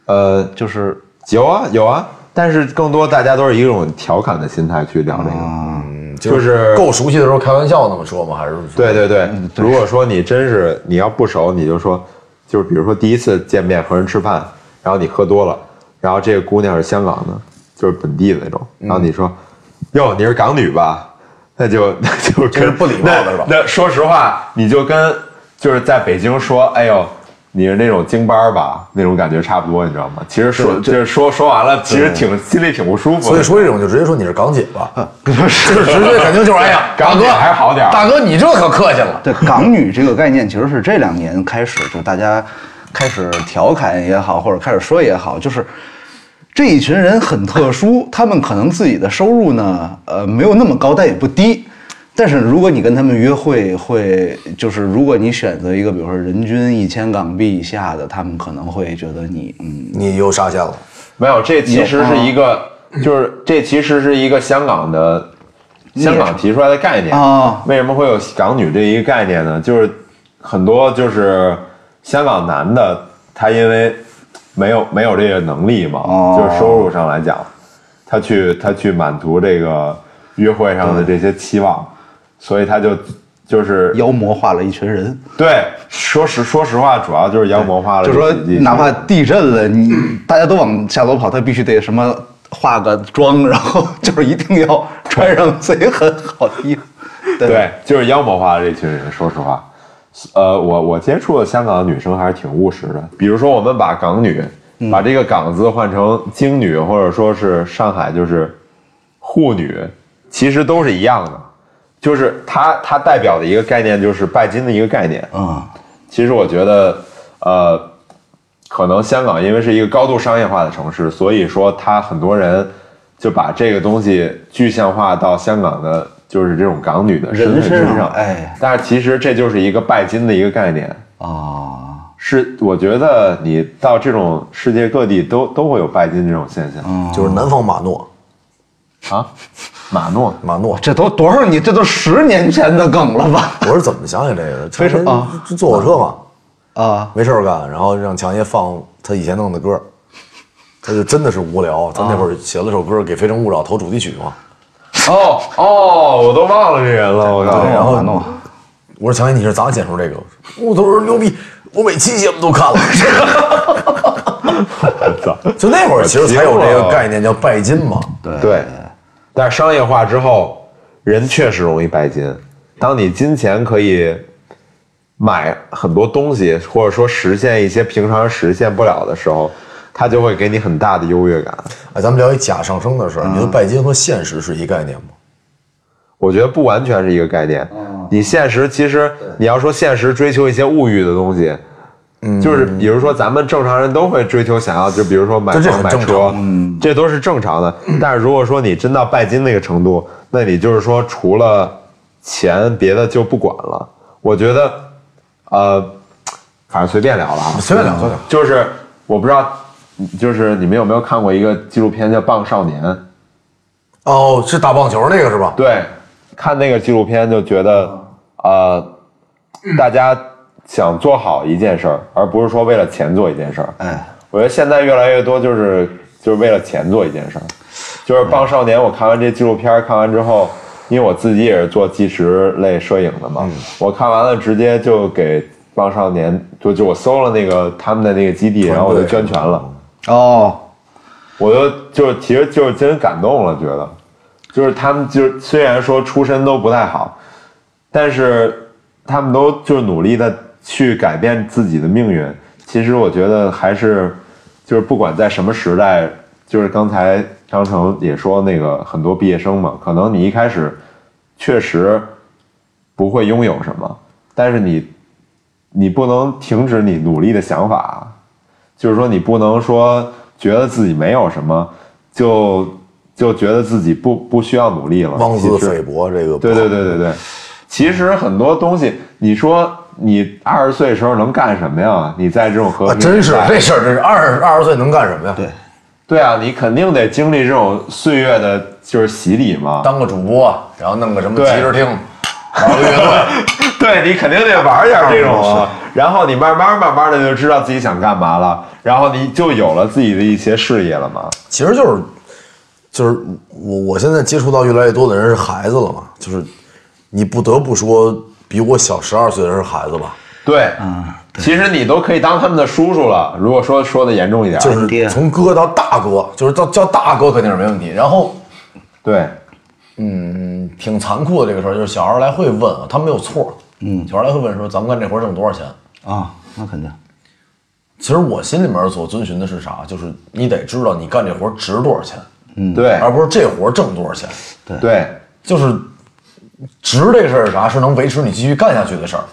S3: 呃，
S2: 就是
S3: 有啊有啊，但是更多大家都是以一种调侃的心态去聊这个。
S4: 嗯
S3: 就是
S4: 够熟悉的时候开玩笑那么说吗？还是
S3: 对对对，
S4: 嗯
S3: 如果说你真是你要不熟，你就说，就是比如说第一次见面和人吃饭，然后你喝多了，然后这个姑娘是香港的，就是本地的那种，
S4: 嗯
S3: 然后你说，哟，你是港女吧？那就那就
S4: 就是
S3: 跟
S4: 不礼貌的是吧
S3: 那那说实话，你就跟就是在北京说，哎呦。你是那种京班儿吧，那种感觉差不多，你知道吗？其实说就是说说完了，其实挺心里挺不舒服
S4: 所
S3: 的。
S4: 以说这种就直接说你是港姐吧，
S5: 就是直接肯定就是哎呀，大
S3: 啊 港姐
S5: 哥
S3: 还是好点儿
S5: 大哥你这可客气了。
S2: 对港女这个概念，其实是这两年开始，就大家开始调侃也好，或者开始说也好，就是这一群人很特殊，他们可能自己的收入呢，呃，没有那么高，但也不低。但是如果你跟他们约会，会就是如果你选择一个，比如说人均一千港币以下的，他们可能会觉得你，嗯，
S4: 你又上线了。
S3: 没有，这其实是一个，
S2: 嗯
S3: 就是这其实是一个香港的，香港提出来的概念
S2: 啊
S3: 为什么会有港女这一个概念呢？就是很多就是香港男的，他因为没有没有这个能力嘛，
S2: 哦
S3: 就是收入上来讲，他去他去满足这个约会上的这些期望，所以他就就是
S2: 妖魔化了一群人。
S3: 对说实说实话，主要就是妖魔化了
S2: 就
S3: 这
S2: 是
S3: 些，
S2: 说
S3: 这些
S2: 哪怕地震了， 你大家都往下楼跑，他必须得什么化个妆，然后 就是一定要穿上自己很好的衣服。对
S3: 对，就是妖魔化的这群人。说实话，呃，我我接触的香港的女生还是挺务实的。比如说，我们把港女，把这个“港”字换成京女，或者说是上海就是沪女，其实都是一样的，就是它它代表的一个概念就是拜金的一个概念。
S2: 啊，
S3: 其实我觉得，呃，可能香港因为是一个高度商业化的城市，所以说它很多人就把这个东西具象化到香港的，就是这种港女的身份
S2: 人身
S3: 身
S2: 上
S3: 上。
S2: 哎，
S3: 但是其实这就是一个拜金的一个概念。
S2: 啊，
S3: 是，我觉得你到这种世界各地都都会有拜金这种现象、
S4: 就是南方马诺，
S3: 啊。马诺，
S4: 马诺，
S2: 这都多少年？这都十年前的梗了吧？
S4: 我是怎么想起这个的？
S2: 非常啊，
S4: 就坐火车嘛，
S3: 哦
S2: 啊，
S4: 没事儿干，然后让强爷放他以前弄的歌，他就真的是无聊。他那会儿写了首歌给《非诚勿扰》投主题曲嘛。
S3: 哦哦，我都忘了这人了，我靠！
S4: 对然后
S2: 马诺
S4: 我说强爷，你是咋剪出这个？我都说牛逼，我每期节目都看了。就那会儿其实才有这个概念叫拜金嘛。
S3: 对，但是商业化之后，人确实容易拜金。当你金钱可以买很多东西，或者说实现一些平常人实现不了的时候，它就会给你很大的优越感。
S4: 哎，咱们聊一假上升的事儿，你觉得拜金和现实是一概念吗？
S3: 我觉得不完全是一个概念。你现实其实你要说现实追求一些物欲的东西，
S4: 嗯
S3: 就是比如说咱们正常人都会追求想要，就比如说买
S4: 这这
S3: 房
S4: 很
S3: 买
S4: 正嗯
S3: 车，这都是正常的。但是如果说你真到拜金那个程度，那你就是说除了钱别的就不管了。我觉得，呃，反正随便聊了啊，
S4: 嗯随便聊随便聊
S3: 就是我不知道，就是你们有没有看过一个纪录片叫《棒少年》？
S4: 哦，是打棒球那个是吧？
S3: 对，看那个纪录片就觉得，呃，大家想做好一件事儿，而不是说为了钱做一件事儿。
S2: 哎，
S3: 我觉得现在越来越多就是就是为了钱做一件事儿，就是《棒少年》。我看完这纪录片儿，看完之后，因为我自己也是做纪实类摄影的嘛，我看完了直接就给《棒少年》就就我搜了那个他们的那个基地，然后我就捐全了。
S2: 哦，
S3: 我就就是其实就是真感动了，觉得就是他们就是虽然说出身都不太好，但是他们都就是努力的去改变自己的命运。其实我觉得还是就是不管在什么时代，就是刚才张成也说那个很多毕业生嘛，可能你一开始确实不会拥有什么，但是你你不能停止你努力的想法啊，就是说你不能说觉得自己没有什么，就就觉得自己不不需要努力了。
S6: 妄自
S3: 其实
S6: 菲薄，这个不
S3: 对对
S6: 好
S3: 对对对，其实很多东西，你说你二十岁时候能干什么呀？你在这种和
S6: 啊，
S3: 平
S6: 真是
S3: 年代
S6: 这事儿，真是二二十岁能干什么呀？
S2: 对，
S3: 对啊，你肯定得经历这种岁月的，就是洗 礼嘛。
S4: 当个主播，然后弄个什么
S3: 对
S4: 集市厅，玩个乐队，
S3: 对你肯定得玩点这 种啊，然后你慢慢慢慢的就知道自己想干嘛了，然后你就有了自己的一些事业了嘛。
S6: 其实就是就是我我现在接触到越来越多的人是孩子了嘛，就是你不得不说比我小十二岁的人是孩子吧，
S3: 对，
S6: 嗯
S3: 其实你都可以当他们的叔叔了。如果说说的严重一点，
S6: 就
S2: 爹
S6: 是从哥到大哥，
S4: 就是叫叫大哥肯定是没问题。然后
S3: 对，
S4: 挺残酷的这个事儿，就是小孩儿来会问啊，他没有错，嗯，小孩儿来会问说咱们干这活儿挣多少钱？
S2: 啊，那肯定。
S4: 其实我心里面所遵循的是啥？就是你得知道你干这活儿值多少钱，
S6: 嗯
S3: 对
S4: 而，不是这活儿挣多少钱。
S3: 对，
S4: 就是值这事儿是啥？是能维持你继续干下去的事儿。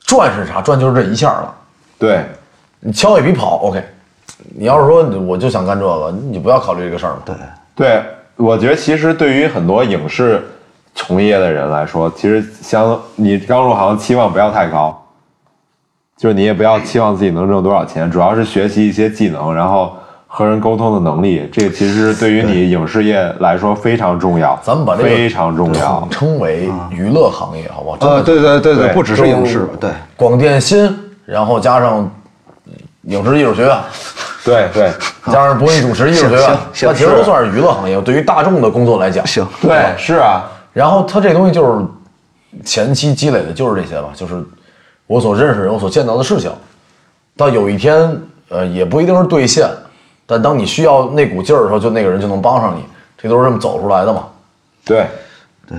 S4: 赚是啥？赚就是这一下儿了。
S3: 对，
S4: 你敲一笔跑，OK。你要是说你我就想干这个，你不要考虑这个事儿嘛。对，
S3: 对，我觉得其实对于很多影视从业的人来说，其实像你刚入行，期望不要太高，就是你也不要期望自己能挣多少钱，主要是学习一些技能，然后和人沟通的能力，这个其实是对于你影视业来说非常重要。
S4: 咱们把这个
S3: 非常重要
S4: 统。称为娱乐行业，好不好？真的
S2: 啊呃，对对对
S3: 对
S2: 不只是影视，对，
S4: 广电新，然后加上影视艺术学院，
S3: 对对
S4: 加上播音主持艺术学院，
S2: 行行
S4: 那其实
S2: 是
S4: 都算是娱乐行业。对于大众的工作来讲，
S2: 行，
S3: 对，是啊，
S4: 然后他这东西就是前期积累的就是这些吧，就是我所认识人，我所见到的事情。到有一天，呃，也不一定是兑现，但当你需要那股劲儿的时候，就那个人就能帮上你，这都是这么走出来的嘛。
S3: 对
S2: 对。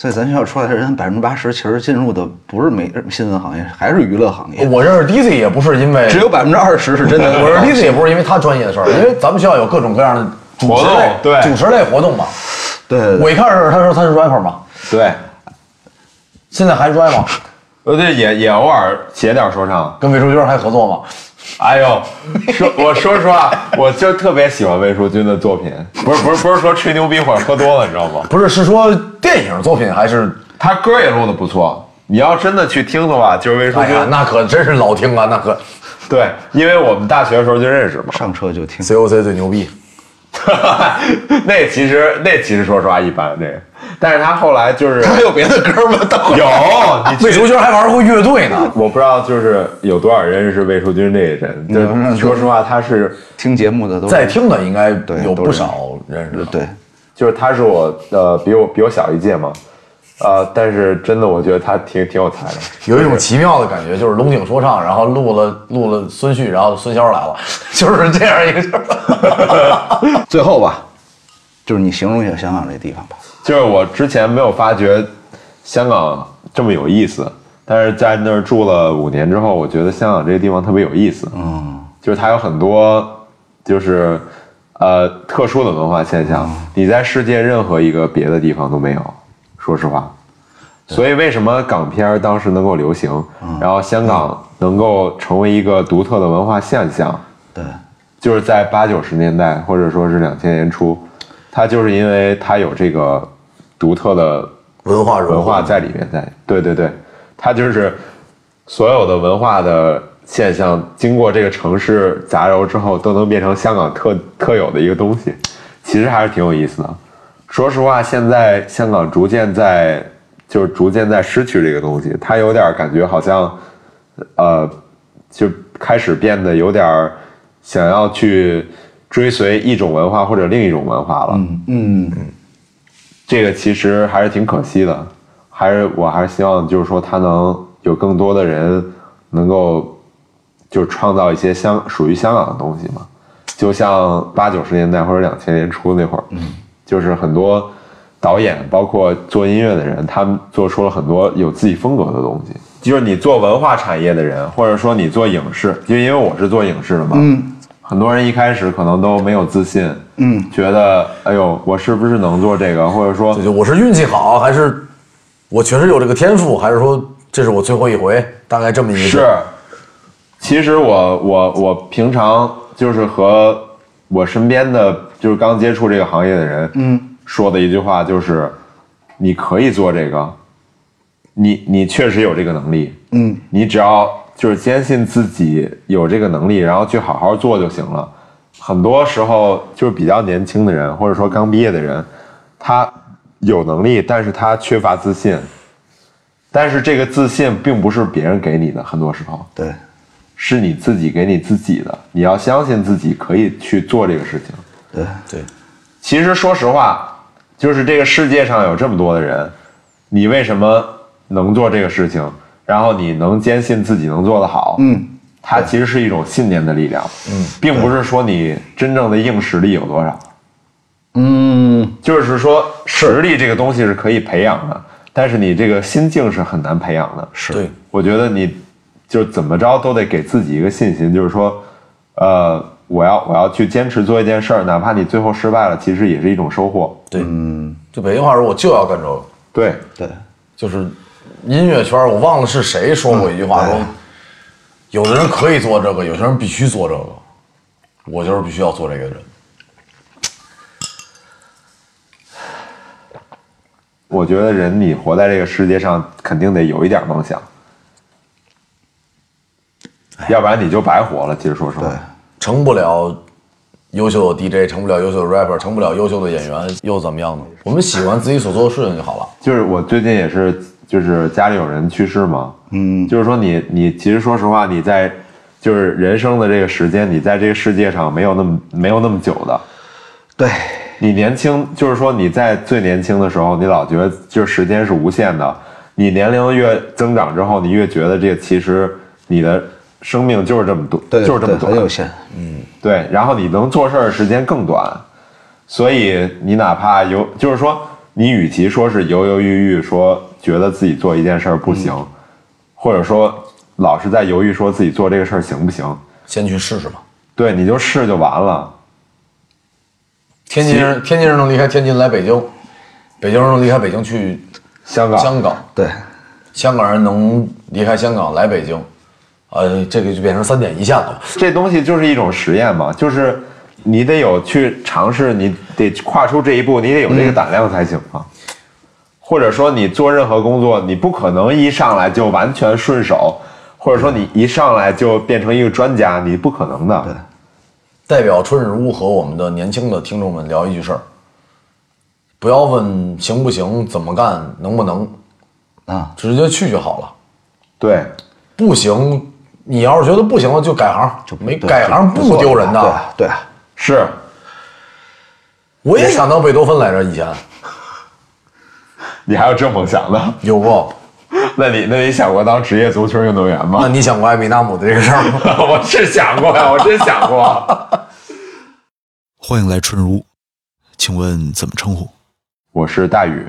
S2: 所以咱学校出来的人，百分之八十其实进入的不是美新闻行业，还是娱乐行
S3: 哦
S2: 业，
S4: 我认识 DC 也不是因为，
S2: 只有百分之二十是真的。
S4: 我认识 DC 也不是因为他专业的事儿，因为咱们学校有各种各样的主
S3: 活
S4: 持
S3: 动
S4: 类
S3: 对
S4: 主持类活动嘛。
S2: 对对
S4: 我一开始他说他是 rapper 嘛，
S3: 对，
S4: 现在还 rap 吗？
S3: 呃，对，也也偶尔写点说唱。
S4: 跟魏淑娟还合作吗？
S3: 哎呦，说我说实话，我就特别喜欢魏淑君的作品，不是不是不是说吹牛逼或者喝多了，你知道吗？
S4: 不是，是说电影作品还是？
S3: 他歌也录的不错，你要真的去听的话，就是魏淑
S4: 哎
S3: 君。
S4: 呀，那可真是老听啊，那可。
S3: 对，因为我们大学的时候就认识嘛。
S2: 上车就听。
S4: COC 最牛逼，
S3: 那其实那其实说实话一般那个，但是他后来就是
S2: 还有别的歌吗？等会儿
S3: 有你去
S4: 魏竹君还玩过乐队呢。
S3: 我不知道就是有多少人是魏淑君这个人，就是说实话他是
S2: 听节目的都是
S4: 在听的应该
S2: 对
S4: 有
S2: 都
S4: 不
S2: 是
S4: 少认识的，
S2: 对，
S3: 就是他是我呃比我比我小一届嘛，呃，但是真的我觉得他挺挺有才的。
S4: 有一种奇妙的感觉，就是龙井说唱，然后录了录了孙旭，然后孙骁来了， 就是这样一个事儿。
S2: 最后吧，就是你形容一下香港这地方吧。
S3: 就是我之前没有发觉香港这么有意思，但是在那儿住了五年之后，我觉得香港这个地方特别有意思。嗯，就是它有很多就是呃特殊的文化现象，你在世界任何一个别的地方都没有。说实话，所以为什么港片儿当时能够流行，然后香港能够成为一个独特的文化现象？
S2: 对，
S3: 就是在八九十年代，或者说是两千年初，它就是因为它有这个独特的
S6: 文化融合
S3: 文化在里面在。对对对，它就是所有的文化的现象，经过这个城市杂糅之后，都能变成香港特特有的一个东西，其实还是挺有意思的。说实话，现在香港逐渐在就是逐渐在失去这个东西，它有点感觉好像，呃，就开始变得有点儿想要去追随一种文化或者另一种文化了。嗯嗯，这个其实还是挺可惜的，还是我还是希望就是说它能有更多的人能够就创造一些香属于香港的东西嘛。就像八九十年代或者两千年初那会儿，嗯，就是很多导演，包括做音乐的人，他们做出了很多有自己风格的东西。就是你做文化产业的人，或者说你做影视，就因为我是做影视的嘛，嗯，很多人一开始可能都没有自信，嗯，觉得哎呦，我是不是能做这个，或者说
S7: 这就我是运气好，还是我确实有这个天赋，还是说这是我最后一回？大概这么一个
S3: 是，其实我我我平常就是和我身边的就是刚接触这个行业的人，嗯，说的一句话就是，你可以做这个，你你确实有这个能力，嗯，你只要就是坚信自己有这个能力，然后去好好做就行了。很多时候就是比较年轻的人，或者说刚毕业的人，他有能力，但是他缺乏自信。但是这个自信并不是别人给你的，很多时候，
S2: 对，
S3: 是你自己给你自己的。你要相信自己可以去做这个事情。
S2: 对
S7: 对，
S3: 其实说实话，就是这个世界上有这么多的人，你为什么能做这个事情？然后你能坚信自己能做得好，嗯，它其实是一种信念的力量，嗯，并不是说你真正的硬实力有多少，
S2: 嗯，
S3: 就是说实力这个东西是可以培养的，但是你这个心境是很难培养的，是
S7: 对，
S3: 我觉得你就怎么着都得给自己一个信心，就是说，呃，我要我要去坚持做一件事儿，哪怕你最后失败了，其实也是一种收获。
S4: 对，嗯，就北京话说，我就要干这个，
S3: 对，
S2: 对，
S4: 就是音乐圈，我忘了是谁说过一句话，说有的人可以做这个，有些人必须做这个，我就是必须要做这个人。
S3: 我觉得人你活在这个世界上，肯定得有一点梦想，要不然你就白活了。其实说实话，
S4: 成不了优秀的 DJ，成不了优秀的 rapper，成不了优秀的演员，又怎么样呢？我们喜欢自己所做的事情就好了。
S3: 就是我最近也是，就是家里有人去世嘛，嗯，就是说你你其实说实话，你在就是人生的这个时间，你在这个世界上没有那么没有那么久的。
S2: 对，
S3: 你年轻，就是说你在最年轻的时候，你老觉得就是时间是无限的。你年龄越增长之后，你越觉得这其实你的生命就是这么多，
S2: 对，
S3: 就是这么
S2: 对
S3: 短，
S2: 很有限，
S3: 对，然后你能做事儿的时间更短，所以你哪怕有，就是说，你与其说是犹犹豫豫，说觉得自己做一件事儿不行，
S2: 嗯
S3: 或者说老是在犹豫，说自己做这个事儿行不行，
S4: 先去试试吧。
S3: 对，你就试就完了。
S4: 天津人，天津人能离开天津来北京，北京人能离开北京去
S3: 香港，
S4: 香港，
S2: 对，
S4: 香港人能离开香港来北京，呃，这个就变成三点一线了。
S3: 这东西就是一种实验嘛，就是你得有去尝试，你得跨出这一步，你得有这个胆量才行啊。或者说，你做任何工作，你不可能一上来就完全顺手，或者说你一上来就变成一个专家，你不可能的。
S4: 代表春日屋和我们的年轻的听众们聊一句事儿：不要问行不行，怎么干，能不能，
S2: 啊，
S4: 直接去就好了。
S3: 对，
S4: 不行，你要是觉得不行了，就改行，就没
S2: 对
S4: 改行
S2: 就
S4: 不丢人
S2: 做了
S4: 的。
S2: 对对啊，
S3: 是
S4: 我也想当贝多芬来着，以前
S3: 你还有这梦想呢？
S4: 有过。
S3: 那你那你想过当职业足球运动员
S4: 那
S3: 吗？
S4: 你想过艾米纳姆的这个事儿
S8: 啊
S4: 吗？
S3: 我是想过 呀，我真想过。
S8: 欢迎来春如，请问怎么称呼？
S3: 我是大宇，